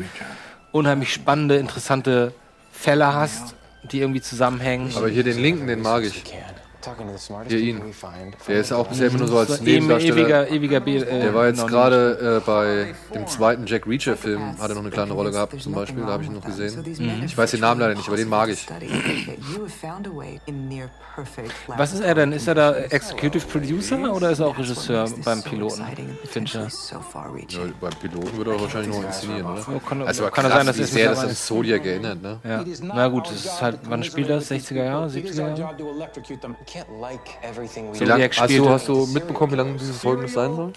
unheimlich spannende, interessante Fälle hast, die irgendwie zusammenhängen.
Aber hier den linken, den mag ich.
Talking to the smartest
Hier
people
ihn.
we find.
Der ist auch bisher immer nur so als
Eben-
Nebendarsteller.
ewiger- ewiger B- äh,
der war jetzt
noch
gerade äh, bei dem zweiten Jack Reacher-Film, hat er noch eine kleine Rolle gehabt, zum Beispiel, da habe ich ihn noch Also gesehen.
Mm-hmm.
Ich weiß den Namen leider nicht, aber den mag ich.
Was ist er denn? Ist er da Executive Producer oder ist er auch Regisseur beim Piloten? Fincher.
Ja, beim Piloten würde er wahrscheinlich noch inszenieren, oder?
Ja, kann-
also
kann
kann
er
krass,
sein, dass
wie
es
sehr das
mittlerweile-
an Zodiac erinnert, ne?
Ja. Na gut, das ist halt, wann spielt das? 60er Jahre, 70er Jahre?
We can't like everything we
Wie lang,
Zodiac
hast, du,
spielte-
hast du mitbekommen, wie lange dieses Folgendes sein soll?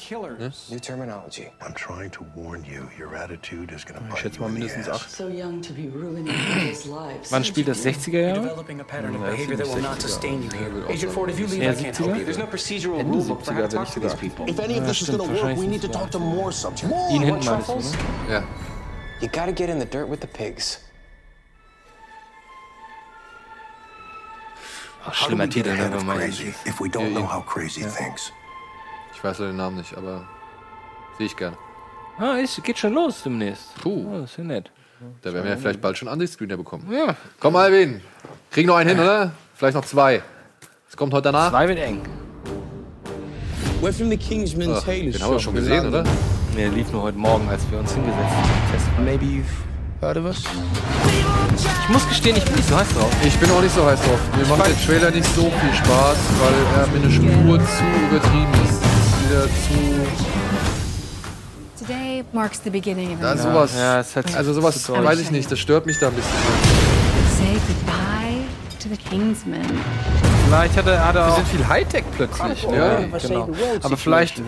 New terminology.
I'm trying to warn you. Your attitude is going to
Ich schätze mal mindestens 8.
So young to be ruining people's lives.
Wann spielt das? 60er Jahre?
Developing a
pattern of behavior
that will
not sustain you here.
Agent Ford, if you leave,
Eher
I can't help
70er?
you. There's no procedural
Ende
rule book for how to
70er, wenn
talk
ich
to these
sogar.
people.
If any
Ja,
of this is
stimmt,
gonna work,
wahrscheinlich
we need to
70er.
talk to more subjects.
Ihn
More
hinten ne? mal
truffles.
wissen,
Ja.
You gotta get in the dirt with the pigs.
Ach,
schlimmer Titel, ne, wenn man-
crazy if we don't
Ja,
know
eben.
how crazy
Ja.
thinks?
Ich weiß leider den Namen nicht, aber sehe ich gerne.
Ah, ist, geht schon los demnächst.
Puh.
Oh, ist ja nett.
Da werden wir ja vielleicht bald schon Ansichtscreener bekommen.
Ja.
Komm, Alvin, kriegen noch einen hin, oder? Vielleicht noch zwei. Es kommt heute danach.
Zwei wird eng.
We're from the Kingsman
Ach,
Tailors
den haben wir
shop.
schon gesehen, oder?
Nee, lief nur heute Morgen, als wir uns hingesetzt haben. Maybe you've heard of us? Ich muss gestehen, ich bin nicht so heiß drauf.
Ich bin auch nicht so heiß drauf. Mir macht der Trailer nicht so viel Spaß, weil er mir eine Spur zu übertrieben ist. Es ist Wieder zu.
Today marks the beginning of
Da
an
sowas.
ja, es hat-
also
es
sowas
ist deutlich.
weiß ich nicht, das stört mich da ein bisschen.
Say goodbye to the Kingsman.
Vielleicht hatte, hatte auch.
viel Hightech plötzlich.
Ja,
ne?
genau. Aber vielleicht ähm,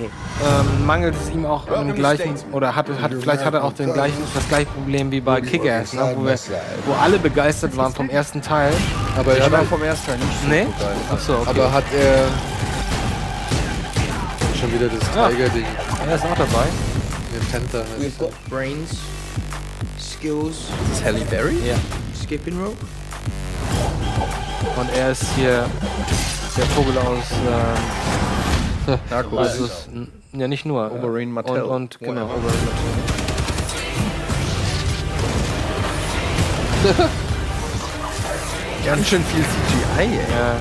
mangelt es ihm auch am gleichen oder hat, hat vielleicht hat er auch den gleichen, das gleiche Problem wie bei Kick-Ass, ne? wo, wir- wo alle begeistert waren vom ersten Teil.
Aber
Ich
er hat
war
auch-
vom
ersten Teil nicht
Nee? Achso, okay.
Aber hat er schon wieder das
Ah.
Tiger-Ding?
Er ist auch dabei.
Der Panther.
We've got brains, skills.
Ist Halle Berry? Ja.
Skipping rope.
Und er ist hier der Vogel aus ähm,
Narcos.
Also, es- n- ja, nicht nur. Oberyn
Martell.
Und, und genau,
Wow.
Oberyn Martell.
Ganz schön viel CGI, ey.
Ja.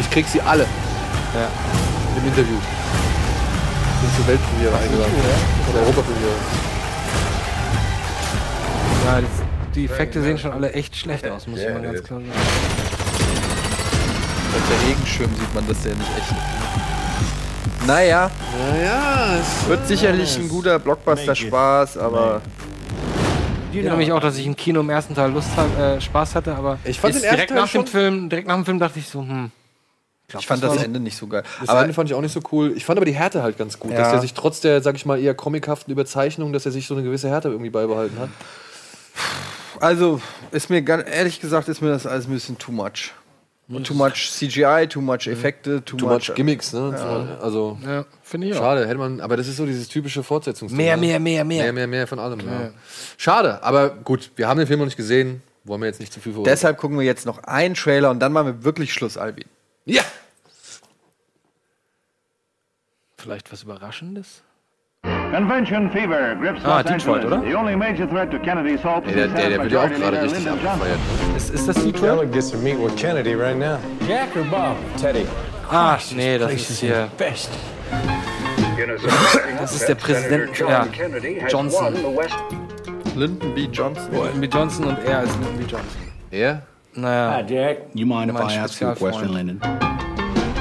Ich krieg sie alle.
Ja.
Im Interview. Sind zur Weltpremiere eingeladen. Oder Europapremiere.
Ja, das, die Effekte sehen schon alle echt schlecht aus, muss ich mal ganz klar sagen.
Auf der Regenschirm sieht man das ja nicht echt. Naja.
Naja.
Wird sicherlich ein guter Blockbuster-Spaß, aber.
Ich erinnere mich auch, dass ich im Kino im ersten Teil Lust hat, äh, Spaß hatte, aber
Genau. Ich fand
jetzt
den ersten
direkt
Teil
nach dem
schon-
Film, direkt nach dem Film dachte ich so, hm. glaub,
Ich fand das
war-
Ende
nicht so geil.
Das
Aber-
aber Ende fand ich auch nicht so cool. Ich fand aber die Härte halt ganz gut,
Ja.
dass er sich trotz der, sag ich mal, eher comichaften Überzeichnung, dass er sich so eine gewisse Härte irgendwie beibehalten hat.
Also, ist mir ganz, ehrlich gesagt, ist mir das alles ein bisschen too much. Und too much CGI, too much Effekte, too,
Mhm. Too much Gimmicks, ne?
Ja.
Also,
Ja, finde ich auch.
schade, hätte man, aber das ist so dieses typische Fortsetzungsding.
Mehr,
ne?
mehr, mehr, mehr.
Mehr, mehr, mehr von allem, ja.
Ja.
Schade, aber gut, wir haben den Film noch nicht gesehen, wollen wir jetzt nicht zu viel verurteilen.
Deshalb gucken wir jetzt noch einen Trailer und dann machen wir wirklich Schluss, Albin.
Ja!
Vielleicht was Überraschendes?
Convention fever grips
Ah,
Los
Detroit,
Angeles.
oder?
The only major threat to Kennedy's hopes
Ey, der-
is
der- der
Senate
wird ja auch
Majority
gerade
Leader
richtig
Lyndon Johnson.
Ist,
ist das Detroit?
Delegates to meet with Kennedy right now. Jack or Bob? Teddy.
Ach Ah, nee, das ist hier. Das ist der Präsident ja, Johnson.
Lyndon B. Johnson.
Lyndon B. Johnson und er als Lyndon B. Johnson.
Er?
Naja.
Hi, Jack. You mind if
Mein
I ask you a question,
Spezialfreund.
Lyndon?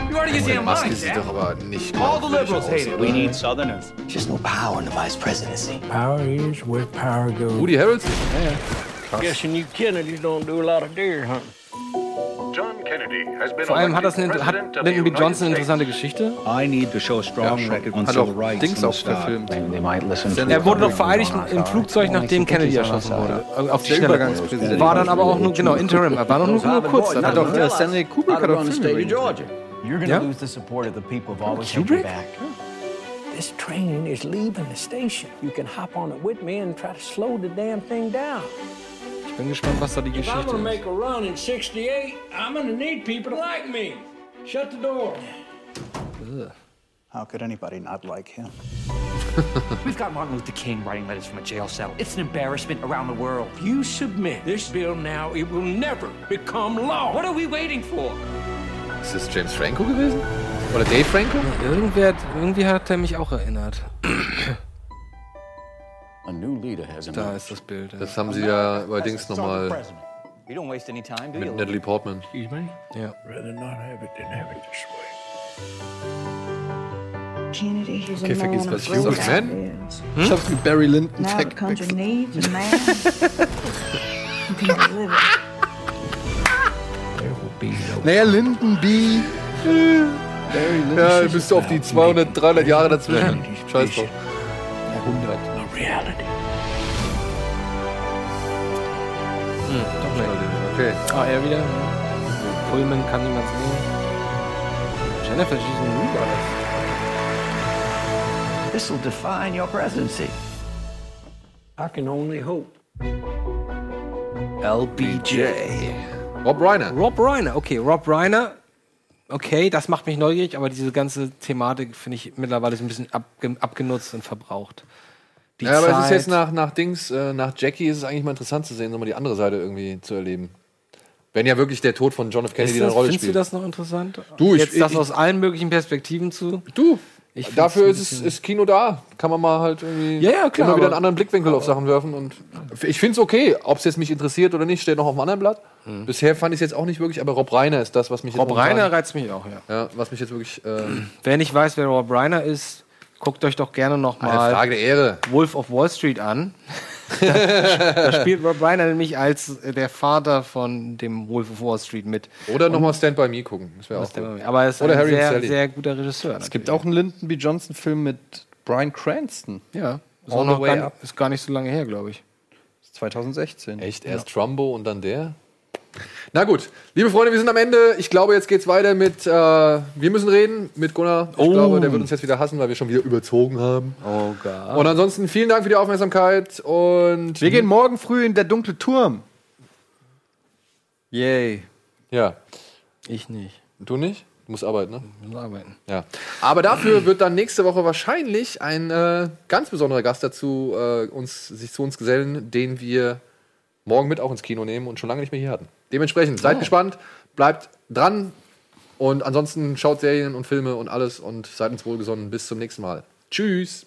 You already
get your
Maske
mind,
sieht
Jack.
doch aber nicht
All the
glaubwürdig
liberals
aus,
hate it.
oder?
We need Southerners.
There's no power in the vice presidency.
Power is where power goes.
Woody Harrelson?
Yeah. Guessing you Kennedys don't do a lot of deer hunting.
John Kennedy has been
Vor allem
Hat, das eine, hat Lyndon B. Johnson eine interessante Geschichte?
I need to show a strong record on
hat
civil
auch
rights
Dings
from
auch
the start.
verfilmt.
They might listen to
Er wurde
the
doch vereidigt
government.
im Flugzeug, nachdem Kennedy erschossen wurde. Auf die Schnelle. War dann aber auch nur, genau, Interim. Er war noch nur, nur kurz.
Hat doch äh, Stanley Kubrick hat doch Filme
You're going to
Yeah.
lose the support of the people who've always had your
Kubrick?
back. This train is leaving the station. You can hop on it with me and try to slow the damn thing down.
Ich bin gespannt, was da die
If I'm
Geschichte
gonna
ist.
make a run in 68, I'm gonna need people like me. Shut the door. How could anybody not like him?
We've got Martin Luther King writing letters from a jail cell. It's an embarrassment around the world. You submit this bill now, it will never become law. What are we waiting for?
Ist das James Franco gewesen? Oder Dave Franco?
Irgendwer, irgendwie hat er mich auch erinnert.
Da ist das Bild. Das haben sie ja allerdings nochmal
You don't waste any time, do
mit Natalie Portman.
Excuse me?
Ja.
Rather not have it than have it this way.
Kennedy.
Okay, vergiss, was ich gesagt habe. Man?
Hm?
Ich hab's mit Barry Lyndon
Now it comes
verwechselt.
and needs a man who can live it.
Naja, Lyndon B. Ja, du bist auf die 200, 300 Jahre dazwischen. Scheiß drauf.
Jahrhundert.
Reality.
Hm, doch nicht.
Okay.
Ah, er wieder. Pullman kann niemand sehen. Jennifer Jason Lee war das.
This will define your presidency. I can only hope.
LBJ.
Rob Reiner.
Rob Reiner, okay, Rob Reiner. Okay, das macht mich neugierig, aber diese ganze Thematik finde ich mittlerweile so ein bisschen abge abgenutzt und verbraucht. Die
ja, aber es ist
Zeit-
jetzt nach, nach Dings, äh, nach Jackie ist es eigentlich mal interessant zu sehen, nochmal die andere Seite irgendwie zu erleben. Wenn ja wirklich der Tod von John F. Kennedy
Ist
eine
das,
Rolle
findest
spielt.
du das noch interessant?
Du, ich-
Jetzt das
ich-
aus allen möglichen Perspektiven zu.
Du,
ich find's
Dafür
ein
ist, es,
bisschen-
ist Kino da. Kann man mal halt irgendwie
Ja, ja, klar,
immer wieder
aber-
einen anderen Blickwinkel auf Sachen werfen. Und ich finde es okay, ob es jetzt mich interessiert oder nicht, steht noch auf dem anderen Blatt. Bisher fand ich es jetzt auch nicht wirklich, aber Rob Reiner ist das, was mich
Hm. Rob
jetzt momentan-
Reiner reizt mich auch, ja.
ja, was mich jetzt wirklich. Äh,
Wer nicht weiß, wer Rob Reiner ist, guckt euch doch gerne nochmal
Eine Frage der Ehre.
Wolf of Wall Street an. da, da spielt Rob Reiner nämlich als der Vater von dem Wolf of Wall Street mit.
oder
Und-
nochmal Stand By Me gucken. Das wäre auch
Stand
gut.
By Me. Aber er ist
oder
ein
Harry
sehr-
und Sally.
sehr guter Regisseur.
Es gibt auch einen Lyndon B. Johnson-Film mit Brian Cranston.
Ja, ist,
All
auch
the
noch
way
gar,
up.
ist gar nicht so lange her, glaube ich.
2016.
Echt? Erst Trumbo und dann der? Na gut, liebe Freunde, wir sind am Ende. Ich glaube, jetzt geht's weiter mit äh, Wir müssen reden mit Gunnar. Ich
Oh.
glaube, der wird uns jetzt wieder hassen, weil wir schon wieder überzogen haben.
Oh Gott.
Und ansonsten vielen Dank für die Aufmerksamkeit und
Wir gehen morgen früh in der dunkle Turm.
Yay. Ja.
Ich nicht.
Du nicht? Du musst arbeiten, ne?
Ich muss arbeiten.
Ja. Aber dafür wird dann nächste Woche wahrscheinlich ein äh, ganz besonderer Gast dazu äh, uns, sich zu uns gesellen, den wir morgen mit auch ins Kino nehmen und schon lange nicht mehr hier hatten. Dementsprechend, seid
Oh.
gespannt, bleibt dran und ansonsten schaut Serien und Filme und alles und seid uns wohlgesonnen. Bis zum nächsten Mal. Tschüss.